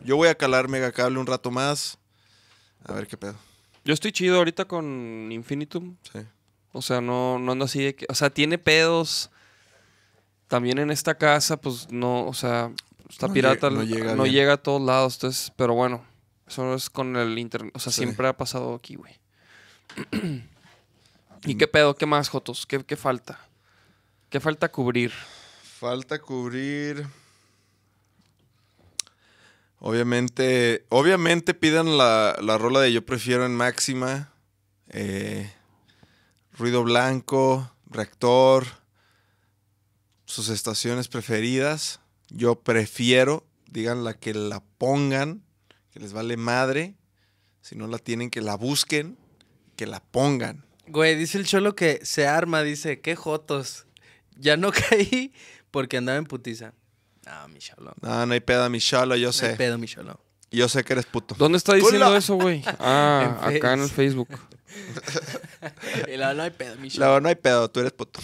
Speaker 4: Yo voy a calar Megacable un rato más. A ver qué pedo.
Speaker 3: Yo estoy chido ahorita con Infinitum.
Speaker 4: Sí.
Speaker 3: O sea, no, no ando así de que. O sea, tiene pedos. También en esta casa, pues no, o sea, está
Speaker 4: No
Speaker 3: pirata,
Speaker 4: llega- no
Speaker 3: no,
Speaker 4: llega
Speaker 3: llega,
Speaker 4: bien.
Speaker 3: a todos lados. Entonces, pero bueno, eso es con el internet. O sea,
Speaker 4: Sí.
Speaker 3: siempre ha pasado aquí,
Speaker 4: <clears throat>
Speaker 3: güey. ¿Y qué pedo? ¿Qué más, Jotos? ¿Qué, qué falta? ¿Qué falta cubrir?
Speaker 4: Falta cubrir. Obviamente, obviamente pidan la, la rola de Yo Prefiero en Máxima. eh, ruido Blanco, Reactor, sus estaciones preferidas. Yo prefiero, digan la que la pongan, que les vale madre. Si no la tienen, que la busquen, que la pongan.
Speaker 2: Güey, dice el cholo que se arma, dice, qué jotos. Ya no <laughs> caí porque andaba en putiza. Ah, mi cholo.
Speaker 4: No, no hay peda, mi shala, yo
Speaker 2: No hay
Speaker 4: sé.
Speaker 2: pedo, mi cholo.
Speaker 4: Yo sé que eres puto.
Speaker 3: ¿Dónde está diciendo
Speaker 4: Hola.
Speaker 3: eso,
Speaker 4: <laughs>
Speaker 3: güey? Ah,
Speaker 2: En
Speaker 3: acá en el Facebook.
Speaker 2: Y <laughs> la no hay pedo, mi cholo.
Speaker 4: Luego, no hay pedo, tú eres puto.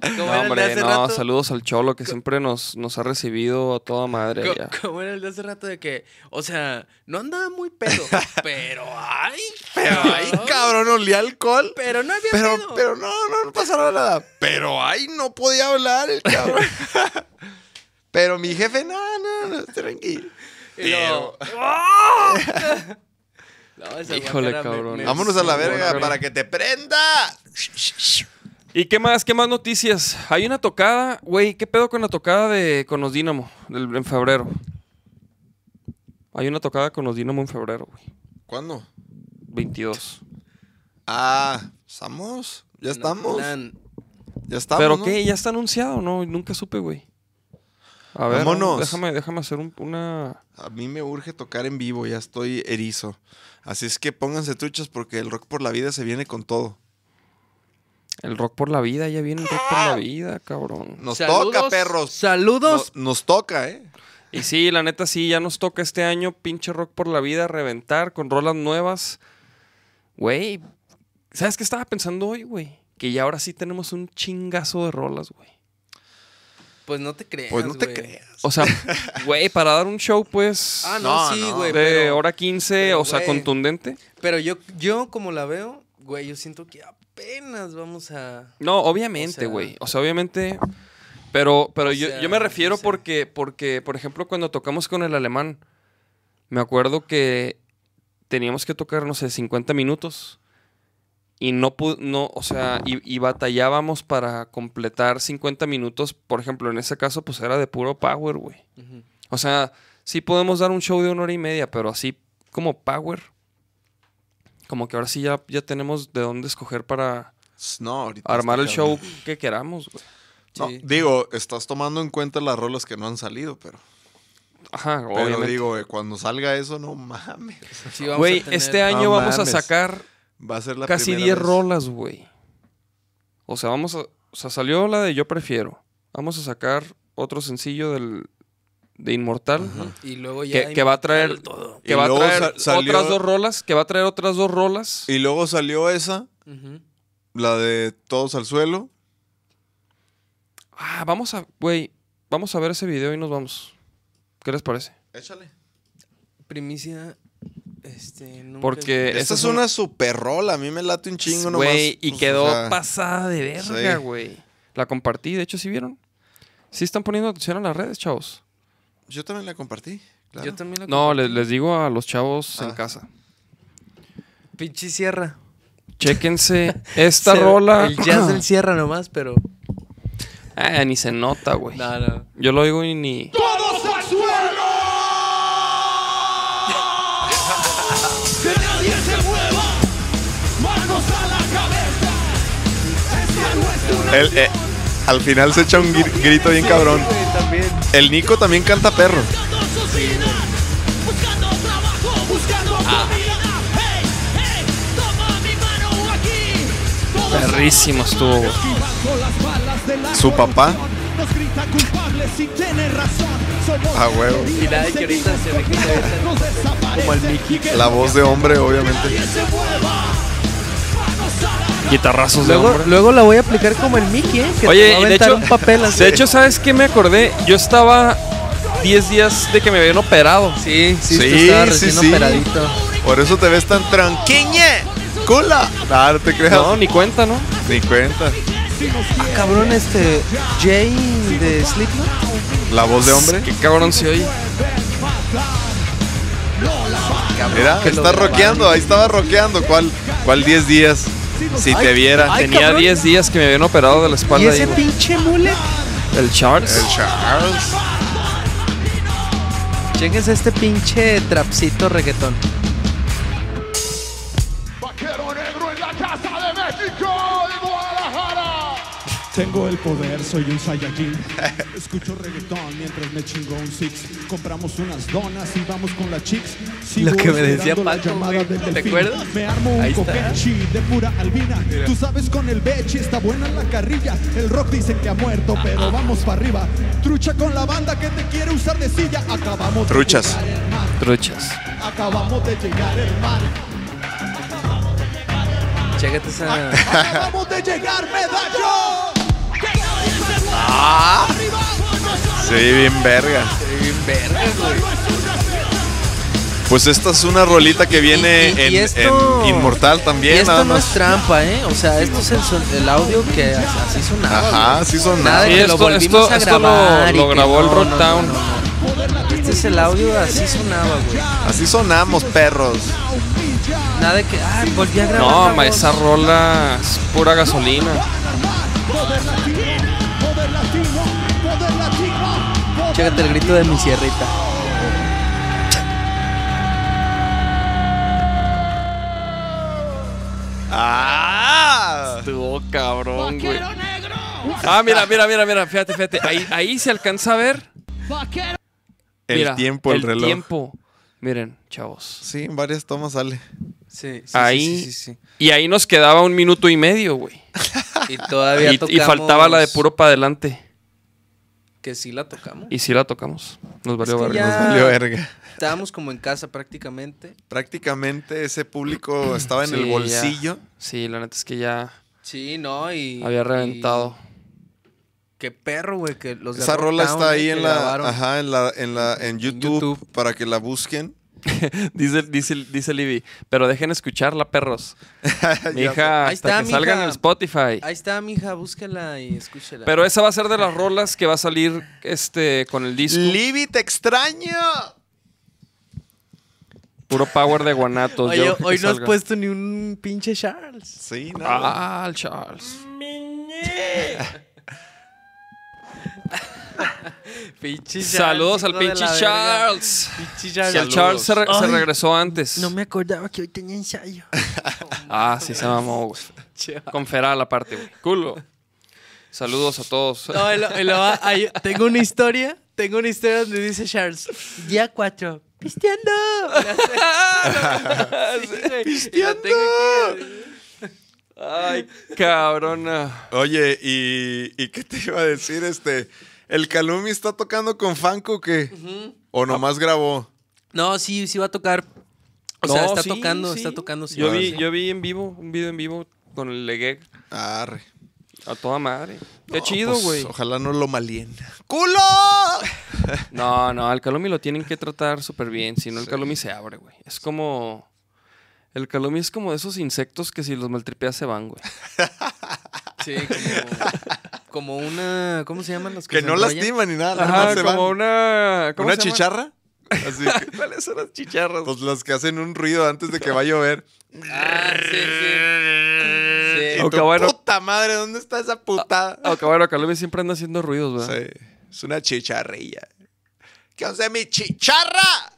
Speaker 2: ¿Cómo
Speaker 3: No,
Speaker 2: era el de
Speaker 3: hombre,
Speaker 2: hace
Speaker 3: no,
Speaker 2: rato?
Speaker 3: saludos al Cholo que siempre nos, nos ha recibido a toda madre.
Speaker 2: Co-
Speaker 3: allá.
Speaker 2: Como era el de hace rato de que, o sea, no andaba muy pedo, pero ay, pero
Speaker 4: Ay, cabrón, olía alcohol.
Speaker 2: pero no había
Speaker 4: Pero,
Speaker 2: pedo.
Speaker 4: pero no, no, no pasaba nada. Pero ay, no podía hablar el cabrón. Pero mi jefe, no, no, no, tranquilo.
Speaker 2: Y luego, <laughs> No, esa
Speaker 3: Híjole,
Speaker 2: guacara me-
Speaker 3: cabrón.
Speaker 2: me-
Speaker 4: Vámonos a la
Speaker 2: me-
Speaker 4: verga
Speaker 3: bueno.
Speaker 4: para que te prenda.
Speaker 3: ¿Y qué más? ¿Qué más noticias? Hay una tocada, güey, ¿qué pedo con la tocada de con los Dinamo del- en febrero? Hay una tocada con los Dinamo en febrero, güey.
Speaker 4: ¿Cuándo?
Speaker 3: 22.
Speaker 4: Ah, ¿estamos? ¿Ya estamos?
Speaker 2: Nan,
Speaker 4: ¿Ya estamos?
Speaker 3: ¿Pero
Speaker 4: ¿no?
Speaker 3: qué? ¿Ya está anunciado? No, nunca supe, güey. A ver,
Speaker 4: Vámonos.
Speaker 3: déjame, déjame hacer un- una...
Speaker 4: A mí me urge tocar en vivo, ya estoy erizo. Así es que pónganse truchas porque el rock por la vida se viene con todo.
Speaker 3: El rock por la vida, ya viene el rock por
Speaker 4: Ah.
Speaker 3: la vida, cabrón.
Speaker 4: Nos
Speaker 2: saludos,
Speaker 4: toca, perros.
Speaker 2: Saludos.
Speaker 4: No- nos toca, ¿eh?
Speaker 3: Y sí, la neta sí, ya nos toca este año pinche rock por la vida, reventar con rolas nuevas. Güey, ¿sabes qué estaba pensando hoy, güey? Que ya ahora sí tenemos un chingazo de rolas, güey.
Speaker 2: Pues no te creas.
Speaker 4: Pues no te
Speaker 2: güey.
Speaker 4: creas.
Speaker 2: <laughs>
Speaker 3: O sea, güey, para dar un show, pues,
Speaker 2: Ah, no,
Speaker 4: No,
Speaker 2: sí,
Speaker 4: no.
Speaker 2: güey.
Speaker 3: de
Speaker 2: pero,
Speaker 3: hora 15,
Speaker 2: pero,
Speaker 3: o sea,
Speaker 2: güey.
Speaker 3: contundente.
Speaker 2: pero yo, yo como la veo, güey, yo siento que apenas vamos a.
Speaker 3: No, obviamente,
Speaker 2: sea-
Speaker 3: güey. O, sea, obviamente. Pero, pero
Speaker 2: O
Speaker 3: yo,
Speaker 2: sea,
Speaker 3: yo me refiero
Speaker 2: no sé.
Speaker 3: porque, porque, por ejemplo, cuando tocamos con el alemán, me acuerdo que teníamos que tocar, no sé, 50 minutos. Y no pu- no, o sea, y, y batallábamos para completar 50 minutos. Por ejemplo, en ese caso, pues era de puro power, güey.
Speaker 2: Ujú.
Speaker 3: O sea, sí podemos dar un show de una hora y media, pero así como power. Como que ahora sí ya, ya tenemos de dónde escoger para
Speaker 4: No, ahorita
Speaker 3: armar el
Speaker 4: está cabrón.
Speaker 3: show que queramos, güey.
Speaker 4: No,
Speaker 2: Sí.
Speaker 4: digo, estás tomando en cuenta las rolas que no han salido, pero.
Speaker 3: Ajá,
Speaker 4: Pero
Speaker 3: obviamente.
Speaker 4: digo, eh, cuando salga eso, no mames. <laughs>
Speaker 2: pues Sí, vamos a
Speaker 3: güey,
Speaker 2: tener-
Speaker 3: este año
Speaker 4: No
Speaker 3: vamos a
Speaker 4: mames.
Speaker 3: sacar
Speaker 4: Va a ser la
Speaker 3: casi
Speaker 4: primera
Speaker 3: 10
Speaker 4: vez.
Speaker 3: rolas, güey. O sea, vamos a. O sea, salió la de Yo Prefiero. Vamos a sacar otro sencillo del, de Inmortal.
Speaker 2: Y luego ya.
Speaker 3: Que, que va a traer.
Speaker 2: inventar Todo.
Speaker 3: Que
Speaker 4: Y
Speaker 3: va a
Speaker 4: luego
Speaker 3: traer
Speaker 4: sa- salió-
Speaker 3: otras dos rolas. Que va a traer otras dos rolas.
Speaker 4: Y luego salió esa,
Speaker 2: Ujú.
Speaker 4: la de Todos al Suelo.
Speaker 3: Ah, vamos a, güey, vamos a ver ese video y nos vamos. ¿Qué les parece?
Speaker 4: Échale.
Speaker 2: Primicia, este, nunca-
Speaker 3: Porque
Speaker 4: Esta
Speaker 3: esa
Speaker 4: es una super rola, a mí me late un chingo nomás.
Speaker 3: Güey, y
Speaker 4: pues,
Speaker 3: quedó
Speaker 4: o sea,
Speaker 3: pasada de verga,
Speaker 4: sí.
Speaker 3: güey. La compartí, de hecho, ¿sí vieron? Sí están poniendo atención a las redes, chavos.
Speaker 4: Yo también la compartí. Claro.
Speaker 2: Yo también la
Speaker 3: No, les, les digo a los chavos en
Speaker 4: Ah.
Speaker 3: casa.
Speaker 2: Pinche sierra. <laughs>
Speaker 3: Chéquense esta
Speaker 2: Se-
Speaker 3: rola.
Speaker 2: El jazz
Speaker 3: <laughs> <clears throat>
Speaker 2: del sierra nomás, pero.
Speaker 3: Ah, ni se nota, güey.
Speaker 2: No, no.
Speaker 3: Yo lo digo y ni...
Speaker 4: El- eh, al final se echa un gri- grito bien cabrón.
Speaker 2: También.
Speaker 4: El Nico también canta perro.
Speaker 3: Perrísimo estuvo, güey.
Speaker 4: Su papá. A huevo.
Speaker 2: Y nada, que ahorita se ve que se ve tan-
Speaker 4: La voz de hombre, obviamente.
Speaker 3: Guitarrazos de
Speaker 2: Luego,
Speaker 3: Pues, hombre.
Speaker 2: luego la voy a aplicar como el Mickey, ¿eh? Que te
Speaker 3: Oye,
Speaker 2: va a
Speaker 3: y de
Speaker 2: aventar
Speaker 3: hecho,
Speaker 2: un papel así.
Speaker 3: de hecho, ¿sabes qué me acordé? Yo estaba 10 días de que me habían operado.
Speaker 2: Sí, sí,
Speaker 4: Sí,
Speaker 2: tú estabas
Speaker 4: sí,
Speaker 2: recién
Speaker 4: sí.
Speaker 2: operadito.
Speaker 4: Por eso te ves tan tranquiñe. ¡Cula! Nah, no te creas.
Speaker 3: No, ni cuenta, ¿no?
Speaker 4: Ni cuenta.
Speaker 2: Ah, cabrón, este. Jay de Slipknot.
Speaker 4: La voz de hombre.
Speaker 3: Qué cabrón se oye.
Speaker 4: Mira,
Speaker 2: que lo
Speaker 4: está
Speaker 2: grabaron.
Speaker 4: rockeando. Ahí estaba rockeando. ¿Cuál, cuál 10 días? Si te viera.
Speaker 2: ay,
Speaker 3: Tenía
Speaker 2: cabrón.
Speaker 3: 10 días que me habían operado de la
Speaker 2: Y
Speaker 3: espalda.
Speaker 2: ese
Speaker 3: ahí, güey.
Speaker 2: pinche mule.
Speaker 3: El Charles.
Speaker 4: El Charles.
Speaker 2: Chéquense este pinche trapcito reggaetón.
Speaker 10: Tengo el poder, soy un Saiyajin. Escucho reggaetón mientras me chingo un six. Compramos unas donas y vamos con las chicks. Sigo
Speaker 2: Lo que me decía
Speaker 10: esperando la
Speaker 2: Paco,
Speaker 10: llamada
Speaker 2: güey.
Speaker 10: del
Speaker 2: ¿Te
Speaker 10: delfín.
Speaker 2: acuerdas?
Speaker 10: Me armo un
Speaker 2: Ahí está.
Speaker 10: copechi de pura albina. Tú sabes con el bechi está buena la carrilla. El rock dicen que ha muerto, pero vamos para arriba. Trucha con la banda que te quiere usar de silla. Acabamos de
Speaker 4: Truchas.
Speaker 10: llegar, hermano.
Speaker 3: Truchas.
Speaker 10: Acabamos de llegar, hermano.
Speaker 2: Chécate <laughs> esa.
Speaker 10: Acabamos de llegar, medallo.
Speaker 4: Sí, bien verga. Pues esta es una rolita que viene
Speaker 2: Y- y- y
Speaker 4: en,
Speaker 2: esto-
Speaker 4: en Inmortal también,
Speaker 2: y esto
Speaker 4: nada
Speaker 2: no es
Speaker 4: más.
Speaker 2: trampa, ¿eh? O sea, esto es el, son- el audio que as- así sonaba.
Speaker 4: Ajá,
Speaker 2: güey.
Speaker 4: sí son
Speaker 2: Nada de
Speaker 3: Sí,
Speaker 2: que lo
Speaker 3: esto-
Speaker 2: volvimos
Speaker 3: esto-
Speaker 2: a
Speaker 3: esto lo-
Speaker 2: grabar. y
Speaker 3: lo
Speaker 2: que
Speaker 3: grabó el
Speaker 2: no, no,
Speaker 3: Rocktown.
Speaker 2: no, no, no. Este es el audio, así sonaba, güey.
Speaker 4: Así sonamos, perros.
Speaker 2: Nada de que, ah, volví a grabar. la
Speaker 3: No, ma,
Speaker 2: voz.
Speaker 3: esa rola es pura gasolina.
Speaker 2: Chécate el grito de mi sierrita.
Speaker 4: ¡Ah!
Speaker 3: Estuvo cabrón, güey. Ah, mira, mira, mira, mira, fíjate, fíjate. Ahí, ahí se alcanza a ver.
Speaker 4: El
Speaker 3: Mira,
Speaker 4: tiempo, el, reloj.
Speaker 3: tiempo. Miren, chavos.
Speaker 4: Sí, en varias tomas sale.
Speaker 2: Sí, sí,
Speaker 3: Ahí.
Speaker 2: sí, sí, sí,
Speaker 3: Y ahí nos quedaba un minuto y medio, güey.
Speaker 2: sí. Y todavía
Speaker 3: <laughs> Y, y
Speaker 2: tocamos-
Speaker 3: faltaba la de puro para adelante.
Speaker 2: Que sí la tocamos.
Speaker 3: Y sí la tocamos. Nos valió
Speaker 2: que
Speaker 3: verga.
Speaker 2: ya-
Speaker 4: Nos valió verga.
Speaker 2: Estábamos como en casa prácticamente.
Speaker 4: Prácticamente ese público estaba en
Speaker 3: Sí,
Speaker 4: el
Speaker 3: ya.
Speaker 4: bolsillo.
Speaker 3: Sí, la neta es que ya
Speaker 2: Sí, ¿no? Y.
Speaker 3: había
Speaker 2: y-
Speaker 3: reventado.
Speaker 2: Qué perro, güey, que los de
Speaker 4: Esa rola
Speaker 2: Rocktown,
Speaker 4: está
Speaker 2: güey,
Speaker 4: ahí
Speaker 2: que
Speaker 4: en la,
Speaker 2: grabaron.
Speaker 4: ajá, en la, en la, en YouTube,
Speaker 2: YouTube.
Speaker 4: para que
Speaker 3: <laughs>
Speaker 4: la busquen.
Speaker 3: Dice, dice, dice Libby, pero dejen escucharla, perros. Mi
Speaker 4: Ya.
Speaker 3: hija,
Speaker 2: Ahí
Speaker 3: hasta
Speaker 2: está,
Speaker 3: que
Speaker 2: mija.
Speaker 3: salgan en Spotify.
Speaker 2: Ahí está, mija, búscala y escúchala.
Speaker 3: Pero esa va a ser de las rolas que va a salir este con el disco.
Speaker 4: Libby, te extraño.
Speaker 3: Puro power de guanatos.
Speaker 2: Oye,
Speaker 3: yo creo que
Speaker 2: hoy no pues- has
Speaker 3: salga.
Speaker 2: puesto ni un pinche Charles.
Speaker 4: Sí, no.
Speaker 3: Ah, el Charles.
Speaker 2: Pinche
Speaker 3: Saludos al pinche Charles.
Speaker 2: Pinche
Speaker 3: Si el
Speaker 2: Charles.
Speaker 3: Charles se, re- se
Speaker 2: Ay.
Speaker 3: regresó antes.
Speaker 2: No me acordaba que hoy tenía ensayo.
Speaker 3: Ah, sí, se mamó, güey. Con Feral aparte, güey. Culo. Saludos a todos.
Speaker 2: No, y lo- y lo va- ay, tengo una historia. Tengo una historia donde dice Charles, día 4, <laughs> pisteando. ¡Pisteando!
Speaker 3: Ay, cabrona.
Speaker 4: Oye, ¿y, y qué te iba a decir? Este, ¿el Calumi está tocando con Fanco que ¿O
Speaker 3: Ah.
Speaker 4: nomás grabó?
Speaker 2: No, sí, sí va a tocar. O sea, está tocando, está tocando. sí.
Speaker 3: Yo
Speaker 2: Ah,
Speaker 3: vi,
Speaker 2: sí.
Speaker 3: yo vi en vivo, un video en vivo con el Legué.
Speaker 4: Arre.
Speaker 3: A toda madre. Qué
Speaker 4: No,
Speaker 3: chido,
Speaker 4: pues,
Speaker 3: güey.
Speaker 4: ojalá no lo malien.
Speaker 3: <laughs> ¡Culo! No, no, al Calumi lo tienen que tratar súper bien, si no el Calumi se abre, güey. Es como... El Calumi es como de esos insectos que si los maltripeas se van,
Speaker 4: <laughs>
Speaker 3: güey.
Speaker 2: Sí, como, como una. ¿Cómo se llaman las
Speaker 4: Que no lastiman ni nada, nada más se
Speaker 3: como
Speaker 4: van.
Speaker 3: una... ¿cómo
Speaker 4: ¿Una
Speaker 3: se llama? <laughs>
Speaker 4: chicharra? Así que,
Speaker 3: ¿Cuáles son las chicharras?
Speaker 4: pues las que hacen un ruido antes de que va a llover.
Speaker 2: Ah, sí, sí. Sí.
Speaker 4: Y
Speaker 3: Ok,
Speaker 4: tú,
Speaker 3: bueno.
Speaker 4: Puta madre, ¿dónde está esa putada?
Speaker 3: Ah, ok, bueno, Calumi siempre anda haciendo ruidos, ¿verdad?
Speaker 4: Sí, es una chicharrilla. ¿Qué onda, mi chicharra?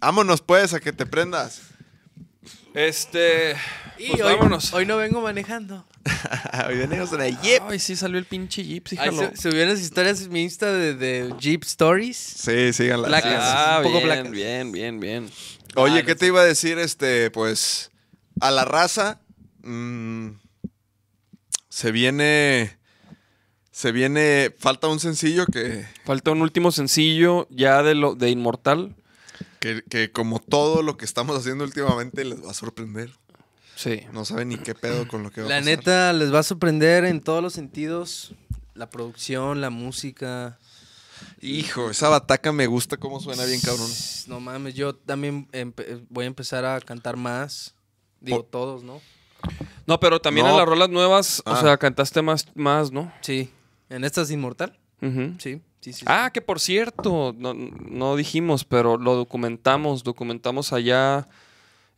Speaker 4: Vámonos, pues, a que te prendas. <laughs>
Speaker 3: Este...
Speaker 2: Y
Speaker 3: pues
Speaker 2: hoy,
Speaker 3: vámonos.
Speaker 2: hoy no vengo manejando.
Speaker 4: Hoy venimos en la Jeep.
Speaker 3: Ay, sí salió el pinche Jeep, sí,
Speaker 2: Ahí
Speaker 3: jaló.
Speaker 2: su- subieron las historias en mi Insta de, de Jeep Stories.
Speaker 4: Sí, síganla.
Speaker 2: Placas.
Speaker 4: síganla.
Speaker 3: Ah,
Speaker 2: un poco
Speaker 3: bien,
Speaker 2: placas.
Speaker 3: bien, bien, bien.
Speaker 4: Oye, ¿qué te iba a decir? Este, pues, a la raza. mm, se viene. Se viene. Falta un sencillo que,
Speaker 3: Falta un último sencillo ya de lo de Inmortal.
Speaker 4: que, que como todo lo que estamos haciendo últimamente, les va a sorprender.
Speaker 3: Sí.
Speaker 4: No saben ni qué pedo con lo que va a
Speaker 2: La
Speaker 4: pasar.
Speaker 2: neta, les va a sorprender en todos los sentidos. La producción, la música.
Speaker 4: Hijo, esa bataca me gusta cómo suena bien, cabrón.
Speaker 2: No mames, yo también empe- voy a empezar a cantar más. Digo,
Speaker 4: Por-
Speaker 2: todos, ¿no?
Speaker 3: No, pero también
Speaker 4: No.
Speaker 3: en las rolas nuevas, o
Speaker 4: Ah.
Speaker 3: sea, cantaste más, más ¿no?
Speaker 2: Sí. ¿En esta es Inmortal?
Speaker 3: Ujú.
Speaker 2: Sí, sí, sí.
Speaker 3: Ah, que por cierto, no, no dijimos, pero lo documentamos, documentamos allá,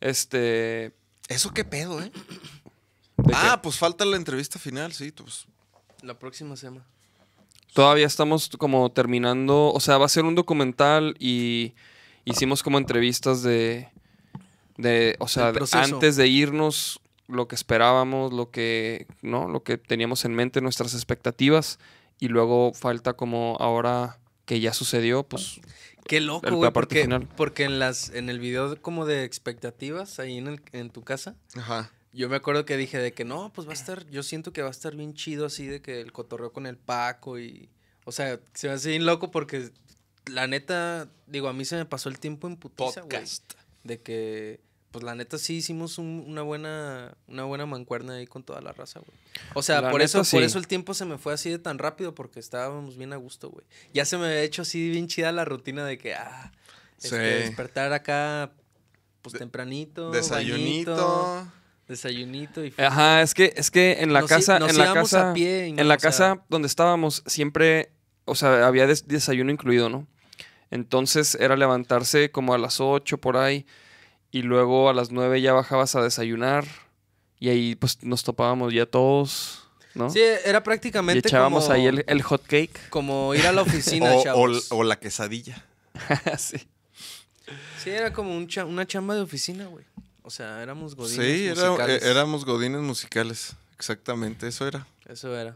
Speaker 3: este...
Speaker 4: ¿Eso qué pedo, eh?
Speaker 3: de que
Speaker 4: Ah, pues falta la entrevista final, sí. tú, pues.
Speaker 2: La próxima semana.
Speaker 3: Todavía estamos como terminando, o sea, va a ser un documental y hicimos como entrevistas de, de o sea,
Speaker 2: Del
Speaker 3: de-
Speaker 2: proceso.
Speaker 3: antes de irnos, lo que esperábamos, lo que, ¿no? Lo que teníamos en mente, nuestras expectativas y luego falta como ahora que ya sucedió, pues
Speaker 2: Qué loco,
Speaker 3: El-
Speaker 2: güey.
Speaker 3: la parte
Speaker 2: Porque,
Speaker 3: final.
Speaker 2: porque en las, en el video como de expectativas ahí en, el- en tu casa,
Speaker 4: Ajá.
Speaker 2: yo me acuerdo que dije de que no, pues va a estar, yo siento que va a estar bien chido así de que el cotorreo con el Paco y. O sea, se va a hacer bien loco porque la neta, digo, a mí se me pasó el tiempo en putiza, güey.
Speaker 4: Podcast.
Speaker 2: De que, pues la neta sí hicimos un- una buena, una buena mancuerna ahí con toda la raza, güey. O sea,
Speaker 3: La
Speaker 2: por
Speaker 3: neta,
Speaker 2: eso, por
Speaker 3: sí.
Speaker 2: eso el tiempo se me fue así de tan rápido porque estábamos bien a gusto, güey. Ya se me había hecho así bien chida la rutina de que, ah, este,
Speaker 4: Sí.
Speaker 2: despertar acá, pues tempranito,
Speaker 4: Desayunito.
Speaker 2: bañito, desayunito y
Speaker 3: Ajá, es que, es que en la
Speaker 2: Nos i-
Speaker 3: casa,
Speaker 2: nos
Speaker 3: en la
Speaker 2: íbamos
Speaker 3: casa,
Speaker 2: a pie y no,
Speaker 3: en la
Speaker 2: o sea-
Speaker 3: casa donde estábamos siempre, o sea, había des- desayuno incluido, ¿no? Entonces era levantarse como a las 8 por ahí y luego a las 9 ya bajabas a desayunar y ahí pues nos topábamos ya todos, ¿no?
Speaker 2: Sí, era
Speaker 3: y
Speaker 2: prácticamente
Speaker 3: echábamos
Speaker 2: como,
Speaker 3: ahí el, el hot cake. <laughs>
Speaker 2: como ir a la oficina,
Speaker 4: <laughs> O- o,
Speaker 2: chavos.
Speaker 4: o la quesadilla.
Speaker 3: Sí.
Speaker 2: Sí, era como un cha- una chamba de oficina, güey. O sea, éramos godines
Speaker 4: sí, era-
Speaker 2: musicales.
Speaker 4: eh, éramos godines musicales. Exactamente, eso era.
Speaker 2: Eso era.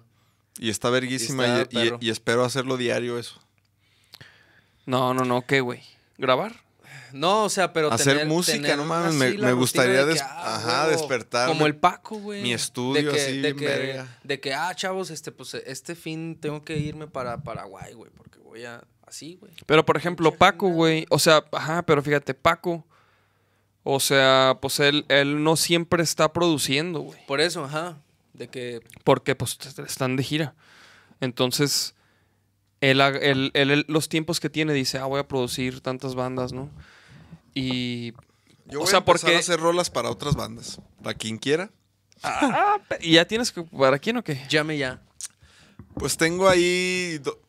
Speaker 4: Y está verguísima
Speaker 2: Y
Speaker 4: y,
Speaker 2: está
Speaker 4: y-
Speaker 2: perro.
Speaker 4: y espero hacerlo diario eso.
Speaker 3: No, no, no, ¿qué, güey? ¿Grabar?
Speaker 2: No, o sea, pero
Speaker 4: Hacer
Speaker 2: tener-
Speaker 4: música,
Speaker 2: tener
Speaker 4: no mames, me-
Speaker 2: así la
Speaker 4: me
Speaker 2: rutina
Speaker 4: gustaría
Speaker 2: de que,
Speaker 4: des-
Speaker 2: ah,
Speaker 4: ajá,
Speaker 2: huevo,
Speaker 4: despertarme.
Speaker 2: Como el Paco, güey.
Speaker 4: Mi
Speaker 2: de
Speaker 4: estudio
Speaker 2: que,
Speaker 4: así,
Speaker 2: de
Speaker 4: bien
Speaker 2: que,
Speaker 4: verga.
Speaker 2: de que, ah, chavos, este, pues, este fin tengo que irme para Paraguay, güey, porque voy a así, güey.
Speaker 3: Pero por ejemplo,
Speaker 2: Mucha
Speaker 3: Paco,
Speaker 2: gente.
Speaker 3: güey, o sea, ajá, pero fíjate, Paco, o sea, pues él, él no siempre está produciendo, güey.
Speaker 2: Por eso, ajá, de que
Speaker 3: porque pues t- t- están de gira. Entonces, él, ha- él- él- él los tiempos que tiene dice, ah, voy a producir tantas bandas, ¿no? Y, O
Speaker 4: Yo voy
Speaker 3: sea,
Speaker 4: a empezar
Speaker 3: porque-
Speaker 4: a hacer rolas para otras bandas. Para quien quiera.
Speaker 3: pe- ¿y ya tienes que, para quién o qué?
Speaker 2: llame ya.
Speaker 4: Pues tengo ahí do-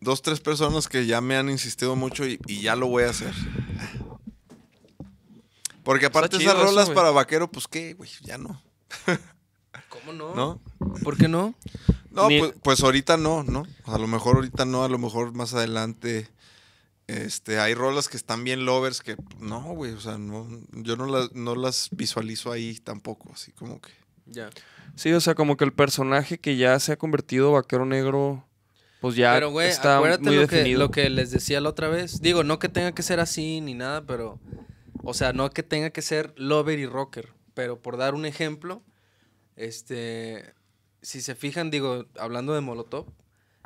Speaker 4: dos, tres personas que ya me han insistido mucho y, y ya lo voy a hacer. Porque aparte
Speaker 3: chido
Speaker 4: esas
Speaker 3: eso,
Speaker 4: rolas
Speaker 3: güey.
Speaker 4: para vaquero, pues qué, güey, ya no.
Speaker 2: ¿Cómo no?
Speaker 4: ¿No?
Speaker 2: ¿Por qué no?
Speaker 4: No,
Speaker 3: Ni-
Speaker 4: pues, pues ahorita no, ¿no? A lo mejor ahorita no, a lo mejor más adelante. Este, hay rolas que están bien lovers que no, güey, o sea, no, yo no las, no las visualizo ahí tampoco, así como que.
Speaker 2: Ya.
Speaker 3: Sí, o sea, como que el personaje que ya se ha convertido vaquero negro, pues ya
Speaker 2: pero, güey,
Speaker 3: está
Speaker 2: acuérdate
Speaker 3: muy
Speaker 2: lo que,
Speaker 3: definido.
Speaker 2: lo que les decía la otra vez. Digo, no que tenga que ser así ni nada, pero. O sea, no que tenga que ser lover y rocker. Pero por dar un ejemplo, este. Si se fijan, digo, hablando de Molotov,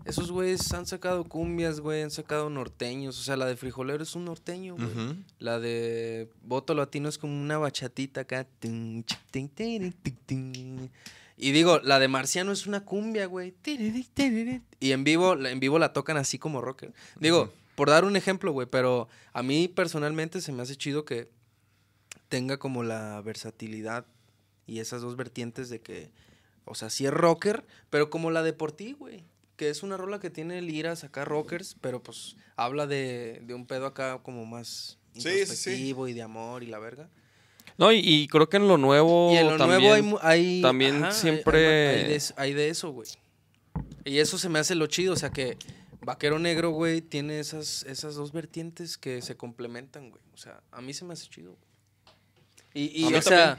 Speaker 2: esos güeyes han sacado cumbias, güey, han sacado norteños. O sea, la de Frijolero es un norteño, güey.
Speaker 4: Ujú.
Speaker 2: La de Voto Latino es como una bachatita acá. tun, chi, tin, tiri, tin, tin. Y digo, la de Marciano es una cumbia, güey. Tiriri, tiriri. Y en vivo, la- en vivo la tocan así como rocker. Digo, por dar un ejemplo, güey, pero a mí personalmente se me hace chido que tenga como la versatilidad y esas dos vertientes de que, o sea, sí es rocker, pero como la de por ti, güey. Que es una rola que tiene liras acá rockers, pero pues habla de, de un pedo acá como más
Speaker 4: Sí, sí, sí.
Speaker 2: introspectivo y de amor y la verga.
Speaker 3: No, y, y creo que en lo nuevo
Speaker 2: Y en lo
Speaker 3: también,
Speaker 2: nuevo hay mu- hay.
Speaker 3: también
Speaker 2: ajá, hay-
Speaker 3: siempre...
Speaker 2: Hay, de, es- hay de eso, güey. Y eso se me hace lo chido, o sea que Vaquero Negro, güey, tiene esas, esas dos vertientes que se complementan, güey. O sea, a mí se me hace chido. güey. Y, y,
Speaker 3: A mí
Speaker 2: o sea,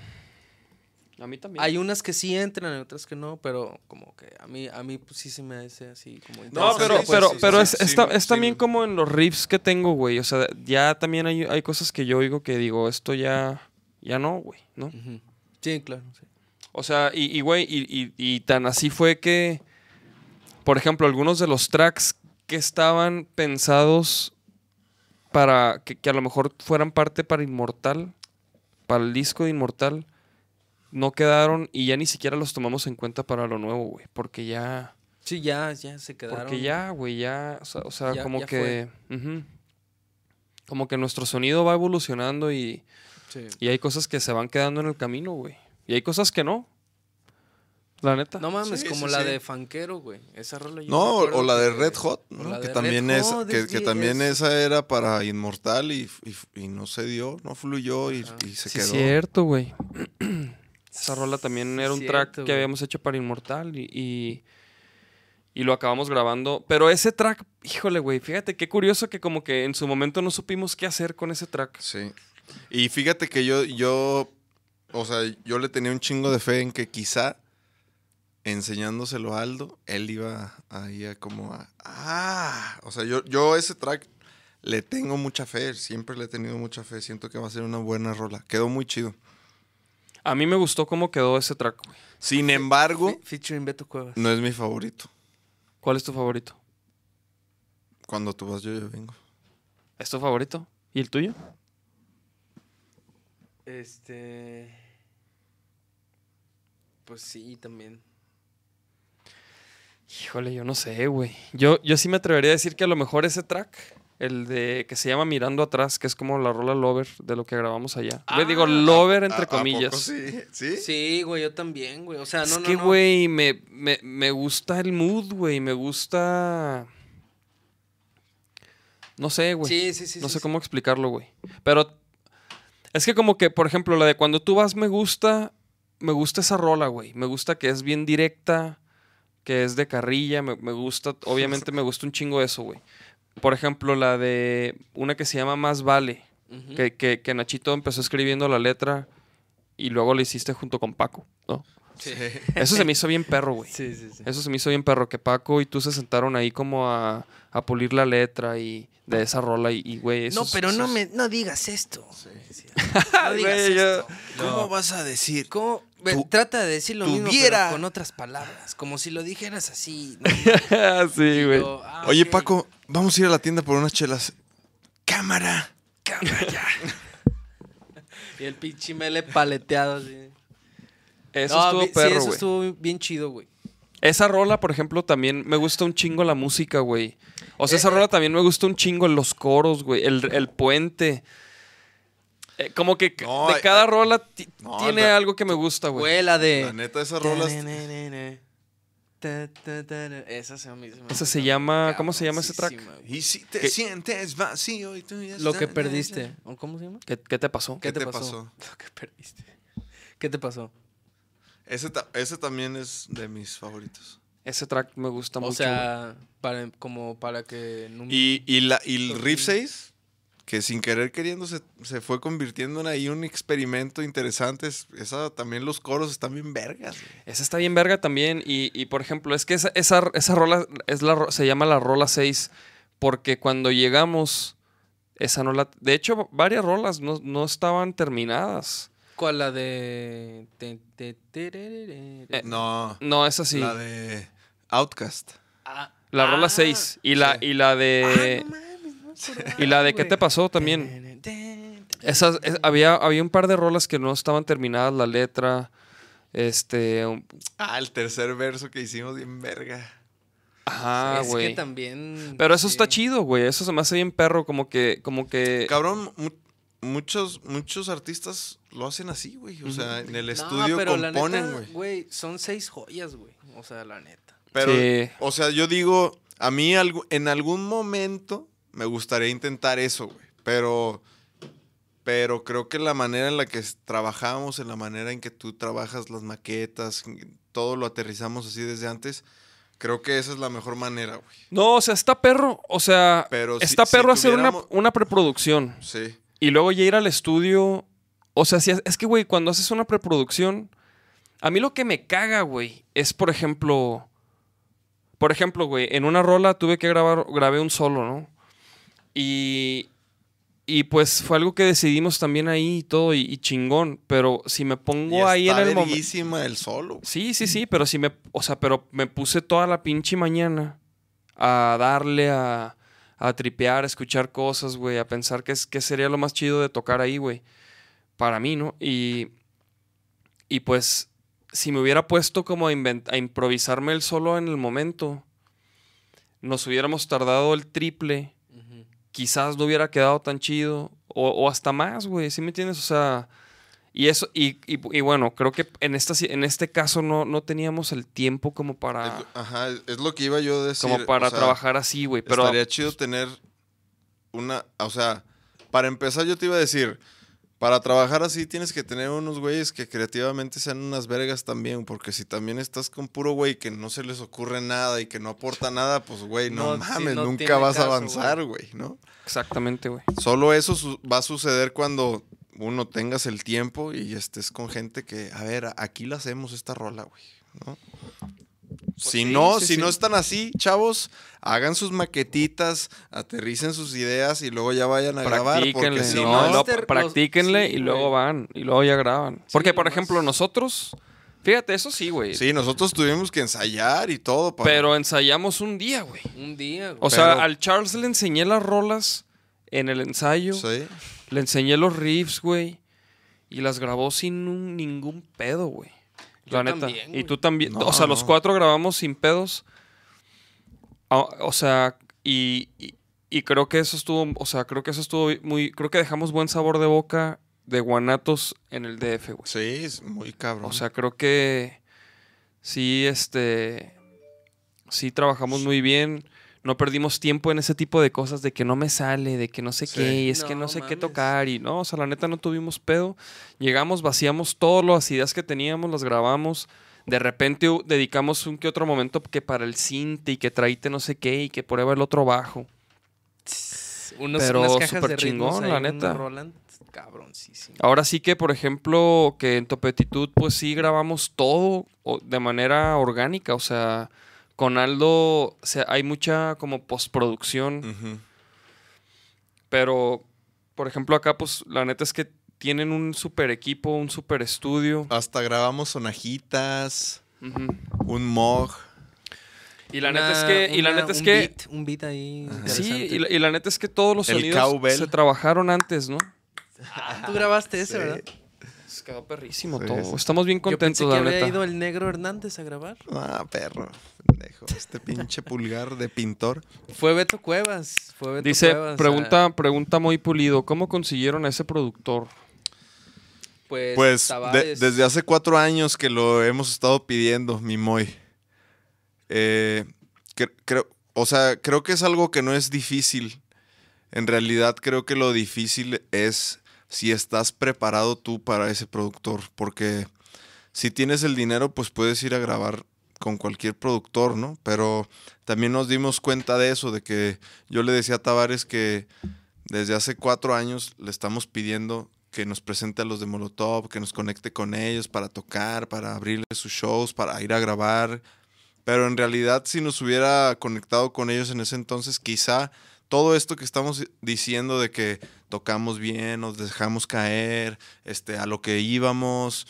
Speaker 3: A mí también.
Speaker 2: hay unas que sí entran y otras que no, pero como que a mí, a mí pues, sí se me hace así como.
Speaker 3: No,
Speaker 2: interesante,
Speaker 3: pero,
Speaker 2: pues.
Speaker 3: pero,
Speaker 4: sí,
Speaker 3: pero
Speaker 4: sí,
Speaker 3: es,
Speaker 4: sí,
Speaker 3: está-
Speaker 4: sí,
Speaker 3: es
Speaker 4: sí.
Speaker 3: también como en los riffs que tengo, güey. O sea, ya también hay, hay cosas que yo oigo que digo, esto ya, ya no, güey, ¿no?
Speaker 2: Ujú. Sí, claro. sí.
Speaker 3: O sea, y, y, güey, y, y- y tan así fue que, por ejemplo, algunos de los tracks que estaban pensados para que, que a lo mejor fueran parte para Inmortal, para el disco de Inmortal, no quedaron y ya ni siquiera los tomamos en cuenta para lo nuevo, güey. Porque ya...
Speaker 2: Sí, ya, ya se quedaron.
Speaker 3: Porque ya, güey, ya, o sea, o sea,
Speaker 2: Ya-
Speaker 3: como
Speaker 2: ya
Speaker 3: que... ujú. Como que nuestro sonido va evolucionando y,
Speaker 2: Sí.
Speaker 3: y hay cosas que se van quedando en el camino, güey. Y hay cosas que no. La neta.
Speaker 2: No mames,
Speaker 4: Sí,
Speaker 2: como
Speaker 4: sí,
Speaker 2: la
Speaker 4: sí.
Speaker 2: de Fanquero, güey. Esa rola yo
Speaker 4: No,
Speaker 2: me acuerdo
Speaker 4: o la de
Speaker 2: que-
Speaker 4: Red Hot,
Speaker 2: o
Speaker 4: ¿no?
Speaker 2: la
Speaker 4: que
Speaker 2: de
Speaker 4: también,
Speaker 2: Red
Speaker 4: es,
Speaker 2: Hot,
Speaker 4: que, que
Speaker 2: sí,
Speaker 4: también
Speaker 2: es-
Speaker 4: esa era para Inmortal y, y- y no se dio, no fluyó y, y se
Speaker 3: sí,
Speaker 4: quedó.
Speaker 3: cierto, güey.
Speaker 2: <clears throat>
Speaker 3: Esa rola también era un track
Speaker 2: Cierto,
Speaker 3: que
Speaker 2: güey.
Speaker 3: habíamos hecho para Inmortal y, y, y lo acabamos grabando. Pero ese track, híjole, güey, fíjate qué curioso que como que en su momento no supimos qué hacer con ese track.
Speaker 4: Sí. Y fíjate que yo, yo, o sea, yo le tenía un chingo de fe en que quizá enseñándoselo a Aldo, él iba ahí a como a, ah, o sea, yo, yo ese track le tengo mucha fe, siempre le he tenido mucha fe, siento que va a ser una buena rola, quedó muy chido.
Speaker 3: A mí me gustó cómo quedó ese track, güey.
Speaker 4: Sin embargo,
Speaker 2: Fe- Featuring Beto Cuevas.
Speaker 4: no es mi favorito.
Speaker 3: ¿Cuál es tu favorito?
Speaker 4: Cuando tú vas, yo, yo vengo.
Speaker 3: ¿Es tu favorito? ¿Y el tuyo?
Speaker 2: Este. Pues sí, también.
Speaker 3: Híjole, yo no sé, güey. Yo, yo sí me atrevería a decir que a lo mejor ese track, el de que se llama Mirando Atrás, que es como la rola Lover de lo que grabamos allá. Le digo Lover
Speaker 4: Ah, ¿A-
Speaker 3: entre
Speaker 4: a poco
Speaker 3: comillas.
Speaker 4: sí? ¿Sí?
Speaker 2: Sí, güey, yo también, güey. O sea, no,
Speaker 3: es
Speaker 2: no,
Speaker 3: que,
Speaker 2: no.
Speaker 3: güey, me, me- me gusta el mood, güey. Me gusta. No sé, güey.
Speaker 2: Sí, sí, sí.
Speaker 3: no
Speaker 2: sí,
Speaker 3: sé
Speaker 2: sí.
Speaker 3: cómo explicarlo, güey. Pero es que como que, por ejemplo, la de cuando tú vas me gusta, me gusta esa rola, güey. Me gusta que es bien directa, que es de carrilla, me,
Speaker 2: <laughs>
Speaker 3: me gusta, obviamente me gusta un chingo eso, güey. Por ejemplo, la de una que se llama Más Vale,
Speaker 2: Ujú.
Speaker 3: que, que- que Nachito empezó escribiendo la letra y luego la hiciste junto con Paco, ¿no?
Speaker 2: Sí.
Speaker 3: Eso se me hizo bien perro, güey.
Speaker 2: <laughs> Sí, sí, sí.
Speaker 3: Eso se me hizo bien perro, que Paco y tú se sentaron ahí como a, a pulir la letra y de esa rola y, y, güey, eso
Speaker 2: No,
Speaker 3: es-
Speaker 2: pero
Speaker 3: eso
Speaker 2: no
Speaker 3: es-
Speaker 2: me no digas esto.
Speaker 3: <laughs>
Speaker 2: Decía. No digas
Speaker 3: Güey, yo-
Speaker 2: esto.
Speaker 4: ¿Cómo vas a decir?
Speaker 2: ¿Cómo? Ve, Trata de decir lo mismo
Speaker 4: tuviera-
Speaker 2: pero con otras palabras, como si lo dijeras
Speaker 3: <laughs>
Speaker 2: así. ¿no?
Speaker 3: Ah, sí, güey.
Speaker 2: Yo, ah,
Speaker 4: Oye,
Speaker 2: ok.
Speaker 4: Paco, vamos a ir a la tienda por unas chelas. Cámara.
Speaker 2: Y el pinche mele paleteado así.
Speaker 3: Eso
Speaker 2: No,
Speaker 3: estuvo
Speaker 2: vi- sí,
Speaker 3: perro,
Speaker 2: eso
Speaker 3: güey.
Speaker 2: estuvo bien chido, güey.
Speaker 3: Esa rola, por ejemplo, también me gusta un chingo la música, güey. O
Speaker 2: Eh,
Speaker 3: sea, esa rola también me gusta un chingo los coros, güey. El, el puente. Eh, como que c-
Speaker 4: No,
Speaker 3: de
Speaker 4: ay,
Speaker 3: cada
Speaker 4: ay.
Speaker 3: rola ti-
Speaker 4: No,
Speaker 3: tiene
Speaker 4: la-
Speaker 3: algo que me gusta, güey.
Speaker 2: Güey, la de.
Speaker 4: La neta, esas rolas.
Speaker 2: Tananana, ta, ta, ta, Esa se me
Speaker 3: Esa se llama- ¿cómo se llama ese track?
Speaker 2: cabroncísima, güey.
Speaker 4: Y si te
Speaker 3: ¿Qué?
Speaker 4: sientes vacío y tú ya
Speaker 2: Lo que
Speaker 4: estás-
Speaker 2: perdiste. ¿O ¿Cómo se llama?
Speaker 3: ¿Qué, qué te pasó?
Speaker 4: ¿Qué te pasó?
Speaker 2: <laughs> Lo que perdiste. ¿Qué te pasó?
Speaker 4: Ese, ta- ese también es de mis favoritos.
Speaker 3: Ese track me gusta
Speaker 2: O
Speaker 3: mucho. güey.
Speaker 2: sea, para, como para que nunca.
Speaker 4: Y, y la, y el
Speaker 2: Ok.
Speaker 4: Riff 6, que sin querer queriendo se, se fue convirtiendo en ahí un experimento interesante. Es- Esa, también los coros están bien vergas. güey.
Speaker 3: Esa está bien verga también. Y, y, por ejemplo, es que esa, esa, esa rola es la, ro- se llama la rola 6. Porque cuando llegamos, esa no la. De hecho, varias rolas no, no estaban terminadas.
Speaker 2: ¿Cuál? La de. te- te- tererere.
Speaker 3: Eh,
Speaker 4: No,
Speaker 3: No, esa sí.
Speaker 4: la de Outcast.
Speaker 2: Ah,
Speaker 3: La rola
Speaker 2: ah,
Speaker 3: 6 y la, y la
Speaker 2: ah,
Speaker 3: de.
Speaker 2: no mames, no me acordaba,
Speaker 3: eh, y la de ¿Qué
Speaker 2: güey.
Speaker 3: te pasó también?
Speaker 2: Tererere, te- te-
Speaker 3: Esas, es- había, había un par de rolas que no estaban terminadas, la letra. Este, un-
Speaker 4: Ah, el tercer verso que hicimos bien verga.
Speaker 3: ajá,
Speaker 2: es
Speaker 3: Ah, güey.
Speaker 2: que también.
Speaker 3: Pero eso
Speaker 2: sí.
Speaker 3: está chido, güey. Eso se me hace bien perro, como que, como
Speaker 2: Eh,
Speaker 3: que.
Speaker 4: Cabrón, mu- muchos, muchos artistas lo hacen así, güey. O sea, en el
Speaker 2: No,
Speaker 4: estudio
Speaker 2: pero la
Speaker 4: componen,
Speaker 2: neta,
Speaker 4: güey.
Speaker 2: güey. Son seis joyas, güey. O sea, la neta.
Speaker 4: Pero,
Speaker 3: Sí.
Speaker 4: o sea, yo digo, a mí algu- en algún momento me gustaría intentar eso, güey. Pero, pero creo que la manera en la que s- trabajamos, en la manera en que tú trabajas las maquetas, en- todo lo aterrizamos así desde antes, creo que esa es la mejor manera, güey.
Speaker 3: No, o sea, está perro. O sea,
Speaker 4: Pero si-
Speaker 3: está
Speaker 4: si
Speaker 3: perro hacer una,
Speaker 4: tuviéramos-
Speaker 3: una preproducción.
Speaker 4: Sí.
Speaker 3: Y luego ya ir al estudio. O sea, si es, es que, güey, cuando haces una preproducción. A mí lo que me caga, güey, es, por ejemplo. Por ejemplo, güey, en una rola tuve que grabar. Grabé un solo, ¿no? Y. Y pues fue algo que decidimos también ahí y todo, y, y chingón. Pero si me pongo
Speaker 4: Y
Speaker 3: ahí en
Speaker 4: está
Speaker 3: el momento.
Speaker 4: verguísima el solo. güey.
Speaker 3: Sí, sí, sí, pero si me, o sea, pero me puse toda la pinche mañana a darle a, a tripear, a escuchar cosas, güey, a pensar qué, es- qué sería lo más chido de tocar ahí, güey. Para mí, ¿no? Y, y pues, si me hubiera puesto como a, invent- a improvisarme el solo en el momento, nos hubiéramos tardado el triple,
Speaker 2: Ujú.
Speaker 3: quizás no hubiera quedado tan chido, o, o hasta más, güey, ¿sí me entiendes? O sea... Y eso, y, y- y bueno, creo que en, esta, si- en este caso no, no teníamos el tiempo como para,
Speaker 4: Es- Ajá, es lo que iba yo a decir.
Speaker 3: Ah. como
Speaker 4: o
Speaker 3: para
Speaker 4: sea,
Speaker 3: trabajar así, güey. Pero
Speaker 4: Estaría chido tener una. O sea, para empezar, yo te iba a decir. Para trabajar así tienes que tener unos güeyes que creativamente sean unas vergas también, porque si también estás con puro güey que no se les ocurre nada y que no aporta nada, pues güey, no,
Speaker 2: No, sí,
Speaker 4: mames,
Speaker 2: no tiene
Speaker 4: nunca vas
Speaker 2: caso,
Speaker 4: a avanzar, güey, ¿no?
Speaker 3: exactamente, güey.
Speaker 4: Solo eso su- va a suceder cuando uno tengas el tiempo y estés con gente que, a ver, aquí la hacemos esta rola, güey, ¿no? si
Speaker 3: Pues sí,
Speaker 4: no,
Speaker 3: sí,
Speaker 4: si
Speaker 3: sí.
Speaker 4: no están así, chavos, hagan sus maquetitas, aterricen sus ideas y luego ya vayan a grabar.
Speaker 3: Practíquenle,
Speaker 4: Porque si
Speaker 3: no,
Speaker 4: no,
Speaker 3: luego
Speaker 2: Master, los-
Speaker 3: practíquenle
Speaker 2: sí,
Speaker 3: y luego
Speaker 2: güey.
Speaker 3: van, y luego ya graban. Porque,
Speaker 2: lo
Speaker 3: por
Speaker 2: más-
Speaker 3: ejemplo, nosotros, fíjate, eso sí, güey.
Speaker 4: sí, nosotros tuvimos que ensayar y todo. para-
Speaker 3: pero ensayamos un día, güey.
Speaker 2: Un día, güey.
Speaker 3: O sea,
Speaker 4: Pero-
Speaker 3: al Charles le enseñé las rolas en el ensayo,
Speaker 4: Sí.
Speaker 3: le enseñé los riffs, güey, y las grabó sin un- ningún pedo, güey.
Speaker 2: Yo
Speaker 3: La neta.
Speaker 2: también,
Speaker 3: y
Speaker 2: güey.
Speaker 3: tú también.
Speaker 4: No,
Speaker 3: o sea, los
Speaker 4: no.
Speaker 3: cuatro grabamos sin pedos. Ah, O, sea, y, y- y creo que eso estuvo. O sea, creo que eso estuvo muy. Creo que dejamos buen sabor de boca de guanatos en el DF, güey.
Speaker 4: Sí, es muy cabrón.
Speaker 3: O sea, creo que sí, este. Sí, trabajamos muy bien. No perdimos tiempo en ese tipo de cosas de que no me sale, de que no sé
Speaker 4: Sí.
Speaker 3: qué, y es que
Speaker 2: No,
Speaker 3: no sé qué
Speaker 2: mames.
Speaker 3: tocar, y no, o sea, la neta no tuvimos pedo. Llegamos, vaciamos todas las ideas que teníamos, las grabamos. De repente u- dedicamos un que otro momento que para el cinte y que traíte no sé qué y que prueba el otro bajo.
Speaker 2: Unos,
Speaker 3: Pero
Speaker 2: unas cajas
Speaker 3: súper
Speaker 2: de ritmos
Speaker 3: chingón,
Speaker 2: ahí,
Speaker 3: la
Speaker 2: un
Speaker 3: neta.
Speaker 2: Roland, cabroncísimo.
Speaker 3: Ahora sí que, por ejemplo, que en Topetitud, pues sí grabamos todo o- de manera orgánica. O sea, con Aldo o sea, hay mucha como postproducción.
Speaker 4: Ujú.
Speaker 3: Pero, por ejemplo, acá, pues la neta es que tienen un super equipo, un super estudio.
Speaker 4: Hasta grabamos sonajitas,
Speaker 3: Ujú.
Speaker 4: un mog.
Speaker 3: Y la neta
Speaker 2: Una-
Speaker 3: es que. y la
Speaker 2: una-
Speaker 3: neta es
Speaker 2: un
Speaker 3: que.
Speaker 2: beat, un beat ahí.
Speaker 3: Sí, y la,
Speaker 2: interesante.
Speaker 3: y la neta es que todos los
Speaker 4: El
Speaker 3: sonidos
Speaker 4: cowbell.
Speaker 3: se trabajaron antes, ¿no?
Speaker 2: Tú grabaste ese,
Speaker 4: Sí.
Speaker 2: ¿verdad?
Speaker 3: Se quedó perrísimo
Speaker 4: Sí,
Speaker 3: todo.
Speaker 4: sí.
Speaker 3: Estamos bien contentos,
Speaker 2: Yo pensé que
Speaker 3: la
Speaker 2: había
Speaker 3: neta.
Speaker 2: ido el negro Hernández a grabar.
Speaker 4: Ah, perro. pendejo, Este pinche pulgar de pintor.
Speaker 2: Fue Beto Cuevas. Fue Beto
Speaker 3: Dice,
Speaker 2: Cuevas, o sea,
Speaker 3: pregunta, pregunta muy pulido, ¿cómo consiguieron a ese productor?
Speaker 2: pues
Speaker 4: Pues de-
Speaker 2: Tavares.
Speaker 4: desde hace cuatro años que lo hemos estado pidiendo, mi Moy. Eh, cre- creo, o sea, creo que es algo que no es difícil. En realidad creo que lo difícil es si estás preparado tú para ese productor, porque si tienes el dinero, pues puedes ir a grabar con cualquier productor, ¿no? Pero también nos dimos cuenta de eso, de que yo le decía a Tavares que desde hace cuatro años le estamos pidiendo que nos presente a los de Molotov, que nos conecte con ellos para tocar, para abrirles sus shows, para ir a grabar. Pero en realidad si nos hubiera conectado con ellos en ese entonces, quizá todo esto que estamos diciendo de que tocamos bien, nos dejamos caer, este, a lo que íbamos,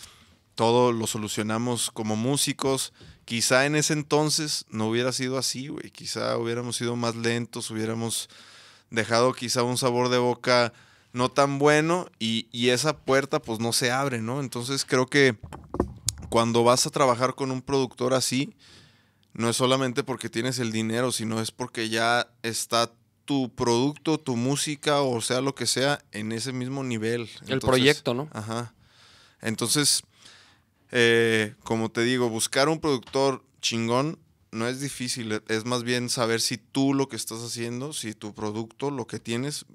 Speaker 4: todo lo solucionamos como músicos. Quizá en ese entonces no hubiera sido así, güey. Quizá hubiéramos sido más lentos, hubiéramos dejado quizá un sabor de boca no tan bueno y, y esa puerta pues no se abre, ¿no? Entonces creo que cuando vas a trabajar con un productor así, no es solamente porque tienes el dinero, sino es porque ya está tu producto, tu música o sea lo que sea en ese mismo nivel. Entonces,
Speaker 3: proyecto, ¿no?
Speaker 4: Ajá. Entonces, eh, como te digo, buscar un productor chingón no es difícil, es más bien saber si tú lo que estás haciendo, si tu producto, lo que tienes,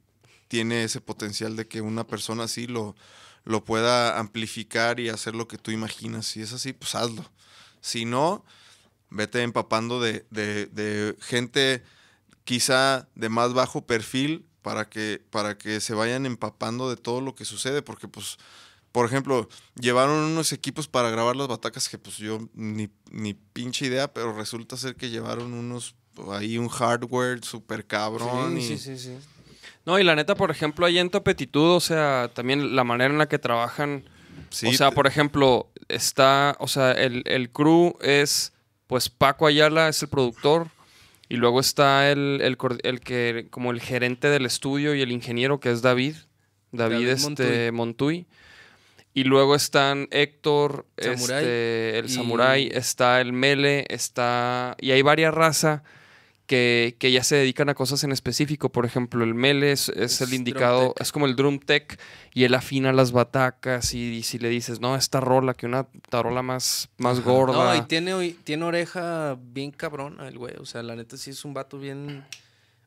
Speaker 4: tiene ese potencial de que una persona así lo, lo pueda amplificar y hacer lo que tú imaginas. Si es así, pues hazlo. Si no, vete empapando de, de- de gente quizá de más bajo perfil para que, para que se vayan empapando de todo lo que sucede, porque pues, por ejemplo, llevaron unos equipos para grabar las batacas que pues yo ni, ni pinche idea, pero resulta ser que llevaron unos, ahí un hardware súper cabrón. y-
Speaker 3: Sí, sí, sí, sí. No, y la neta, por ejemplo, ahí en Topetitud, o sea, también la manera en la que trabajan.
Speaker 4: Sí,
Speaker 3: o sea,
Speaker 4: te-
Speaker 3: por ejemplo, está, o sea, el, el crew es, pues Paco Ayala es el productor. Y luego está el, el, cor- el que, como el gerente del estudio y el ingeniero, que es David. David,
Speaker 2: David
Speaker 3: este, Montuy. Y luego están Héctor,
Speaker 2: Samurai
Speaker 3: este, el
Speaker 2: y-
Speaker 3: Samurai, está el Mele, está. Y hay varias razas que, que ya se dedican a cosas en específico. Por ejemplo, el Mele es, es el
Speaker 2: drum
Speaker 3: indicado, es como el drum tech y él afina las batacas. Y, y si le dices, no, esta rola, que una tarola más, más gorda.
Speaker 2: No, y tiene, oi- tiene oreja bien cabrona el güey. O sea, la neta sí es un vato bien.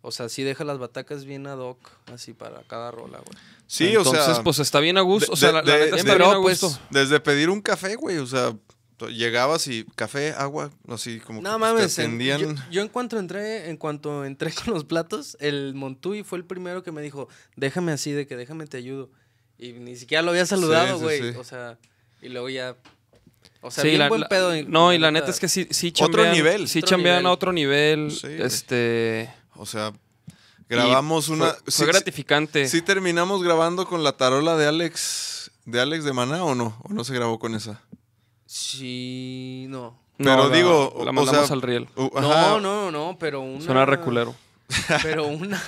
Speaker 2: O sea, sí deja las batacas bien ad hoc, así para cada rola, güey.
Speaker 4: Sí, o sea.
Speaker 3: Entonces, pues, está bien a gusto, o sea, la- la neta está
Speaker 2: bien a
Speaker 4: pues,
Speaker 2: gusto.
Speaker 4: Desde pedir un café, güey. O sea, t- llegabas y café, agua, así como que
Speaker 2: No
Speaker 4: te
Speaker 2: mames, en-
Speaker 4: atendían.
Speaker 2: yo, yo en cuanto entré, en cuanto entré <laughs> con los platos, el Montuy fue el primero que me dijo, déjame así, de que déjame te ayudo. Y ni siquiera lo había saludado,
Speaker 4: sí,
Speaker 2: güey.
Speaker 4: sí.
Speaker 2: O sea, y luego ya. O sea,
Speaker 3: Sí,
Speaker 2: bien
Speaker 3: la-
Speaker 2: buen
Speaker 3: la-
Speaker 2: pedo. y-
Speaker 3: no, y la neta es que sí, sí
Speaker 4: Otro
Speaker 3: chambean-
Speaker 4: nivel.
Speaker 3: Sí
Speaker 2: Otro
Speaker 3: chambean
Speaker 2: nivel.
Speaker 3: a otro nivel.
Speaker 4: Sí, güey.
Speaker 3: este.
Speaker 4: O sea, grabamos
Speaker 3: y
Speaker 4: una.
Speaker 3: Fue, fue gratificante.
Speaker 4: sí terminamos grabando con la tarola de Alex. ¿De Alex de Maná o no? ¿O no se grabó con esa?
Speaker 2: Sí, no.
Speaker 3: No,
Speaker 4: Pero
Speaker 3: la-
Speaker 4: digo.
Speaker 3: La
Speaker 4: o
Speaker 3: mandamos
Speaker 4: sea,
Speaker 3: al riel.
Speaker 4: u-
Speaker 2: No,
Speaker 4: ajá.
Speaker 2: no, no, pero una.
Speaker 3: Suena reculero.
Speaker 2: <laughs> Pero una,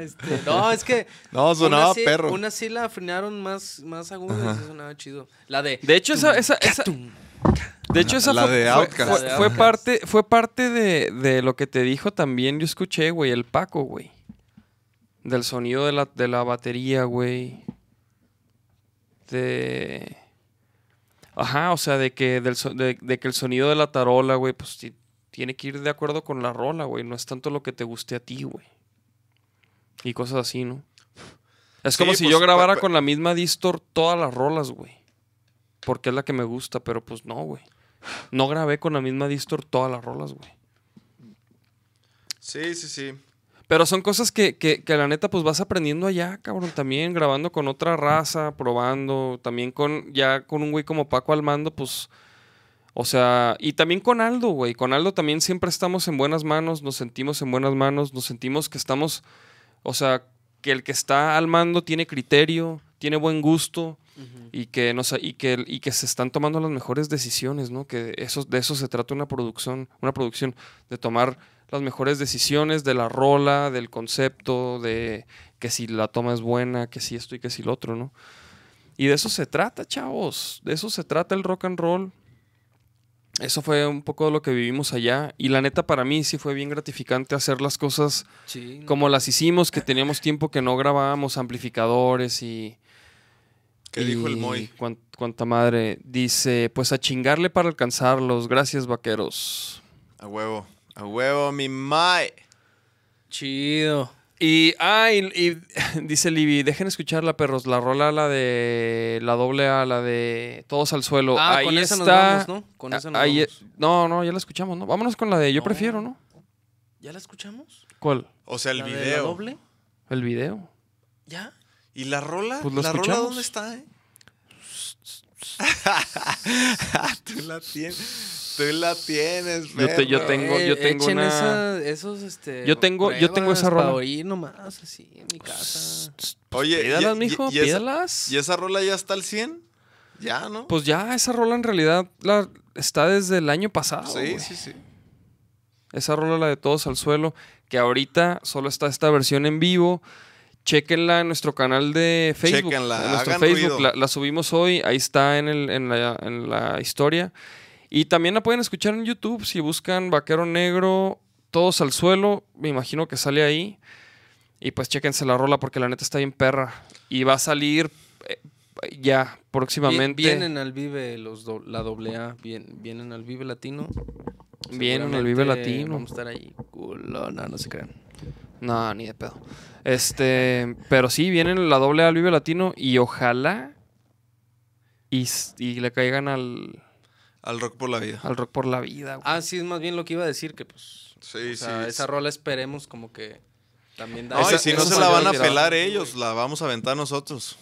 Speaker 2: este, no, es que.
Speaker 4: <laughs> No, sonaba
Speaker 2: una sí-
Speaker 4: perro.
Speaker 2: Una sí la afinaron más, más aguda, sí sonaba chido. La de.
Speaker 3: De hecho, esa. esa, esa- de hecho, esa
Speaker 4: La
Speaker 3: fue,
Speaker 4: de
Speaker 3: fue-
Speaker 4: Outkast.
Speaker 3: fue-
Speaker 2: La de
Speaker 3: fue
Speaker 2: Outkast.
Speaker 3: parte, fue parte de, de lo que te dijo también. Yo escuché, güey, el Paco, güey. Del sonido de la, de la batería, güey. De. Ajá, o sea, de que, del so- de, de que el sonido de la tarola, güey, pues ti- tiene que ir de acuerdo con la rola, güey. No es tanto lo que te guste a ti, güey. Y cosas así, ¿no? Es
Speaker 4: Sí,
Speaker 3: como si
Speaker 4: pues,
Speaker 3: yo grabara
Speaker 4: pe- pe-
Speaker 3: con la misma distor todas las rolas, güey. Porque es la que me gusta, pero pues no, güey. No grabé con la misma distor todas las rolas, güey.
Speaker 4: Sí, sí, sí.
Speaker 3: Pero son cosas que, que, que la neta, pues vas aprendiendo allá, cabrón, también, grabando con otra raza, probando, también con, ya con un güey como Paco al mando, pues, o sea, y también con Aldo, güey, con Aldo también siempre estamos en buenas manos, nos sentimos en buenas manos, nos sentimos que estamos, o sea, que el que está al mando tiene criterio, tiene buen gusto. Y que, nos, y, que, y que se están tomando las mejores decisiones, ¿no? Que eso, de eso se trata una producción, una producción, de tomar las mejores decisiones de la rola, del concepto, de que si la toma es buena, que si esto y que si lo otro, ¿no? Y de eso se trata, chavos. De eso se trata el rock and roll. Eso fue un poco de lo que vivimos allá. Y la neta, para mí sí fue bien gratificante hacer las cosas
Speaker 2: Sí, no.
Speaker 3: como las hicimos, que teníamos tiempo que no grabábamos amplificadores y.
Speaker 4: ¿Qué dijo el
Speaker 3: Y
Speaker 4: Moy?
Speaker 3: cuan- cuanta madre. Dice, pues a chingarle para alcanzarlos. Gracias, vaqueros.
Speaker 4: A huevo. A huevo, mi Mai.
Speaker 2: Chido.
Speaker 3: Y, ah, y, <laughs> y dice Libby, dejen escucharla, perros. La rola, la de la doble A, la de todos al suelo.
Speaker 2: Ah,
Speaker 3: Ahí
Speaker 2: con esa nos
Speaker 3: está. Ah,
Speaker 2: vamos, ¿no? Con esa nos
Speaker 3: Ahí-
Speaker 2: vamos.
Speaker 3: No, no, ya la escuchamos, ¿no? Vámonos con la de yo
Speaker 2: No.
Speaker 3: prefiero, ¿no?
Speaker 2: ¿Ya la escuchamos?
Speaker 3: ¿Cuál?
Speaker 4: O sea, el
Speaker 2: ¿La de la
Speaker 4: video.
Speaker 2: doble?
Speaker 3: El video.
Speaker 2: ¿Ya?
Speaker 4: ¿Y la rola?
Speaker 3: Pues lo
Speaker 4: ¿La rola
Speaker 3: escuchamos.
Speaker 4: dónde está, eh? tú la tienes. Tú la tienes,
Speaker 3: Yo te- yo
Speaker 4: perro.
Speaker 3: tengo-
Speaker 2: Eh,
Speaker 3: yo tengo
Speaker 2: echen
Speaker 3: una-
Speaker 2: esa- esos, este,
Speaker 3: Yo tengo- yo tengo esa
Speaker 2: pruebas
Speaker 3: rola.
Speaker 2: para oír nomás, así, en mi casa.
Speaker 4: Oye,
Speaker 3: Pídalas,
Speaker 4: y-
Speaker 3: mijo,
Speaker 4: y- y esa-
Speaker 3: pídalas.
Speaker 4: ¿Y esa rola ya está al 100? Ya, ¿no?
Speaker 3: Pues ya, esa rola en realidad la, está desde el año pasado.
Speaker 4: sí,
Speaker 3: güey.
Speaker 4: sí, sí.
Speaker 3: Esa rola, la de Todos al Suelo, que ahorita solo está esta versión en vivo. Chequenla en nuestro canal de Facebook.
Speaker 4: Chéquenla,
Speaker 3: en nuestro
Speaker 4: hagan
Speaker 3: Facebook.
Speaker 4: ruido.
Speaker 3: La, la subimos hoy. Ahí está en, el- en la, en la historia. Y también la pueden escuchar en YouTube. Si buscan Vaquero Negro, todos al suelo. Me imagino que sale ahí. Y pues chéquense la rola porque la neta está bien perra. Y va a salir eh, ya
Speaker 2: Vi-
Speaker 3: próximamente.
Speaker 2: Vienen al Vive los do- la doble A, bien- vienen al Vive Latino.
Speaker 3: Vienen al Vive
Speaker 2: Seguramente
Speaker 3: Latino.
Speaker 2: Vamos a estar ahí. Culo, no, no se crean.
Speaker 3: No, ni de pedo. Este, pero sí, vienen la doble A al Vive Latino y ojalá y, s- y le caigan al,
Speaker 4: Al rock por la vida.
Speaker 3: al rock por la vida. güey.
Speaker 2: Ah, sí, es más bien lo que iba a decir, que pues.
Speaker 4: Sí,
Speaker 2: o sea,
Speaker 4: sí,
Speaker 2: Esa
Speaker 4: sí.
Speaker 2: rola esperemos como que también da.
Speaker 4: Esa- si no se la van a pelar
Speaker 2: eh.
Speaker 4: ellos, la vamos a aventar nosotros.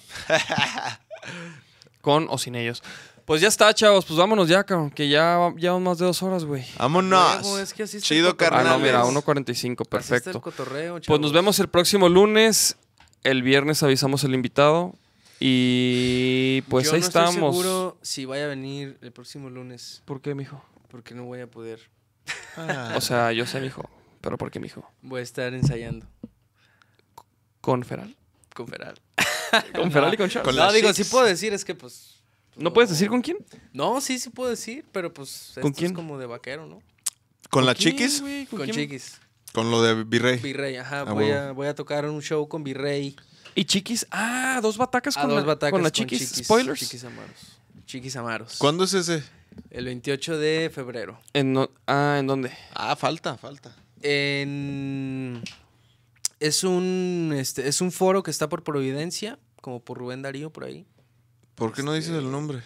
Speaker 3: Con o sin ellos. Pues ya está, chavos. Pues vámonos ya, cabrón. Que ya va- llevamos más de dos horas, güey.
Speaker 2: Huevo, es
Speaker 4: Vámonos.
Speaker 2: que así está el
Speaker 4: Chido,
Speaker 2: cotorreo.
Speaker 3: Ah,
Speaker 4: carnal.
Speaker 3: no, mira, 1.45.
Speaker 2: Así está
Speaker 3: Perfecto.
Speaker 2: el cotorreo,
Speaker 3: Pues nos
Speaker 2: chavos.
Speaker 3: vemos el próximo lunes. El viernes avisamos el invitado. Y pues
Speaker 2: Yo
Speaker 3: ahí
Speaker 2: no
Speaker 3: estamos.
Speaker 2: Estoy seguro si vaya a venir el próximo lunes,
Speaker 3: ¿Por qué, mijo?
Speaker 2: porque no voy a poder.
Speaker 4: Ah.
Speaker 3: O sea, yo sé, mijo. Pero ¿por qué, mijo?
Speaker 2: Voy a estar ensayando
Speaker 3: Con Feral.
Speaker 2: con Feral.
Speaker 3: Con Feral y con Charles.
Speaker 2: no, digo, sí puedo decir, es que pues.
Speaker 3: ¿No puedes decir con quién?
Speaker 2: No, sí, sí puedo decir, pero pues.
Speaker 3: ¿Con
Speaker 2: esto
Speaker 3: quién?
Speaker 2: Es como de vaquero, ¿no?
Speaker 4: ¿Con la chiquis?
Speaker 2: Con, Chiquis.
Speaker 4: Con lo de Virrey.
Speaker 2: Virrey, ajá.
Speaker 4: Ah,
Speaker 2: voy,
Speaker 4: huevo.
Speaker 2: a, voy a tocar un show con Virrey.
Speaker 3: Y chiquis. Ah, dos batacas
Speaker 2: a
Speaker 3: con,
Speaker 2: dos
Speaker 3: la,
Speaker 2: batacas
Speaker 3: con la
Speaker 2: con
Speaker 3: chiquis. Spoilers.
Speaker 2: Chiquis Amaros. Chiquis Amaros.
Speaker 4: ¿Cuándo es ese?
Speaker 2: El 28 de febrero.
Speaker 3: En no- ah, ¿en dónde?
Speaker 4: Ah, falta, falta.
Speaker 2: En- Es un, este, es un foro que está por Providencia, como por Rubén Darío, por ahí.
Speaker 4: ¿Por qué no dices el nombre?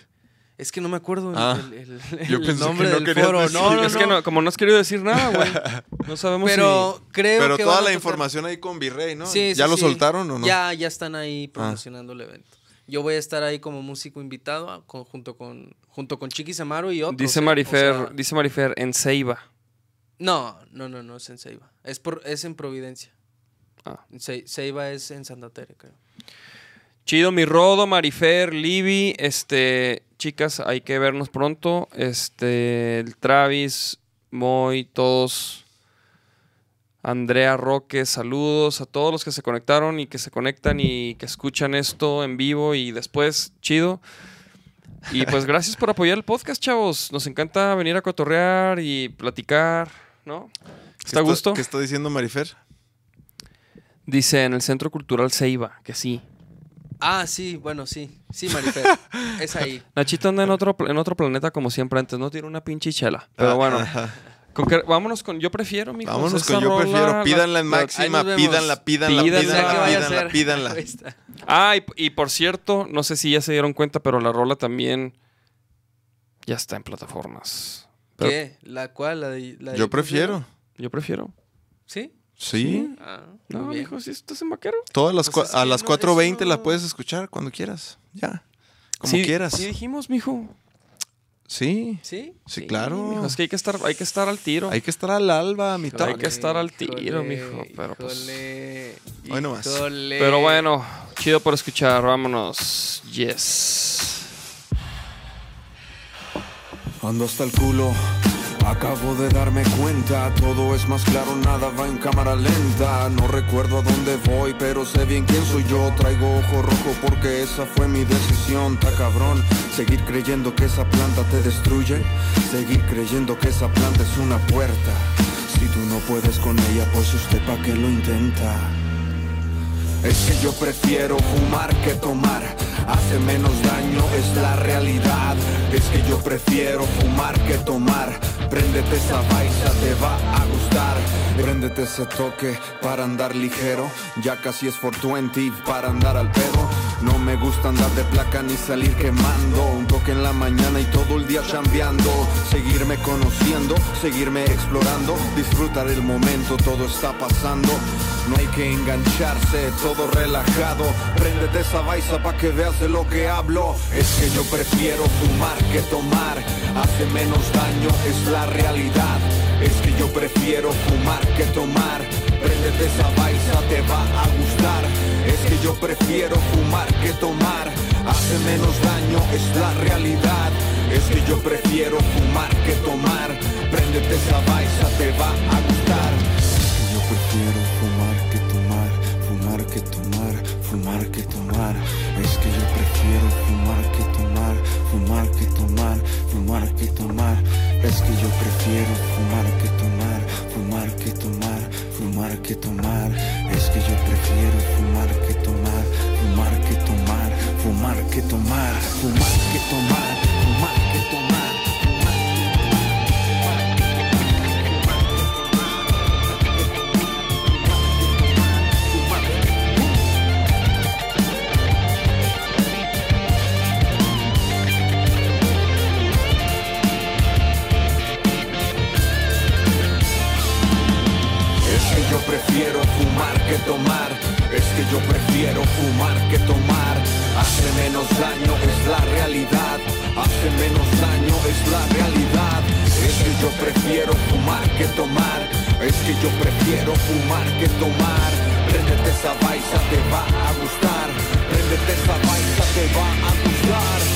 Speaker 2: Es que no me acuerdo el,
Speaker 4: Ah,
Speaker 2: el- el-
Speaker 4: <laughs> yo
Speaker 2: el
Speaker 4: pensé que
Speaker 2: nombre
Speaker 4: no
Speaker 2: del
Speaker 4: querías
Speaker 2: foro.
Speaker 4: decir. <laughs>
Speaker 2: No, no,
Speaker 3: es que
Speaker 2: no.
Speaker 3: no, como no has querido decir
Speaker 2: <laughs>
Speaker 3: nada, güey. No sabemos
Speaker 2: Pero creo
Speaker 4: Pero
Speaker 2: que
Speaker 4: toda
Speaker 2: van a
Speaker 4: la
Speaker 2: tocar-
Speaker 4: información ahí con Virrey, ¿no?
Speaker 2: Sí, sí,
Speaker 4: ¿Ya lo
Speaker 2: sí.
Speaker 4: soltaron o no? Ah.
Speaker 2: Ya, ya están ahí promocionando el evento. Yo voy a estar ahí como músico invitado a- con- junto con junto con Chiquis Amaro y
Speaker 3: si...
Speaker 2: otros.
Speaker 3: Dice
Speaker 2: ¿eh? O
Speaker 3: Marifer,
Speaker 2: sea,
Speaker 3: dice Marifer, en Ceiba.
Speaker 2: no, no, no, no es en Ceiba. Es por es en Providencia.
Speaker 3: Ah.
Speaker 2: En Ce- Ceiba es en Santa Tere, creo.
Speaker 3: Chido, mi rodo, Marifer, Libby, este, chicas, hay que vernos pronto. Este, el Travis, Moy, todos. Andrea Roque, saludos a todos los que se conectaron y que se conectan y que escuchan esto en vivo y después, chido. Y pues gracias por apoyar el podcast, chavos. Nos encanta venir a cotorrear y platicar, ¿no?
Speaker 4: ¿Qué
Speaker 3: ¿Está a gusto?
Speaker 4: ¿Qué está diciendo Marifer?
Speaker 3: Dice en el Centro Cultural Ceiba, que sí.
Speaker 2: Ah, sí, bueno, sí. Sí,
Speaker 4: <laughs>
Speaker 2: Marifer. es ahí.
Speaker 3: Nachito anda en otro, pla- en otro planeta como siempre antes, no tiene una pinche chela.
Speaker 4: Ah,
Speaker 3: Pero bueno, con que- vámonos con Yo Prefiero, mijo.
Speaker 4: Vámonos con yo prefiero. Pídanla en
Speaker 2: Ahí
Speaker 4: máxima,
Speaker 2: nos vemos.
Speaker 4: pídanla, pídanla,
Speaker 3: Pídanla.
Speaker 2: Sea que
Speaker 4: pídanla,
Speaker 2: vaya a
Speaker 4: pídanla,
Speaker 2: ser.
Speaker 4: pídanla.
Speaker 2: Ahí está.
Speaker 3: Ah, y, y por cierto, no sé si ya se dieron cuenta, pero la rola también ya está en plataformas. Pero-
Speaker 2: ¿Qué? ¿La cual? ¿La de- la de
Speaker 4: Yo prefiero.
Speaker 3: Yo Prefiero.
Speaker 2: ¿Sí?
Speaker 4: Sí.
Speaker 2: Ah,
Speaker 3: No,
Speaker 2: muy bien.
Speaker 3: mijo, si estás en vaquero.
Speaker 4: Todas las
Speaker 2: Pues es
Speaker 4: cua- a
Speaker 2: que
Speaker 4: las
Speaker 2: no,
Speaker 4: 4.20
Speaker 2: eso-
Speaker 4: la puedes escuchar cuando quieras. Ya. Como
Speaker 3: Sí,
Speaker 4: quieras.
Speaker 3: Sí
Speaker 4: Sí.
Speaker 3: dijimos, mijo.
Speaker 4: Sí,
Speaker 2: ¿Sí?
Speaker 3: Sí,
Speaker 4: claro.
Speaker 3: mijo, es que hay que estar, hay que estar al tiro.
Speaker 4: Hay que estar al alba, a mitad.
Speaker 3: Hay que estar al tiro, mijo, pero pues-
Speaker 2: pues.
Speaker 4: Hoy no más.
Speaker 2: Eh.
Speaker 3: Pero bueno, chido por escuchar. Vámonos. Yes.
Speaker 1: Ando hasta el culo, acabo de darme cuenta, todo es más claro, nada va en cámara lenta, no recuerdo a dónde voy, pero sé bien quién soy yo, traigo ojo rojo porque esa fue mi decisión, ta cabrón, seguir creyendo que esa planta te destruye, seguir creyendo que esa planta es una puerta, si tú no puedes con ella, pues usted pa' qué lo intenta. Es que yo prefiero fumar que tomar. Hace menos daño, es la realidad. Es que yo prefiero fumar que tomar. Préndete esa baisa, te va a gustar. Préndete ese toque para andar ligero. Ya casi es 420 para andar al pedo. No me gusta andar de placa ni salir quemando. Un toque en la mañana y todo el día chambeando. Seguirme conociendo, seguirme explorando. Disfrutar el momento, todo está pasando. No hay que engancharse, todo relajado. Préndete esa baisa pa' que veas de lo que hablo. Es que yo prefiero fumar que tomar. Hace menos daño, es la realidad. Es que yo prefiero fumar que tomar. Préndete esa baisa, te va a gustar. Es que yo prefiero fumar que tomar. Hace menos daño, es la realidad. Es que yo prefiero fumar que tomar. Préndete esa baisa, te va a gustar. Es que yo prefiero fumar que tomar, fumar que tomar. fumar que tomar. Es que yo prefiero fumar que tomar, fumar que tomar, fumar que tomar. Es que yo prefiero fumar que tomar, fumar que tomar, fumar que tomar. Es que yo prefiero fumar que tomar, fumar que tomar, fumar que tomar, fumar que tomar, fumar que tomar. Es que yo prefiero fumar que tomar. Es que yo prefiero fumar que tomar. Hace menos daño es la realidad. Hace menos daño es la realidad. Es que yo prefiero fumar que tomar. Es que yo prefiero fumar que tomar. Préndete esa baisa, te va a gustar. Préndete esa baisa, te va a gustar.